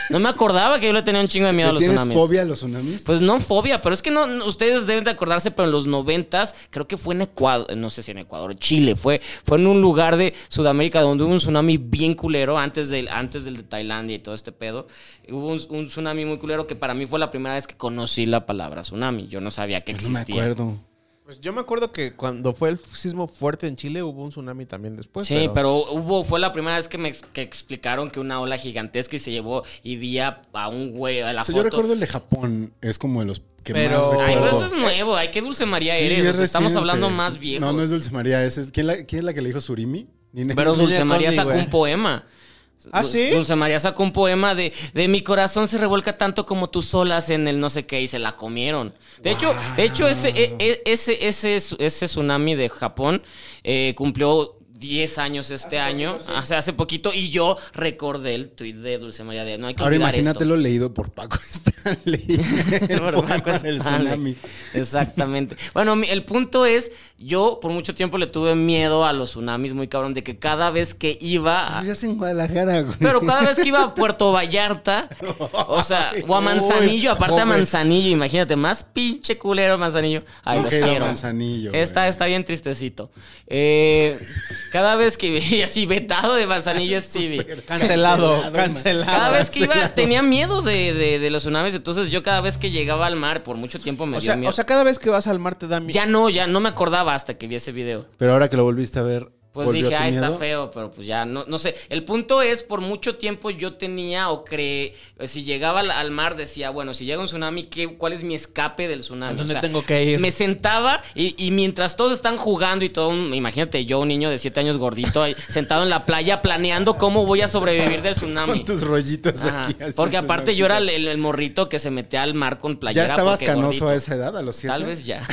Speaker 2: no me acordaba que yo le tenía un chingo de miedo a los
Speaker 1: ¿Tienes
Speaker 2: tsunamis.
Speaker 1: fobia a los tsunamis?
Speaker 2: Pues no fobia, pero es que no, no, ustedes deben de acordarse, pero en los noventas, creo que fue en Ecuador, eh, no sé si en Ecuador, Chile, fue, fue en un lugar de Sudamérica donde hubo un tsunami bien culero antes del, antes del de Tailandia y todo este pedo. Hubo un, un tsunami muy culero que para mí fue la primera vez que conocí la palabra tsunami. Yo no sabía que
Speaker 1: no me
Speaker 2: existía.
Speaker 1: acuerdo.
Speaker 3: Pues yo me acuerdo que cuando fue el sismo fuerte en Chile hubo un tsunami también
Speaker 1: pues,
Speaker 3: después.
Speaker 2: Sí, pero, hubo, fue la primera vez que me ex- que explicaron que una ola gigantesca y se llevó y vi a, a un güey a la
Speaker 1: O sea,
Speaker 2: foto.
Speaker 1: yo recuerdo el de Japón, es como de los que
Speaker 3: Pero-
Speaker 1: más
Speaker 2: Ay, pero
Speaker 1: recuerdo.
Speaker 2: eso es nuevo. Ay, qué dulce María
Speaker 1: Sí,
Speaker 2: eres.
Speaker 1: es
Speaker 2: o sea, estamos
Speaker 1: reciente.
Speaker 2: hablando más viejos.
Speaker 1: No, no es Dulce María. ese es- ¿quién, la, ¿Quién es la que le dijo Surimi? Nina.
Speaker 2: Pero
Speaker 3: Niña
Speaker 2: Dulce María
Speaker 3: Conde,
Speaker 2: sacó
Speaker 3: güey.
Speaker 2: un poema.
Speaker 3: ¿Ah,
Speaker 2: Dul-
Speaker 3: sí?
Speaker 2: Dulce María sacó un poema de, de mi corazón se revuelca tanto como tus olas en el no sé qué y se la comieron. De hecho, de hecho ese, e- e- ese, ese, ese tsunami de Japón eh, cumplió 10 años este año, hace, hace poquito, y yo recordé el tuit de Dulce María de no hay que
Speaker 1: Ahora
Speaker 2: olvidar
Speaker 1: imagínatelo leído por Paco Stanley. el
Speaker 2: Por
Speaker 1: poema
Speaker 2: Paco
Speaker 1: del
Speaker 2: Stanley.
Speaker 1: tsunami.
Speaker 2: Exactamente. Bueno, mi- el punto es, yo por mucho tiempo le tuve miedo a los tsunamis muy cabrón, de que cada vez que iba... a-
Speaker 1: Vivías en Guadalajara, güey.
Speaker 2: Pero cada vez que iba a Puerto Vallarta, o sea, o a Manzanillo,
Speaker 3: Uy,
Speaker 2: aparte a
Speaker 3: pobre.
Speaker 2: Manzanillo, imagínate, más pinche culero Manzanillo. Ay,
Speaker 1: No
Speaker 2: los
Speaker 1: queda
Speaker 2: quiero.
Speaker 1: Manzanillo,
Speaker 2: Está,
Speaker 1: güey.
Speaker 2: está bien tristecito. Eh, cada vez que veía así vetado de
Speaker 1: Ah,
Speaker 2: Manzanillo Stevie.
Speaker 3: Cancelado, cancelado.
Speaker 2: Cada vez que iba tenía miedo de, de- de los tsunamis, entonces yo cada vez que llegaba al mar, por mucho tiempo me
Speaker 3: O
Speaker 2: dio
Speaker 3: sea,
Speaker 2: miedo.
Speaker 3: o sea, cada vez que vas al mar te da miedo.
Speaker 2: ya no, ya no me acordaba hasta que vi ese video.
Speaker 1: Pero ahora que lo volviste a ver,
Speaker 2: Pues
Speaker 1: ¿volvió
Speaker 2: dije,
Speaker 1: tu
Speaker 2: ah, está
Speaker 1: miedo?
Speaker 2: feo, pero pues ya, no, no sé. El punto es, por mucho tiempo yo tenía o creé, si llegaba al, al mar decía, bueno, si llega un tsunami, ¿qué, ¿cuál es mi escape del tsunami?
Speaker 3: ¿A dónde tengo que ir?
Speaker 2: Me sentaba y, y mientras todos están jugando y todo, un- imagínate yo, un niño de 7 años gordito, ahí, sentado en la playa planeando cómo voy a sobrevivir del tsunami.
Speaker 1: Con tus rollitos
Speaker 2: Ajá,
Speaker 1: aquí. así,
Speaker 2: porque
Speaker 1: tus
Speaker 2: aparte yo era el,
Speaker 1: rollitos.
Speaker 2: el- el morrito que se metía al mar con playera.
Speaker 1: Ya estabas
Speaker 2: porque
Speaker 1: canoso
Speaker 2: gordito.
Speaker 1: a esa edad, a los siete.
Speaker 2: Tal vez ya.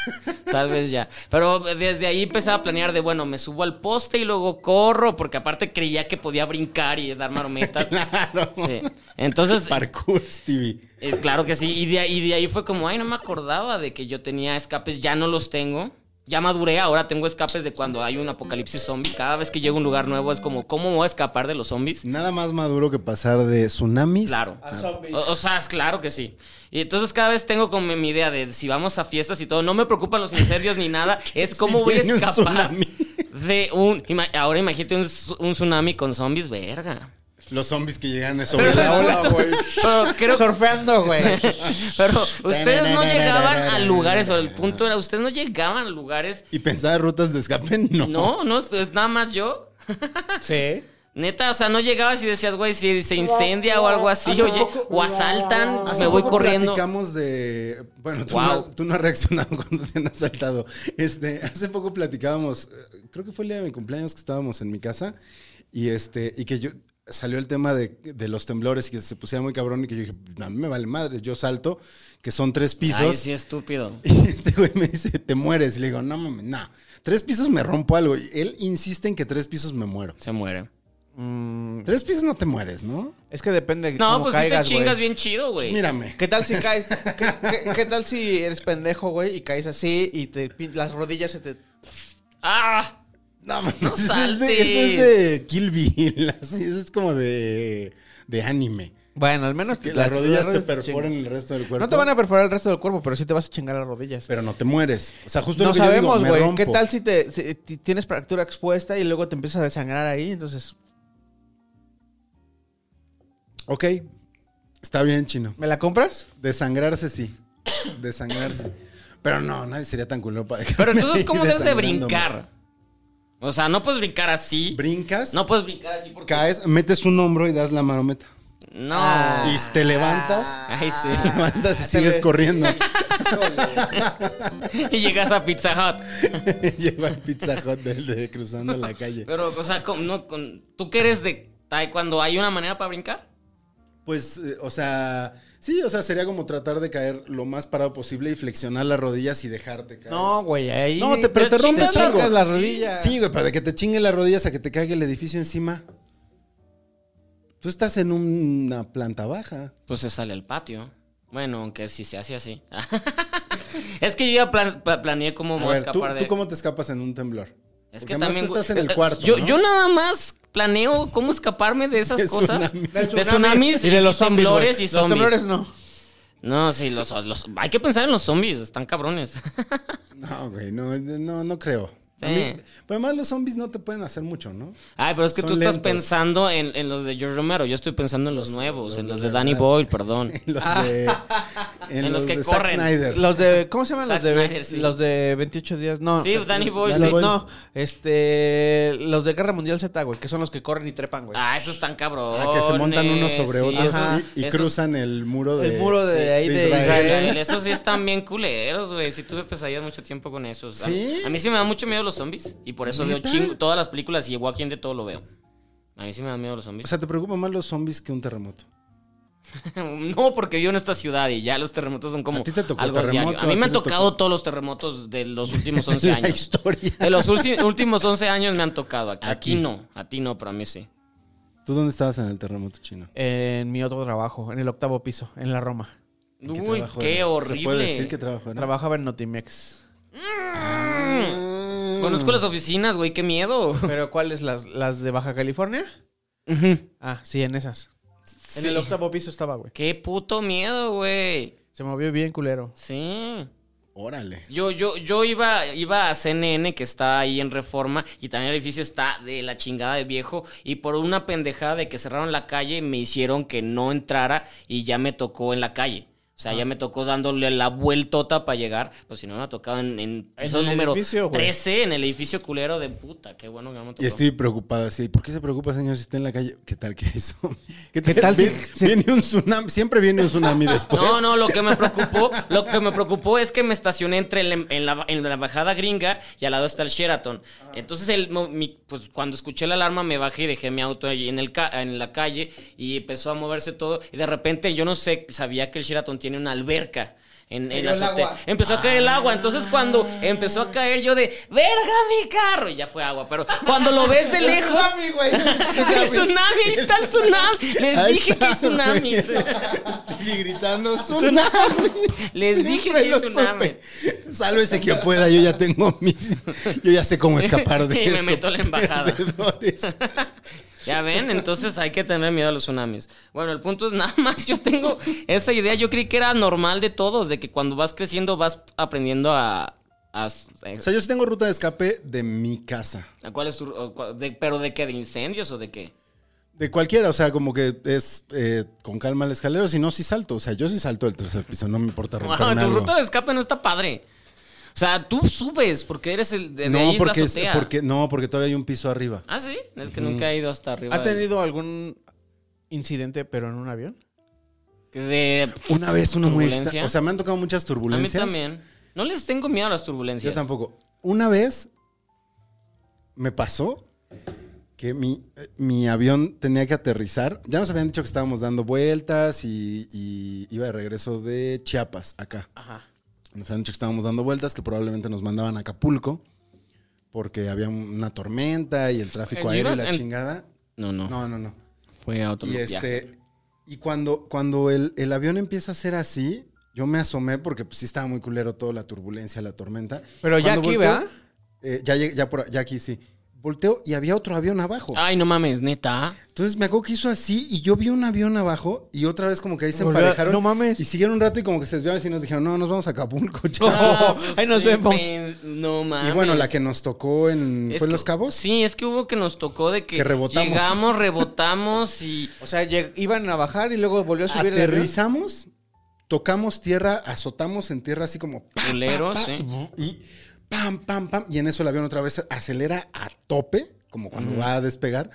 Speaker 2: Tal vez ya. Pero desde ahí empezaba a planear de, bueno, me subo al poste y luego corro, porque aparte creía que podía brincar y dar marometas.
Speaker 1: Claro.
Speaker 2: Sí. Entonces,
Speaker 1: Parkour, Stevie.
Speaker 2: eh, claro que sí. Y de, ahí- y de ahí fue como, ay, no me acordaba de que yo tenía escapes, ya no los tengo. Ya maduré, ahora tengo escapes de cuando hay un apocalipsis zombie. Cada vez que llego a un lugar nuevo es como, ¿cómo voy a escapar de los zombies?
Speaker 1: Nada más maduro que pasar de tsunamis.
Speaker 2: Claro. O, o sea, es claro que sí. Y entonces cada vez tengo como mi idea de si vamos a fiestas y todo, no me preocupan los incendios ni nada, es cómo
Speaker 1: Si
Speaker 2: voy a
Speaker 1: viene un
Speaker 2: escapar
Speaker 1: tsunami.
Speaker 2: de un... ima- ahora imagínate un, tsu- un tsunami con zombies, verga.
Speaker 1: Los zombies que llegan sobre la ola, güey.
Speaker 2: Pero creo
Speaker 3: Surfeando, güey.
Speaker 2: Pero ustedes no llegaban a lugares, o el punto era, ustedes no llegaban a lugares...
Speaker 1: Y pensaba en rutas de escape, no.
Speaker 2: No, no, es- es nada más yo.
Speaker 3: sí.
Speaker 2: Neta, o sea, no llegabas y decías, güey, si se incendia o algo así,
Speaker 1: Hace
Speaker 2: oye,
Speaker 1: poco-
Speaker 2: o asaltan,
Speaker 1: Hace
Speaker 2: me voy
Speaker 1: Ah, poco
Speaker 2: corriendo.
Speaker 1: platicamos de. Bueno, tú,
Speaker 2: Wow.
Speaker 1: no, tú no has reaccionado cuando te han asaltado. Este, hace poco platicábamos, eh, creo que fue el día de mi cumpleaños que estábamos en mi casa y este, y que yo salió el tema de, de los temblores y que se pusiera muy cabrón y que yo dije, a mí me vale madre, yo salto, que son tres pisos.
Speaker 2: Ay, sí, estúpido.
Speaker 1: Y este güey me dice, te mueres. Y le digo, no mames, no. Tres pisos me rompo algo. Y él insiste en que tres pisos me muero.
Speaker 2: Se muere.
Speaker 3: Mm,
Speaker 1: Tres pisos no te mueres, ¿no? Pues
Speaker 3: es que depende de
Speaker 2: No,
Speaker 3: cómo
Speaker 2: pues
Speaker 3: caigas,
Speaker 2: sí te chingas
Speaker 3: güey.
Speaker 2: bien chido, güey. Pues
Speaker 1: Mírame.
Speaker 3: ¿Qué tal si caes? ¿Qué, qué- qué tal si eres pendejo, güey, y caes así y te pin- las rodillas se te
Speaker 2: ¡Ah!
Speaker 1: No, mames,
Speaker 2: No
Speaker 1: eso, es de,
Speaker 2: saltes.
Speaker 1: eso es de Kill Bill. Así, eso es como de, de anime.
Speaker 3: Bueno, al menos
Speaker 1: Que
Speaker 3: te-
Speaker 1: las rodillas te
Speaker 3: rodillas
Speaker 1: perforan
Speaker 3: chingan.
Speaker 1: el resto del cuerpo.
Speaker 3: No te van a perforar el resto del cuerpo, pero sí te vas a chingar las rodillas.
Speaker 1: Pero no te mueres. O sea, justo
Speaker 3: no
Speaker 1: lo que yo digo,
Speaker 3: sabemos,
Speaker 1: me
Speaker 3: güey.
Speaker 1: rompo.
Speaker 3: ¿Qué tal si te si- ti- tienes fractura expuesta y luego te empiezas a desangrar ahí? Entonces,
Speaker 1: Ok. Está bien, chino.
Speaker 3: ¿me la compras?
Speaker 1: Desangrarse sí. Desangrarse. Pero no, nadie sería tan culero para
Speaker 2: Pero
Speaker 1: dejarme
Speaker 2: entonces,
Speaker 1: ahí
Speaker 2: ¿cómo debes de
Speaker 1: desangrándome.
Speaker 2: brincar? O sea, no puedes brincar así.
Speaker 1: Brincas,
Speaker 2: No puedes brincar así porque.
Speaker 1: caes, metes un hombro y das la marometa.
Speaker 2: No.
Speaker 1: Y te levantas.
Speaker 2: Ay, sí.
Speaker 1: Te levantas y
Speaker 3: Ah. Se
Speaker 1: sigues
Speaker 3: ve.
Speaker 1: corriendo.
Speaker 2: Y llegas a Pizza Hut.
Speaker 1: Lleva el Pizza Hut del de cruzando la calle.
Speaker 2: Pero, o sea, ¿cómo- no, con- ¿tú que eres de taekwondo? ¿Hay una manera para brincar?
Speaker 1: Pues, eh, o sea, sí, o sea, sería como tratar de caer lo más parado posible y flexionar las rodillas y dejarte caer.
Speaker 3: No, güey, ahí.
Speaker 1: No, te- pero te rompes
Speaker 3: chocas
Speaker 1: algo.
Speaker 3: las rodillas.
Speaker 1: Sí, güey, pero de que te chinguen las rodillas a que te caiga el edificio encima. Tú estás en una planta baja.
Speaker 2: Pues se sale al patio. Bueno, aunque si se hace así. es que yo ya plan- pla- planeé
Speaker 1: A
Speaker 2: cómo voy a
Speaker 1: ver, ¿tú,
Speaker 2: escapar de.
Speaker 1: tú cómo te escapas en un temblor?
Speaker 2: Es
Speaker 1: Porque además tú
Speaker 2: güey,
Speaker 1: estás en el
Speaker 2: eh, eh,
Speaker 1: cuarto,
Speaker 2: Yo,
Speaker 1: ¿no?
Speaker 2: yo nada más planeo cómo escaparme de esas
Speaker 1: De
Speaker 2: cosas.
Speaker 1: tsunami.
Speaker 2: De tsunamis y de los
Speaker 3: zombies, güey.
Speaker 2: temblores y zombies.
Speaker 3: Los temblores no.
Speaker 2: No, sí, los, los- hay que pensar en los zombies, están cabrones.
Speaker 1: No, güey, no, no, no creo. A
Speaker 2: Sí.
Speaker 1: mí- pero además los zombies no te pueden hacer mucho, ¿no?
Speaker 2: Ay, pero es que
Speaker 1: Son
Speaker 2: tú estás
Speaker 1: lentos.
Speaker 2: pensando en, en los de George Romero, yo estoy pensando en los, nuevos, en
Speaker 1: de
Speaker 2: los de,
Speaker 1: verdad.
Speaker 2: Danny Boyle, perdón.
Speaker 1: En los de.
Speaker 2: Ah. En los que
Speaker 1: de Zack
Speaker 2: corren.
Speaker 1: Snyder.
Speaker 3: Los de. ¿Cómo se llaman
Speaker 2: Zack
Speaker 3: los de, ve-
Speaker 2: Snyder, sí.
Speaker 3: los de 28 días? No.
Speaker 2: Sí, Danny Boyle,
Speaker 3: Los-
Speaker 2: sí.
Speaker 3: No, este. Los de Guerra Mundial Z, güey, que son los que corren y trepan, güey.
Speaker 2: Ah, esos están cabrones.
Speaker 1: Ah, que se montan unos sobre
Speaker 2: sí,
Speaker 1: otros
Speaker 2: esos-
Speaker 1: y, y
Speaker 2: esos-
Speaker 1: cruzan el muro de.
Speaker 3: El muro de ahí de
Speaker 1: Israel.
Speaker 2: Israel, Esos sí están bien culeros, güey. Sí tuve pesadillas mucho tiempo con esos.
Speaker 1: ¿Sí?
Speaker 2: A, a mí sí me dan mucho miedo los zombies. Y por eso veo
Speaker 1: ¿Neta?
Speaker 2: chingo todas las películas y Walking de todo lo veo. A mí sí me dan miedo los
Speaker 1: O
Speaker 2: zombies.
Speaker 1: sea, te preocupan más los zombies que un terremoto.
Speaker 2: no, porque vivo en esta ciudad y ya los terremotos son como
Speaker 1: A ti te tocó
Speaker 2: algo diario.
Speaker 1: terremoto,
Speaker 2: A mí
Speaker 1: a
Speaker 2: me
Speaker 1: ti
Speaker 2: han
Speaker 1: te
Speaker 2: tocado
Speaker 1: tocó.
Speaker 2: todos los terremotos de los últimos 11
Speaker 1: La
Speaker 2: años.
Speaker 1: historia.
Speaker 2: De los ulci- últimos 11 años me han tocado. Aquí,
Speaker 1: A
Speaker 2: Aquí
Speaker 1: ti.
Speaker 2: no, a ti no, pero a mí sí.
Speaker 1: ¿Tú dónde estabas en el terremoto chino?
Speaker 3: En mi otro trabajo, en el octavo piso, en la Roma.
Speaker 1: ¿En qué
Speaker 2: Uy,
Speaker 1: trabajo
Speaker 2: qué
Speaker 1: era?
Speaker 2: horrible.
Speaker 1: ¿Se puede decir qué trabajo era?
Speaker 3: Trabajaba en Notimex.
Speaker 1: Ah.
Speaker 2: Conozco las oficinas, güey, qué miedo.
Speaker 3: ¿Pero cuáles? ¿Las, ¿Las de Baja California? Ah, sí, en esas.
Speaker 2: Sí.
Speaker 3: En el octavo piso estaba, güey.
Speaker 2: Qué puto miedo, güey.
Speaker 3: Se movió bien culero.
Speaker 2: Sí.
Speaker 1: Órale.
Speaker 2: Yo, yo, yo iba, iba a CNN, que está ahí en Reforma, y también el edificio está de la chingada de viejo, y por una pendejada de que cerraron la calle, me hicieron que no entrara y ya me tocó en la calle. O
Speaker 3: Ah.
Speaker 2: sea, ya me tocó dándole la vueltota para llegar, pues si no me ha tocado en, en piso
Speaker 3: el
Speaker 2: número
Speaker 3: edificio, güey.
Speaker 2: 13, en el edificio culero de puta. Qué bueno que no me tocó.
Speaker 1: Y estoy preocupado así. ¿Por qué se preocupa, señor, si está en la calle? ¿Qué tal que hay zombies?
Speaker 3: ¿Qué tal si-
Speaker 1: Viene,
Speaker 3: si-
Speaker 1: viene un tsunami. Siempre viene un tsunami después.
Speaker 2: No, no, lo que me preocupó, lo que me preocupó es que me estacioné entre el- em, en, la, en la bajada gringa y al lado está el Sheraton.
Speaker 1: Ah.
Speaker 2: Entonces, el, mo- mi- pues cuando escuché la alarma me bajé y dejé mi auto ahí en, el ca- en la calle y empezó a moverse todo y de repente yo no sé, sabía que el Sheraton tiene una alberca. En, en la azotea. Empezó a caer el
Speaker 1: Ah.
Speaker 2: agua. Entonces, cuando empezó a caer, yo de ¡Verga mi carro! Y ya fue agua. Pero cuando lo ves de lejos.
Speaker 3: Tsunami, güey.
Speaker 2: ¡El tsunami! ¡Ahí está el tsunami! Les
Speaker 1: Ahí
Speaker 2: dije que hay
Speaker 1: está, güey.
Speaker 2: tsunamis.
Speaker 1: Estoy gritando tsunami.
Speaker 2: Tsunami. Les dije
Speaker 1: Siempre
Speaker 2: que
Speaker 1: lo
Speaker 2: es tsunami.
Speaker 1: supe. Sálvese quien pueda, yo ya tengo mis. Yo ya sé cómo escapar de
Speaker 2: Y me
Speaker 1: esto.
Speaker 2: meto a la embajada.
Speaker 1: Perdedores.
Speaker 2: Ya ven, entonces hay que tener miedo a los tsunamis. Bueno, el punto es nada más yo tengo esa idea. Yo creí que era normal de todos, de que cuando vas creciendo vas aprendiendo a. a-
Speaker 1: O sea, yo sí tengo ruta de escape de mi casa.
Speaker 2: a ¿Cuál es tu- o cua- de- ¿Pero de qué? ¿De incendios o de qué?
Speaker 1: De cualquiera, o sea, como que es eh, con calma el escalero, si no, sí salto. O sea, yo sí salto del tercer piso, no me importa
Speaker 2: Wow,
Speaker 1: romper
Speaker 2: tu
Speaker 1: algo.
Speaker 2: ruta de escape no está padre. O sea, tú subes porque eres el de, de ahí
Speaker 1: No,
Speaker 2: es
Speaker 1: porque,
Speaker 2: la
Speaker 1: es-
Speaker 2: azotea.
Speaker 1: porque, no, porque todavía hay un piso arriba.
Speaker 2: Ah, sí. Es que nunca he ido hasta arriba.
Speaker 3: ¿Ha tenido algún incidente, pero en un avión?
Speaker 2: De,
Speaker 1: Una vez uno muy
Speaker 2: Ah, ¿Turbulencia?
Speaker 1: extra. O sea, me han tocado muchas
Speaker 2: a mí
Speaker 1: turbulencias.
Speaker 2: también. No les tengo miedo a las turbulencias.
Speaker 1: Yo tampoco. Una vez me pasó que mi, eh, mi avión tenía que aterrizar. Ya nos habían dicho que estábamos dando vueltas y, y iba de regreso de Chiapas acá.
Speaker 2: Ajá.
Speaker 1: Nos habían dicho que estábamos dando vueltas, que probablemente nos mandaban a Acapulco porque había un- una tormenta y el tráfico
Speaker 2: ¿En
Speaker 1: aéreo y
Speaker 2: Irán?
Speaker 1: la
Speaker 2: En-
Speaker 1: chingada.
Speaker 2: No, no.
Speaker 1: No, no, no.
Speaker 2: Fue a otro
Speaker 1: Y
Speaker 2: viaje.
Speaker 1: este. Y cuando, cuando el, el avión empieza a ser así, yo me asomé porque pues, sí estaba muy culero toda la turbulencia, la tormenta.
Speaker 3: Pero ya
Speaker 1: Cuando
Speaker 3: aquí,
Speaker 1: volteo,
Speaker 3: ¿verdad?
Speaker 1: eh, ya, llegué- ya, por- ya aquí, sí. Volteo y había otro avión abajo.
Speaker 2: Ay, no mames, neta.
Speaker 1: Entonces me acuerdo que hizo así y yo vi un avión abajo y otra vez como que ahí se
Speaker 3: Volvió a-
Speaker 1: emparejaron.
Speaker 3: no mames.
Speaker 1: Y siguieron un rato y como que se desviaron y nos dijeron, no, nos vamos a Acapulco. chao".
Speaker 2: Ah,
Speaker 3: ahí nos
Speaker 2: sí,
Speaker 3: vemos.
Speaker 2: pen- No mames.
Speaker 1: y bueno, la que nos tocó en...
Speaker 2: Es
Speaker 1: ¿Fue en
Speaker 2: que-
Speaker 1: Los Cabos?
Speaker 2: Sí, es que hubo que nos tocó de que,
Speaker 1: Que rebotamos.
Speaker 2: llegamos, rebotamos y
Speaker 3: O sea, lleg- iban a bajar y luego volvió a subir el avión.
Speaker 1: Aterrizamos, tocamos tierra, azotamos en tierra así como... pa,
Speaker 2: culeros,
Speaker 1: pa,
Speaker 2: ¿eh?
Speaker 1: Y pam, pam, pam. Y en eso el avión otra vez acelera a tope. como cuando va a despegar.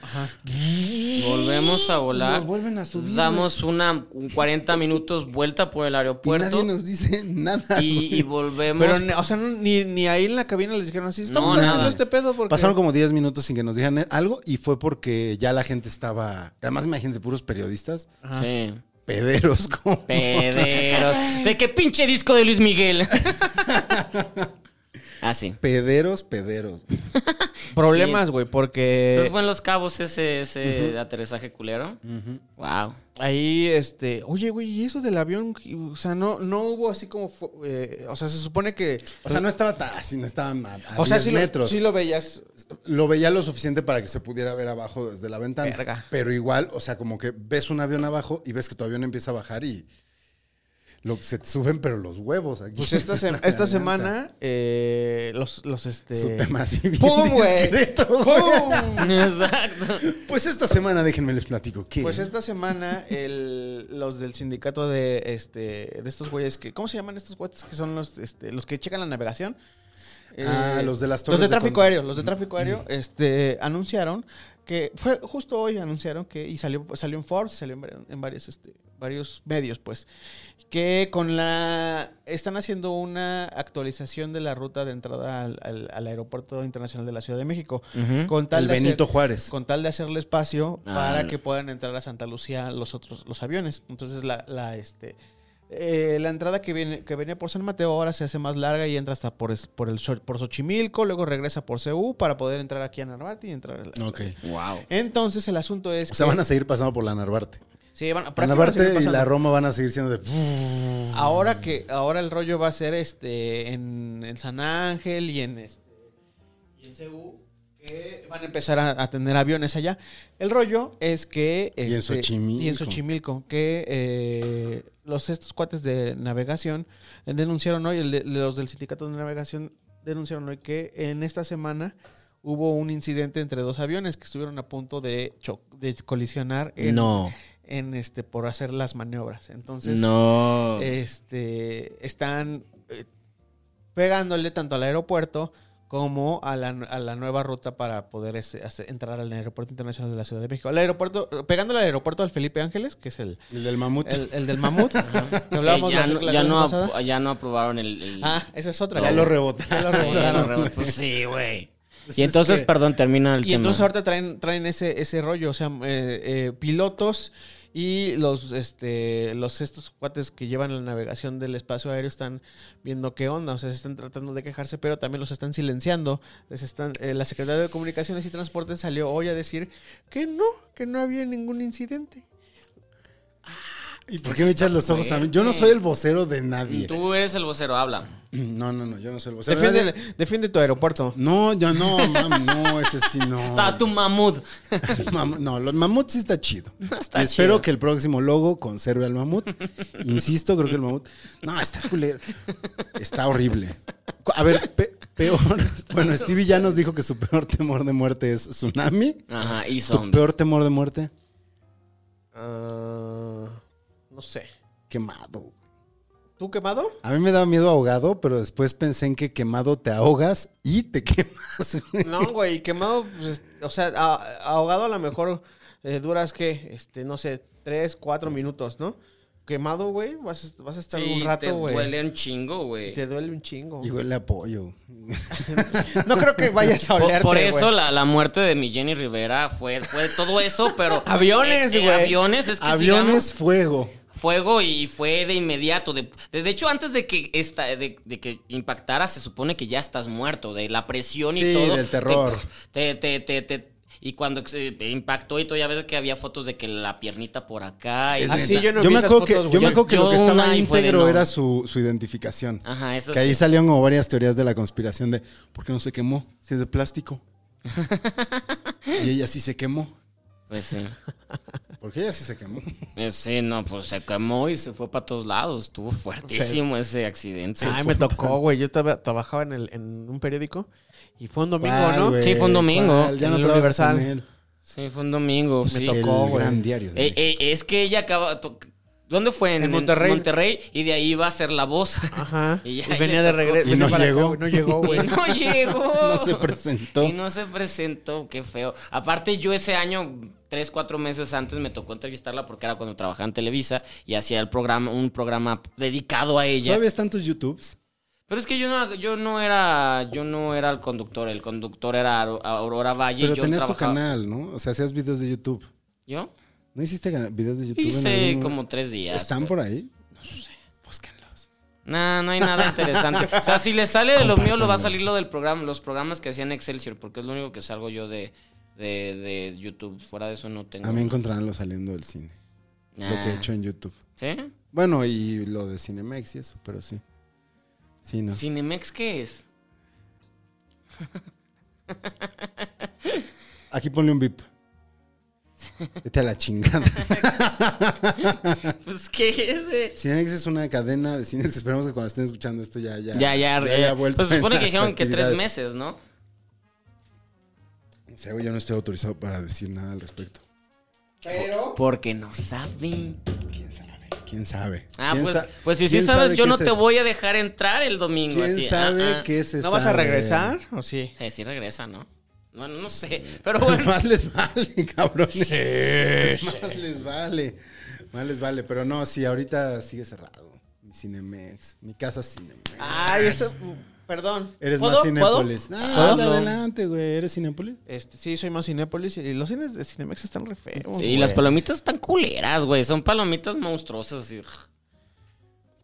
Speaker 2: Volvemos a volar.
Speaker 1: Nos vuelven a subir,
Speaker 2: Damos una un 40 minutos vuelta por el
Speaker 1: Y nadie
Speaker 2: aeropuerto.
Speaker 1: nos dice nada.
Speaker 2: Y, y volvemos.
Speaker 3: Pero, ni- o sea, no- ni, ni ahí en la cabina les dijeron así, estamos
Speaker 2: No, nada.
Speaker 3: haciendo este pedo porque...
Speaker 1: Pasaron como 10 minutos sin que nos dijeran algo y fue porque ya la gente estaba. Además, imagínense, puros periodistas,
Speaker 2: Sí.
Speaker 1: pederos, como.
Speaker 2: Pederos. ¿De qué pinche disco de Luis Miguel? ah,
Speaker 1: Eh,
Speaker 2: sí.
Speaker 1: Pederos, pederos.
Speaker 3: Problemas, güey, porque...
Speaker 2: Entonces fue en Los Cabos ese, ese aterrizaje culero. Wow.
Speaker 3: Ahí, este, oye, güey, ¿y eso del avión? O sea, no, no hubo así como, fu- eh, o sea, se supone que,
Speaker 1: O sea, no estaba ta- así, no estaba a, a
Speaker 3: o sea,
Speaker 1: 10
Speaker 3: sí lo,
Speaker 1: metros.
Speaker 3: sí lo veías,
Speaker 1: lo veía lo suficiente para que se pudiera ver abajo desde la ventana.
Speaker 3: Verga.
Speaker 1: Pero igual, o sea, como que ves un avión abajo y ves que tu avión empieza a bajar y lo, se te suben, pero los huevos aquí.
Speaker 3: pues esta, se-
Speaker 1: en la
Speaker 3: esta
Speaker 1: garganta.
Speaker 3: semana, eh, los, los, este...
Speaker 1: Su tema así bien
Speaker 3: ¡Pum, güey!
Speaker 1: discreto,
Speaker 3: ¡Pum!
Speaker 2: Exacto.
Speaker 1: Pues esta semana déjenme les platico que
Speaker 3: Pues esta semana el- los del sindicato de este de estos güeyes que ¿cómo se llaman estos güeyes que son los este, los que checan la navegación? Eh,
Speaker 1: Ah, los de las torres
Speaker 3: Los
Speaker 1: de
Speaker 3: de tráfico
Speaker 1: control.
Speaker 3: aéreo, los de tráfico aéreo este anunciaron que fue justo hoy anunciaron que y salió salió en Forbes, salió en, vari- en varios este varios medios pues que con la están haciendo una actualización de la ruta de entrada al, al- al aeropuerto internacional de la Ciudad de México con tal
Speaker 1: el
Speaker 3: de hacer-
Speaker 1: Benito Juárez.
Speaker 3: con tal de hacerle espacio
Speaker 2: Ah,
Speaker 3: para
Speaker 2: no.
Speaker 3: que puedan entrar a Santa Lucía los otros los aviones. Entonces la, la este eh, la entrada que viene que venía por San Mateo ahora se hace más larga y entra hasta por es- por el Xoch- por Xochimilco, luego regresa por CU para poder entrar aquí a Narvarte y entrar a la-
Speaker 1: Ok.
Speaker 2: Wow.
Speaker 3: Entonces el asunto es
Speaker 1: O sea, van a seguir pasando por la Narvarte.
Speaker 3: sí, van-
Speaker 1: La
Speaker 3: prácticamente van a
Speaker 1: Narvarte
Speaker 3: seguir
Speaker 1: y la
Speaker 3: pasando.
Speaker 1: Roma van a seguir siendo de...
Speaker 3: Ahora que ahora el rollo va a ser este en, en San Ángel y en este, y en CU que van a empezar a, a tener aviones allá. El rollo es que
Speaker 1: en
Speaker 3: este,
Speaker 1: Xochimilco.
Speaker 3: y en Xochimilco, que eh, los estos cuates de navegación denunciaron hoy el de- los del sindicato de navegación denunciaron hoy que en esta semana hubo un incidente entre dos aviones que estuvieron a punto de, cho- de colisionar en,
Speaker 2: No.
Speaker 3: en este por hacer las maniobras. Entonces eh,
Speaker 2: No.
Speaker 3: este, están eh, pegándole tanto al aeropuerto como a la, a la nueva ruta para poder este, hacer- entrar al aeropuerto internacional de la Ciudad de México. Al aeropuerto, pegándole al aeropuerto al Felipe Ángeles, que es el,
Speaker 1: El del mamut.
Speaker 3: el, el del mamut, que
Speaker 2: Eh,
Speaker 3: hablábamos
Speaker 2: ya,
Speaker 3: la-
Speaker 2: no,
Speaker 3: la
Speaker 2: ya,
Speaker 3: clase
Speaker 2: no
Speaker 3: pasada.
Speaker 2: apro- ya no aprobaron el. el-
Speaker 3: Ah, esa es otra.
Speaker 1: ya lo rebotaron.
Speaker 3: Ya lo
Speaker 2: Sí, ya lo
Speaker 3: rebotaron.
Speaker 2: revotaron. Pues sí, güey.
Speaker 1: Pues
Speaker 2: Y
Speaker 1: es
Speaker 2: entonces,
Speaker 1: que-
Speaker 2: perdón, termina el
Speaker 3: Y
Speaker 2: tema.
Speaker 3: entonces ahorita traen, traen ese, ese rollo, o sea, eh, eh, pilotos y los, este, los estos cuates que llevan la navegación del espacio aéreo están viendo qué onda, o sea, se están tratando de quejarse, pero también los están silenciando. Les están, eh, la Secretaría de Comunicaciones y Transportes salió hoy a decir que no, que no había ningún incidente.
Speaker 1: ¿Y por qué me echas los ojos a mí? Yo no soy el vocero de nadie.
Speaker 2: Tú eres el vocero, habla.
Speaker 1: No, no, no, yo no soy el vocero de nadie.
Speaker 3: Defiende, defiende tu aeropuerto.
Speaker 1: No, yo no, mam, no, ese sí no.
Speaker 2: Ah, tu mamut.
Speaker 1: Mam- no, los mamut sí está chido.
Speaker 2: Está
Speaker 1: Y espero
Speaker 2: chido.
Speaker 1: que el próximo logo conserve al mamut. Insisto, creo que el mamut. No, está culero. Está horrible. Cu- A ver, pe- peor. Bueno, Stevie ya nos dijo que su peor temor de muerte es tsunami.
Speaker 2: Ajá, y
Speaker 1: ¿Tu
Speaker 2: zombies.
Speaker 1: peor temor de muerte?
Speaker 3: Ah, no sé.
Speaker 1: Quemado.
Speaker 3: ¿Tú quemado?
Speaker 1: A mí me daba miedo ahogado, pero después pensé en que quemado te ahogas y te quemas. güey.
Speaker 3: No, güey, quemado, pues, o sea, a- ahogado a lo mejor eh, duras que, este, no sé, tres, cuatro minutos, ¿no? Quemado, güey, vas, a- vas a estar
Speaker 2: Sí,
Speaker 3: un
Speaker 2: te
Speaker 3: rato, güey.
Speaker 2: duele un chingo, güey.
Speaker 3: Te duele un chingo.
Speaker 1: Y huele a pollo.
Speaker 3: No creo que vayas a
Speaker 2: Por-
Speaker 3: olerte,
Speaker 2: Por, eso
Speaker 3: güey.
Speaker 2: la, la muerte de mi Jenny Rivera fue, fue todo eso, pero.
Speaker 3: Aviones,
Speaker 2: Eh, eh,
Speaker 3: güey.
Speaker 2: aviones, es que
Speaker 1: Aviones,
Speaker 2: aviones.
Speaker 1: fuego.
Speaker 2: fuego y fue de inmediato. De, de, de hecho, antes de que esta, de, de que impactara, se supone que ya estás muerto, de la presión
Speaker 1: Sí,
Speaker 2: y todo.
Speaker 1: del terror.
Speaker 2: Te, te, te, te- y cuando eh, impactó y todo, ya ves que había fotos de que la piernita por acá. Y
Speaker 1: Es
Speaker 3: Así
Speaker 1: neta.
Speaker 3: yo no vi
Speaker 1: me
Speaker 3: esas
Speaker 1: acuerdo que,
Speaker 3: fotos,
Speaker 1: yo me
Speaker 3: güey.
Speaker 1: acuerdo que lo
Speaker 2: Yo
Speaker 1: que
Speaker 2: una
Speaker 1: estaba
Speaker 2: y fue de
Speaker 1: íntegro
Speaker 2: no.
Speaker 1: era su, su identificación.
Speaker 2: Ajá, eso
Speaker 1: que ahí
Speaker 2: sí.
Speaker 1: salieron como varias teorías de la conspiración de ¿por qué no se quemó? Si es de plástico. y ella sí se quemó.
Speaker 2: Pues sí.
Speaker 1: Porque ella sí se quemó.
Speaker 2: Eh, Sí, no, pues se quemó y se fue para todos lados. Estuvo fuertísimo ese accidente.
Speaker 3: Ay, me tocó, güey. Yo traba- trabajaba en, el, en un periódico y fue un domingo,
Speaker 1: ¿Cuál,
Speaker 3: ¿no?
Speaker 1: güey?
Speaker 2: Sí, fue un domingo.
Speaker 1: ¿Cuál? Ya
Speaker 3: En
Speaker 1: no
Speaker 3: el
Speaker 1: trabajas
Speaker 3: Universal.
Speaker 1: con él.
Speaker 2: Sí, fue un domingo.
Speaker 1: El
Speaker 2: sí.
Speaker 3: tocó, güey.
Speaker 1: gran diario. de
Speaker 2: Eh, eh, es que ella acaba. to- ¿Dónde fue? En,
Speaker 3: En Monterrey.
Speaker 2: y de ahí iba a ser la voz.
Speaker 1: Ah,
Speaker 3: Ajá.
Speaker 2: Y
Speaker 3: Y,
Speaker 2: ya, y
Speaker 3: venía
Speaker 2: le
Speaker 3: de
Speaker 2: tocó.
Speaker 3: regreso.
Speaker 1: Y
Speaker 3: venía
Speaker 1: no
Speaker 3: para acá,
Speaker 1: llegó.
Speaker 3: güey, no llegó,
Speaker 2: Y
Speaker 3: güey.
Speaker 2: no llegó.
Speaker 1: No se presentó.
Speaker 2: Y no se presentó, qué feo. Aparte, yo ese año, tres, cuatro meses antes, me tocó entrevistarla porque era cuando trabajaba en Televisa y hacía el programa, un programa dedicado a ella.
Speaker 1: ¿Todavía están tus YouTubes?
Speaker 2: Pero es que yo no, yo no era, yo no era el conductor, el conductor era Auro- Aurora Valle.
Speaker 1: Pero
Speaker 2: yo
Speaker 1: tenías
Speaker 2: trabajaba-
Speaker 1: tu canal, ¿no? O sea, hacías videos de YouTube.
Speaker 2: ¿Yo?
Speaker 1: ¿No hiciste gana- videos de YouTube? en
Speaker 2: Hice
Speaker 1: algún-
Speaker 2: como tres días.
Speaker 1: ¿Están
Speaker 2: pero-
Speaker 1: por ahí? No sé. Búsquenlos.
Speaker 2: Nah, no hay nada interesante. O sea, si le sale de lo mío, lo va a
Speaker 1: Compártanos.
Speaker 2: salir lo del programa, los programas que hacían Excelsior, porque es lo único que salgo yo de, de, de YouTube. Fuera de eso no tengo.
Speaker 1: A mí encontrarán los saliendo del cine.
Speaker 2: Nah.
Speaker 1: Lo que he hecho en YouTube.
Speaker 2: Ah, ¿Sí?
Speaker 1: Bueno, y lo de Cinemex y eso, pero sí. Sí, ¿no?
Speaker 2: ¿Cinemex qué es?
Speaker 1: Aquí ponle un bip. Vete a la chingada.
Speaker 2: Pues qué es. eh?
Speaker 1: Cinemex es una cadena de cines que esperamos que cuando estén escuchando esto ya ya
Speaker 2: Ya, ya,
Speaker 1: ya
Speaker 2: ya.
Speaker 1: haya vuelto
Speaker 2: pues se supone
Speaker 1: en
Speaker 2: que
Speaker 1: las
Speaker 2: dijeron que tres
Speaker 1: actividades.
Speaker 2: meses, ¿no?
Speaker 1: O sea, güey, yo no estoy autorizado para decir nada al respecto.
Speaker 2: Porque no saben.
Speaker 1: ¿Quién sabe? ¿Quién sabe?
Speaker 2: Ah,
Speaker 1: ¿Quién
Speaker 2: pues,
Speaker 1: sa-
Speaker 2: pues si sí
Speaker 1: quién
Speaker 2: sabes,
Speaker 1: sabe
Speaker 2: yo
Speaker 1: qué
Speaker 2: no
Speaker 1: es
Speaker 2: te
Speaker 1: eso?
Speaker 2: voy a dejar entrar el domingo.
Speaker 1: ¿Quién
Speaker 2: así, ah,
Speaker 1: sabe
Speaker 2: ah.
Speaker 1: qué se
Speaker 3: ¿No vas a
Speaker 1: sabe?
Speaker 3: regresar o sí?
Speaker 2: Sí, sí regresa, ¿no? Bueno, no sé. Pero bueno.
Speaker 1: Más les vale, cabrón. Más les vale. Más les vale. Pero no, sí, ahorita sigue cerrado. Mi Cinemex. Mi casa Cinemex.
Speaker 3: Ay, eso. Perdón.
Speaker 1: Eres
Speaker 3: ¿Puedo?
Speaker 1: más
Speaker 3: ¿Puedo?
Speaker 1: Cinépolis. Ah,
Speaker 3: ¿Puedo?
Speaker 1: anda
Speaker 3: No.
Speaker 1: adelante, güey. ¿Eres Cinépolis?
Speaker 3: Este, sí, soy más Cinépolis y los cines de Cinemex están re feos.
Speaker 2: Y
Speaker 3: güey.
Speaker 2: las palomitas están culeras, güey. Son palomitas monstruosas. Así.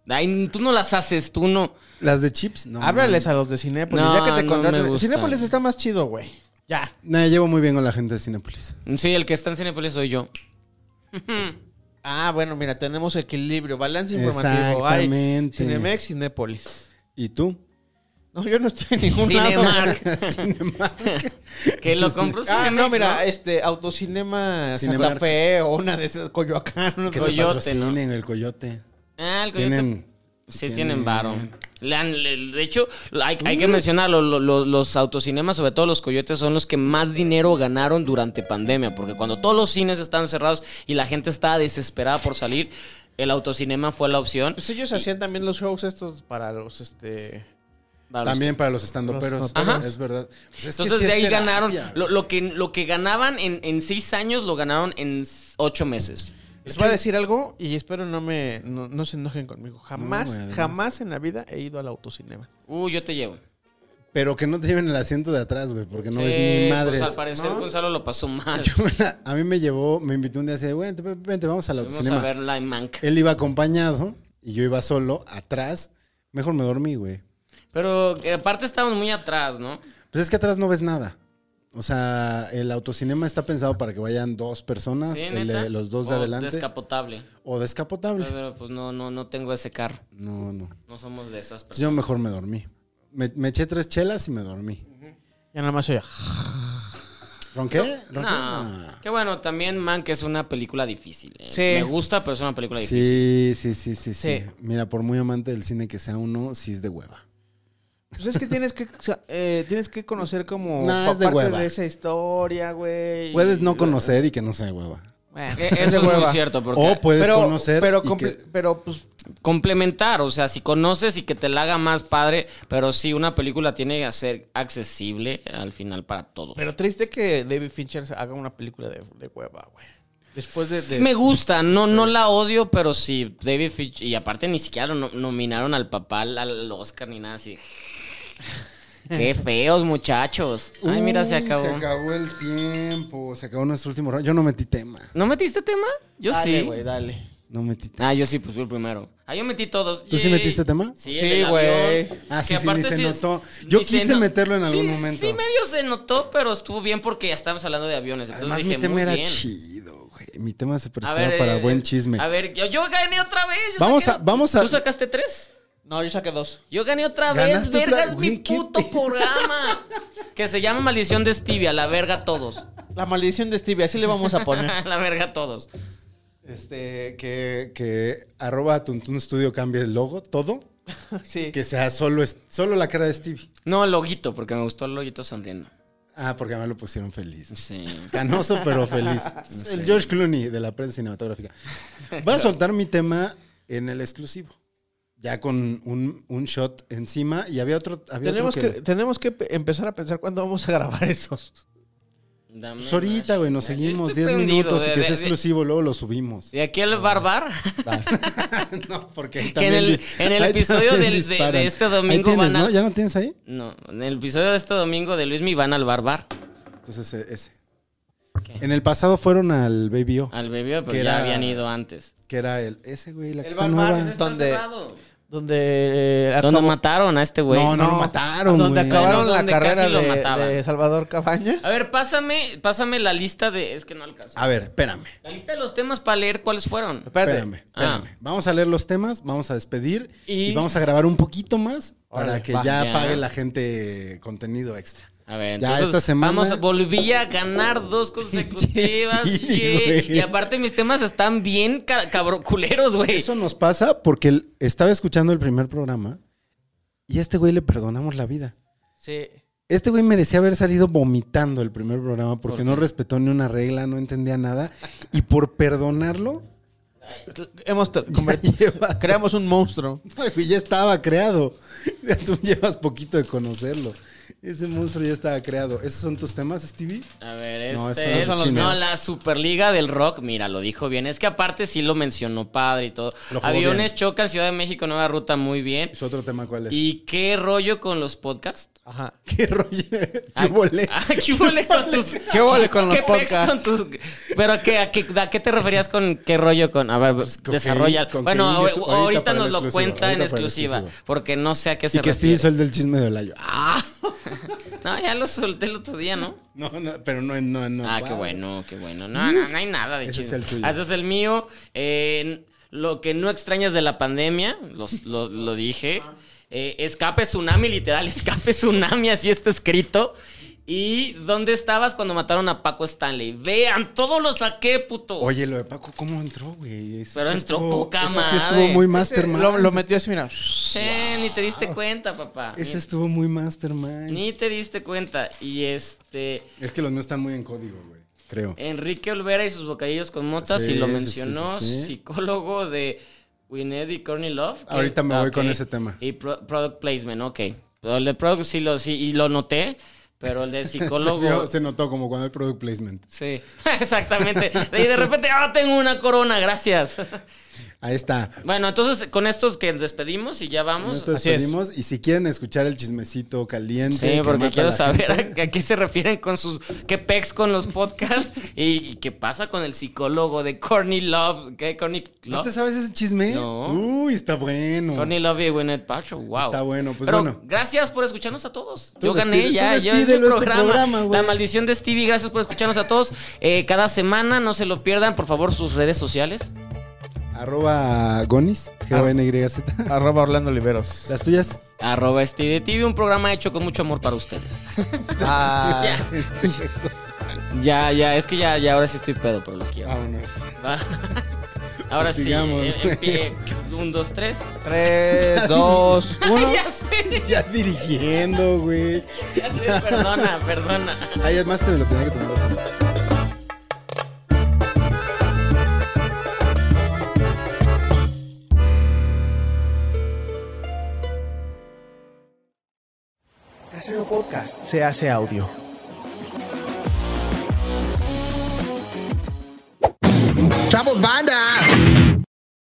Speaker 2: Ay, tú no las haces, tú no.
Speaker 1: Las de chips, no.
Speaker 3: Háblales a los de Cinépolis,
Speaker 2: No,
Speaker 3: ya que te
Speaker 2: no
Speaker 3: contraten.
Speaker 2: me gusta.
Speaker 3: Cinépolis está más chido, güey. Ya.
Speaker 1: No, me llevo muy bien con la gente de Cinépolis.
Speaker 2: Sí, el que está en Cinepolis soy yo.
Speaker 3: Ah, bueno, mira, tenemos equilibrio, balance informativo. Hay
Speaker 1: Exactamente.
Speaker 3: Cinemex, Cinépolis.
Speaker 1: ¿Y tú?
Speaker 3: No, yo no estoy en ningún lado.
Speaker 2: Cinemark.
Speaker 1: Cinemark.
Speaker 2: que lo compró
Speaker 3: Ah,
Speaker 2: Cinemex,
Speaker 3: no,
Speaker 1: eh,
Speaker 3: mira,
Speaker 2: ¿no?
Speaker 3: este Autocinema
Speaker 1: Cinemark.
Speaker 3: Santa Fe o una de esas Coyoacán. no
Speaker 1: Que
Speaker 3: sé.
Speaker 1: te
Speaker 2: Coyote,
Speaker 1: patrocinen el coyote.
Speaker 2: Ah, el coyote.
Speaker 1: Tienen.
Speaker 2: Sí, tienen varo. Le han- le- de hecho, hay, hay
Speaker 1: Mm.
Speaker 2: que mencionarlo, lo- lo- los autocinemas, sobre todo los coyotes, son los que más dinero ganaron durante pandemia, porque cuando todos los cines estaban cerrados y la gente estaba desesperada por salir, el autocinema fue la opción.
Speaker 3: Pues ellos hacían también los shows estos para los este.
Speaker 2: Para los
Speaker 1: También para los estandoperos.
Speaker 3: Los
Speaker 2: Ajá.
Speaker 1: Es verdad. Pues es que
Speaker 2: Entonces
Speaker 1: sí
Speaker 2: de
Speaker 1: es
Speaker 2: ahí
Speaker 1: terapia,
Speaker 2: ganaron.
Speaker 1: güey.
Speaker 2: Lo, lo que, lo que ganaban en, en seis años lo ganaron en s- ocho meses.
Speaker 3: Les voy a decir algo y espero no me no, no se enojen conmigo. Jamás,
Speaker 1: güey, además.
Speaker 3: jamás en la vida he ido al autocinema.
Speaker 2: Uh, yo te llevo.
Speaker 1: Pero que no te lleven el asiento de atrás, güey, porque no
Speaker 2: Sí,
Speaker 1: ves ni
Speaker 2: pues,
Speaker 1: madres.
Speaker 2: al parecer Gonzalo lo pasó mal.
Speaker 1: Yo me la- a mí me llevó, me invitó un día así, de, güey, vente, vente, vamos al
Speaker 2: Vamos a
Speaker 1: autocinema. Eh.
Speaker 2: ver la manca.
Speaker 1: Él iba acompañado y yo iba solo, atrás. Mejor me dormí, güey.
Speaker 2: Pero eh, aparte estábamos muy atrás, ¿no?
Speaker 1: Pues es que atrás no ves nada. O sea, el autocinema está pensado para que vayan dos personas,
Speaker 2: Sí,
Speaker 1: el de-
Speaker 2: neta.
Speaker 1: los dos de
Speaker 2: O
Speaker 1: adelante.
Speaker 2: Descapotable.
Speaker 1: o descapotable.
Speaker 2: Pero pues no, no, no tengo ese carro.
Speaker 1: No, no.
Speaker 2: No somos de esas
Speaker 1: Entonces yo
Speaker 2: personas.
Speaker 1: mejor me dormí. Me, me eché tres chelas y me dormí.
Speaker 3: Ya nada más oía.
Speaker 1: ¿Ronqué? ¿Ronqué?
Speaker 2: No.
Speaker 1: No.
Speaker 2: Qué bueno, también Mank es una película difícil. eh. Me
Speaker 3: Sí.
Speaker 2: gusta, pero es una película difícil.
Speaker 1: Sí, sí, sí, sí, sí,
Speaker 3: Sí.
Speaker 1: Mira, por muy amante del cine que sea uno, sí es de hueva.
Speaker 3: Pues es que tienes que o sea, eh, tienes que conocer como
Speaker 1: Nah,
Speaker 3: pa-
Speaker 1: es de
Speaker 3: parte
Speaker 1: hueva.
Speaker 3: de esa historia, güey.
Speaker 1: Puedes
Speaker 3: y
Speaker 1: no
Speaker 3: lo-
Speaker 1: conocer y que no sea de hueva.
Speaker 3: Bueno,
Speaker 2: Eh,
Speaker 3: es de
Speaker 2: Eso es muy
Speaker 3: hueva.
Speaker 2: cierto. Porque
Speaker 1: O puedes
Speaker 3: pero,
Speaker 1: conocer
Speaker 3: pero,
Speaker 1: y
Speaker 3: comple-
Speaker 1: que-
Speaker 3: pero pues
Speaker 2: complementar, o sea, si conoces y que te la haga más padre, pero sí, una película tiene que ser accesible al final para todos.
Speaker 3: Pero triste que David Fincher haga una película de, de hueva, güey. Después de... de-
Speaker 2: me gusta, no, no la odio, pero sí, David Fitch, y aparte ni siquiera lo no- nominaron al papá al, al Oscar ni nada así. Qué feos muchachos. Ay, mira, se
Speaker 1: Uy,
Speaker 2: acabó.
Speaker 1: Uh, Se acabó el tiempo. Se acabó nuestro último round. Yo no metí tema.
Speaker 2: ¿No metiste tema? Yo
Speaker 3: dale,
Speaker 2: sí.
Speaker 3: güey, dale.
Speaker 1: No metí tema.
Speaker 2: Ah, yo sí, pues fui el primero. Ah, yo metí todos.
Speaker 1: ¿Tú sí
Speaker 2: Yay.
Speaker 1: metiste tema?
Speaker 2: Sí,
Speaker 3: Sí,
Speaker 2: güey.
Speaker 3: güey.
Speaker 1: Ah, sí, sí, ni se notó. Yo quise meterlo en algún momento.
Speaker 2: Sí, medio se notó, pero estuvo bien porque ya estábamos hablando de aviones. Entonces
Speaker 1: Además,
Speaker 2: dije,
Speaker 1: mi tema
Speaker 2: muy
Speaker 1: era
Speaker 2: bien.
Speaker 1: chido, güey. Mi tema se
Speaker 2: A
Speaker 1: prestaba
Speaker 2: ver,
Speaker 1: para
Speaker 2: eh,
Speaker 1: buen chisme.
Speaker 2: A ver, yo, yo gané otra vez. yo
Speaker 1: Vamos
Speaker 2: saqué-
Speaker 1: a- vamos a-
Speaker 2: ¿Tú sacaste tres?
Speaker 3: No, yo saqué dos.
Speaker 2: Yo gané otra vez.
Speaker 1: Ganaste otra-
Speaker 2: Vergas, mi
Speaker 1: güey, qué
Speaker 2: puto
Speaker 1: pe-
Speaker 2: programa. que se llama Maldición de Stevie. A la verga todos.
Speaker 3: La maldición de Stevie, así le vamos a poner.
Speaker 2: A la verga todos.
Speaker 1: Este, que, que arroba Tuntun Studio cambie el logo, todo.
Speaker 3: sí.
Speaker 1: Que sea solo, es- solo la cara de Stevie.
Speaker 2: No, el loguito, porque me gustó el loguito sonriendo.
Speaker 1: Ah, porque me lo pusieron feliz.
Speaker 2: Sí.
Speaker 1: Canoso pero feliz. El George Clooney de la prensa cinematográfica. Voy a soltar mi tema en el exclusivo. Ya con un, un shot encima. Y había otro. Había
Speaker 3: Tenemos que,
Speaker 1: otro
Speaker 3: tenemos que pe- empezar a pensar cuándo vamos a grabar esos.
Speaker 2: Dame
Speaker 1: Pues ahorita,
Speaker 2: más.
Speaker 1: güey, nos
Speaker 2: Yo
Speaker 1: seguimos
Speaker 2: estoy
Speaker 1: 10
Speaker 2: perdido,
Speaker 1: minutos y
Speaker 2: de-
Speaker 1: que
Speaker 2: de-
Speaker 1: sea
Speaker 2: de-
Speaker 1: exclusivo, luego lo subimos.
Speaker 2: De aquí al barbar.
Speaker 1: no, porque ahí
Speaker 2: Que en el-
Speaker 1: di-
Speaker 2: en el
Speaker 1: ahí
Speaker 2: episodio
Speaker 1: también
Speaker 2: del- de- de
Speaker 1: disparan.
Speaker 2: este
Speaker 1: Ahí
Speaker 2: domingo
Speaker 1: tienes,
Speaker 2: van a-
Speaker 1: ¿no? ¿Ya no tienes ahí?
Speaker 2: No, en el episodio de este domingo de Luis Mi van al barbar.
Speaker 1: Entonces eh, ese. En el pasado fueron al Baby O,
Speaker 2: Al bebé, pero
Speaker 1: Que
Speaker 2: ya
Speaker 1: era-
Speaker 2: habían ido antes.
Speaker 1: que era el ese güey, la que
Speaker 3: El
Speaker 1: está
Speaker 3: Bar
Speaker 1: nueva.
Speaker 3: Bar,
Speaker 1: No,
Speaker 3: ese está ¿Dónde? cerrado. Donde, eh,
Speaker 2: ¿Dónde
Speaker 3: acabó-
Speaker 2: mataron a este güey?
Speaker 1: no, lo
Speaker 3: no,
Speaker 1: mataron, güey.
Speaker 3: donde acabaron
Speaker 2: Bueno,
Speaker 3: la
Speaker 2: donde
Speaker 3: carrera
Speaker 2: casi lo
Speaker 3: de,
Speaker 2: mataban.
Speaker 3: de Salvador Cabañas.
Speaker 2: A ver, pásame, pásame la lista de. Es que no alcanzó.
Speaker 1: A ver, espérame.
Speaker 2: La lista de los temas para leer cuáles fueron.
Speaker 3: Espérate.
Speaker 1: Espérame,
Speaker 2: Ah.
Speaker 1: espérame. Vamos a leer los temas, vamos a despedir y,
Speaker 3: Y-
Speaker 1: vamos a grabar un poquito más para
Speaker 3: Órale,
Speaker 1: que
Speaker 3: va.
Speaker 1: ya,
Speaker 2: Ya.
Speaker 1: pague la gente contenido extra.
Speaker 2: A ver,
Speaker 1: Ya
Speaker 2: entonces,
Speaker 1: esta semana-
Speaker 2: Vamos, a- volví a ganar dos consecutivas.
Speaker 1: Pinche Stevie,
Speaker 2: ye-
Speaker 1: güey.
Speaker 2: y aparte, mis temas están bien ca- cabroculeros, güey.
Speaker 1: Eso nos pasa porque el- estaba escuchando el primer programa y a este güey le perdonamos la vida.
Speaker 3: Sí.
Speaker 1: Este güey merecía haber salido vomitando el primer programa porque
Speaker 2: ¿Por
Speaker 1: no respetó ni una regla, no entendía nada. Y por perdonarlo,
Speaker 3: Hemos tra-
Speaker 1: ya,
Speaker 3: convert-
Speaker 1: lleva-
Speaker 3: creamos un monstruo.
Speaker 1: Güey, ya estaba creado. Ya tú llevas poquito de conocerlo. Ese monstruo ya estaba creado. ¿Esos son tus temas, Stevie?
Speaker 2: A ver, este.
Speaker 1: No,
Speaker 2: No,
Speaker 1: esos no son los míos.
Speaker 2: la Superliga del Rock, mira, lo dijo bien. Es que aparte sí lo mencionó padre y todo.
Speaker 1: Lo jugó
Speaker 2: Aviones
Speaker 1: bien.
Speaker 2: chocan, Ciudad de México, nueva ruta, muy bien.
Speaker 1: ¿Su otro tema cuál es?
Speaker 2: ¿Y qué rollo con los podcasts?
Speaker 3: Ajá.
Speaker 1: ¿Qué rollo? ¿Qué volé?
Speaker 2: Ah, ¿Qué huele con tus.?
Speaker 3: ¿Qué vale con los
Speaker 2: ¿Qué pex con
Speaker 3: podcasts?
Speaker 2: tus.? Pero a qué, a, qué, ¿a qué te referías con qué rollo con.? A ver,
Speaker 1: Pues, con
Speaker 2: desarrolla.
Speaker 1: que- con
Speaker 2: bueno,
Speaker 1: que
Speaker 2: ahor-
Speaker 1: Inés- ahorita
Speaker 2: ahorita,
Speaker 1: para el
Speaker 2: nos lo
Speaker 1: exclusivo,
Speaker 2: cuenta en
Speaker 1: ahorita para el
Speaker 2: exclusiva.
Speaker 1: exclusivo.
Speaker 2: Porque no sé a qué se
Speaker 1: Y que Stevie
Speaker 2: refiere.
Speaker 1: hizo el del chisme de Olayo. Ah,
Speaker 2: No, ya lo solté el otro día, ¿no?
Speaker 1: no, no, pero no, no, no.
Speaker 2: Ah, qué
Speaker 1: wow.
Speaker 2: bueno, qué bueno. No, no, no hay nada de
Speaker 1: Ese
Speaker 2: chisme.
Speaker 1: es el tuyo.
Speaker 2: Ah, Ese es el mío. Eh, lo que no extrañas de la pandemia, los- lo, lo dije. Eh, escape tsunami, literal, escape tsunami, así está escrito. ¿Y dónde estabas cuando mataron a Paco Stanley? Vean, todo lo saqué, puto.
Speaker 1: Oye, lo de Paco, ¿cómo entró, güey? Eso
Speaker 2: Pero
Speaker 1: sí
Speaker 2: entró
Speaker 1: estuvo-
Speaker 2: poca
Speaker 1: eso sí estuvo
Speaker 2: madre.
Speaker 1: muy mastermind.
Speaker 3: Este, Lo, lo metió así, mira.
Speaker 2: Che, ni te diste cuenta, papá.
Speaker 1: Ese
Speaker 2: Ni-
Speaker 1: estuvo muy mastermind.
Speaker 2: ni te diste cuenta. Y este.
Speaker 1: Es que los míos están muy en código, güey. Creo.
Speaker 2: Enrique Olvera y sus bocadillos con motas,
Speaker 1: Sí,
Speaker 2: y lo
Speaker 1: sí,
Speaker 2: mencionó,
Speaker 1: sí, sí, sí.
Speaker 2: psicólogo de Wined y Corny Love. que-
Speaker 1: Ahorita me voy
Speaker 2: ok.
Speaker 1: con ese tema.
Speaker 2: Y pro- Product Placement, ok. Pero el de Product sí lo, sí, y lo noté, pero el de
Speaker 1: Se,
Speaker 2: psicólogo...
Speaker 1: vio- se notó como cuando hay product placement.
Speaker 2: Sí, exactamente. Y de repente, ah, tengo una corona, gracias.
Speaker 1: Ahí está.
Speaker 2: Bueno, entonces con estos que despedimos y ya vamos.
Speaker 1: Nosotros
Speaker 3: Así es.
Speaker 1: pedimos. Y si quieren escuchar el chismecito caliente.
Speaker 2: Sí,
Speaker 1: que mata
Speaker 2: porque
Speaker 1: a
Speaker 2: quiero
Speaker 1: la
Speaker 2: saber
Speaker 1: gente,
Speaker 2: a, a qué se refieren con sus. qué pex con los podcasts y, y qué pasa con el psicólogo de Corny Love. ¿Qué? Corny Love.
Speaker 1: ¿No te sabes ese chisme?
Speaker 2: No.
Speaker 1: Uy, está bueno.
Speaker 2: Tony Love y Gwyneth Paltrow, wow.
Speaker 1: Mm. Está bueno, pues
Speaker 2: Pero
Speaker 1: bueno.
Speaker 2: Gracias por escucharnos a todos.
Speaker 1: Tú
Speaker 2: yo gané
Speaker 1: despide- tú
Speaker 2: ya, yo en
Speaker 1: despídelo
Speaker 2: el
Speaker 1: a este
Speaker 2: programa.
Speaker 1: programa, güey.
Speaker 2: la maldición de Stevie, gracias por escucharnos a todos. Eh, cada semana, no se lo pierdan, por favor, sus redes sociales.
Speaker 1: Arroba Gonis,
Speaker 2: Ah.
Speaker 1: G-O-N-Y-Z.
Speaker 3: Arroba Orlando Oliveros.
Speaker 1: Las tuyas.
Speaker 2: Arroba Stevie TV, un programa hecho con mucho amor para ustedes.
Speaker 3: Ah,
Speaker 2: Ya, ya, es que ya, ya ahora sí estoy pedo, pero los quiero.
Speaker 1: Vámonos.
Speaker 2: Va. Ahora sí,
Speaker 1: Ah. Pues sigamos,
Speaker 2: en- en pie. un, dos, tres.
Speaker 3: 3, 2, 1.
Speaker 2: Ya sé,
Speaker 1: Ya dirigiendo, güey.
Speaker 2: ya sé, perdona, perdona.
Speaker 1: Ay, además te lo tenía que tomar.
Speaker 4: Casero Podcast se hace audio.
Speaker 5: ¡Chavos, banda!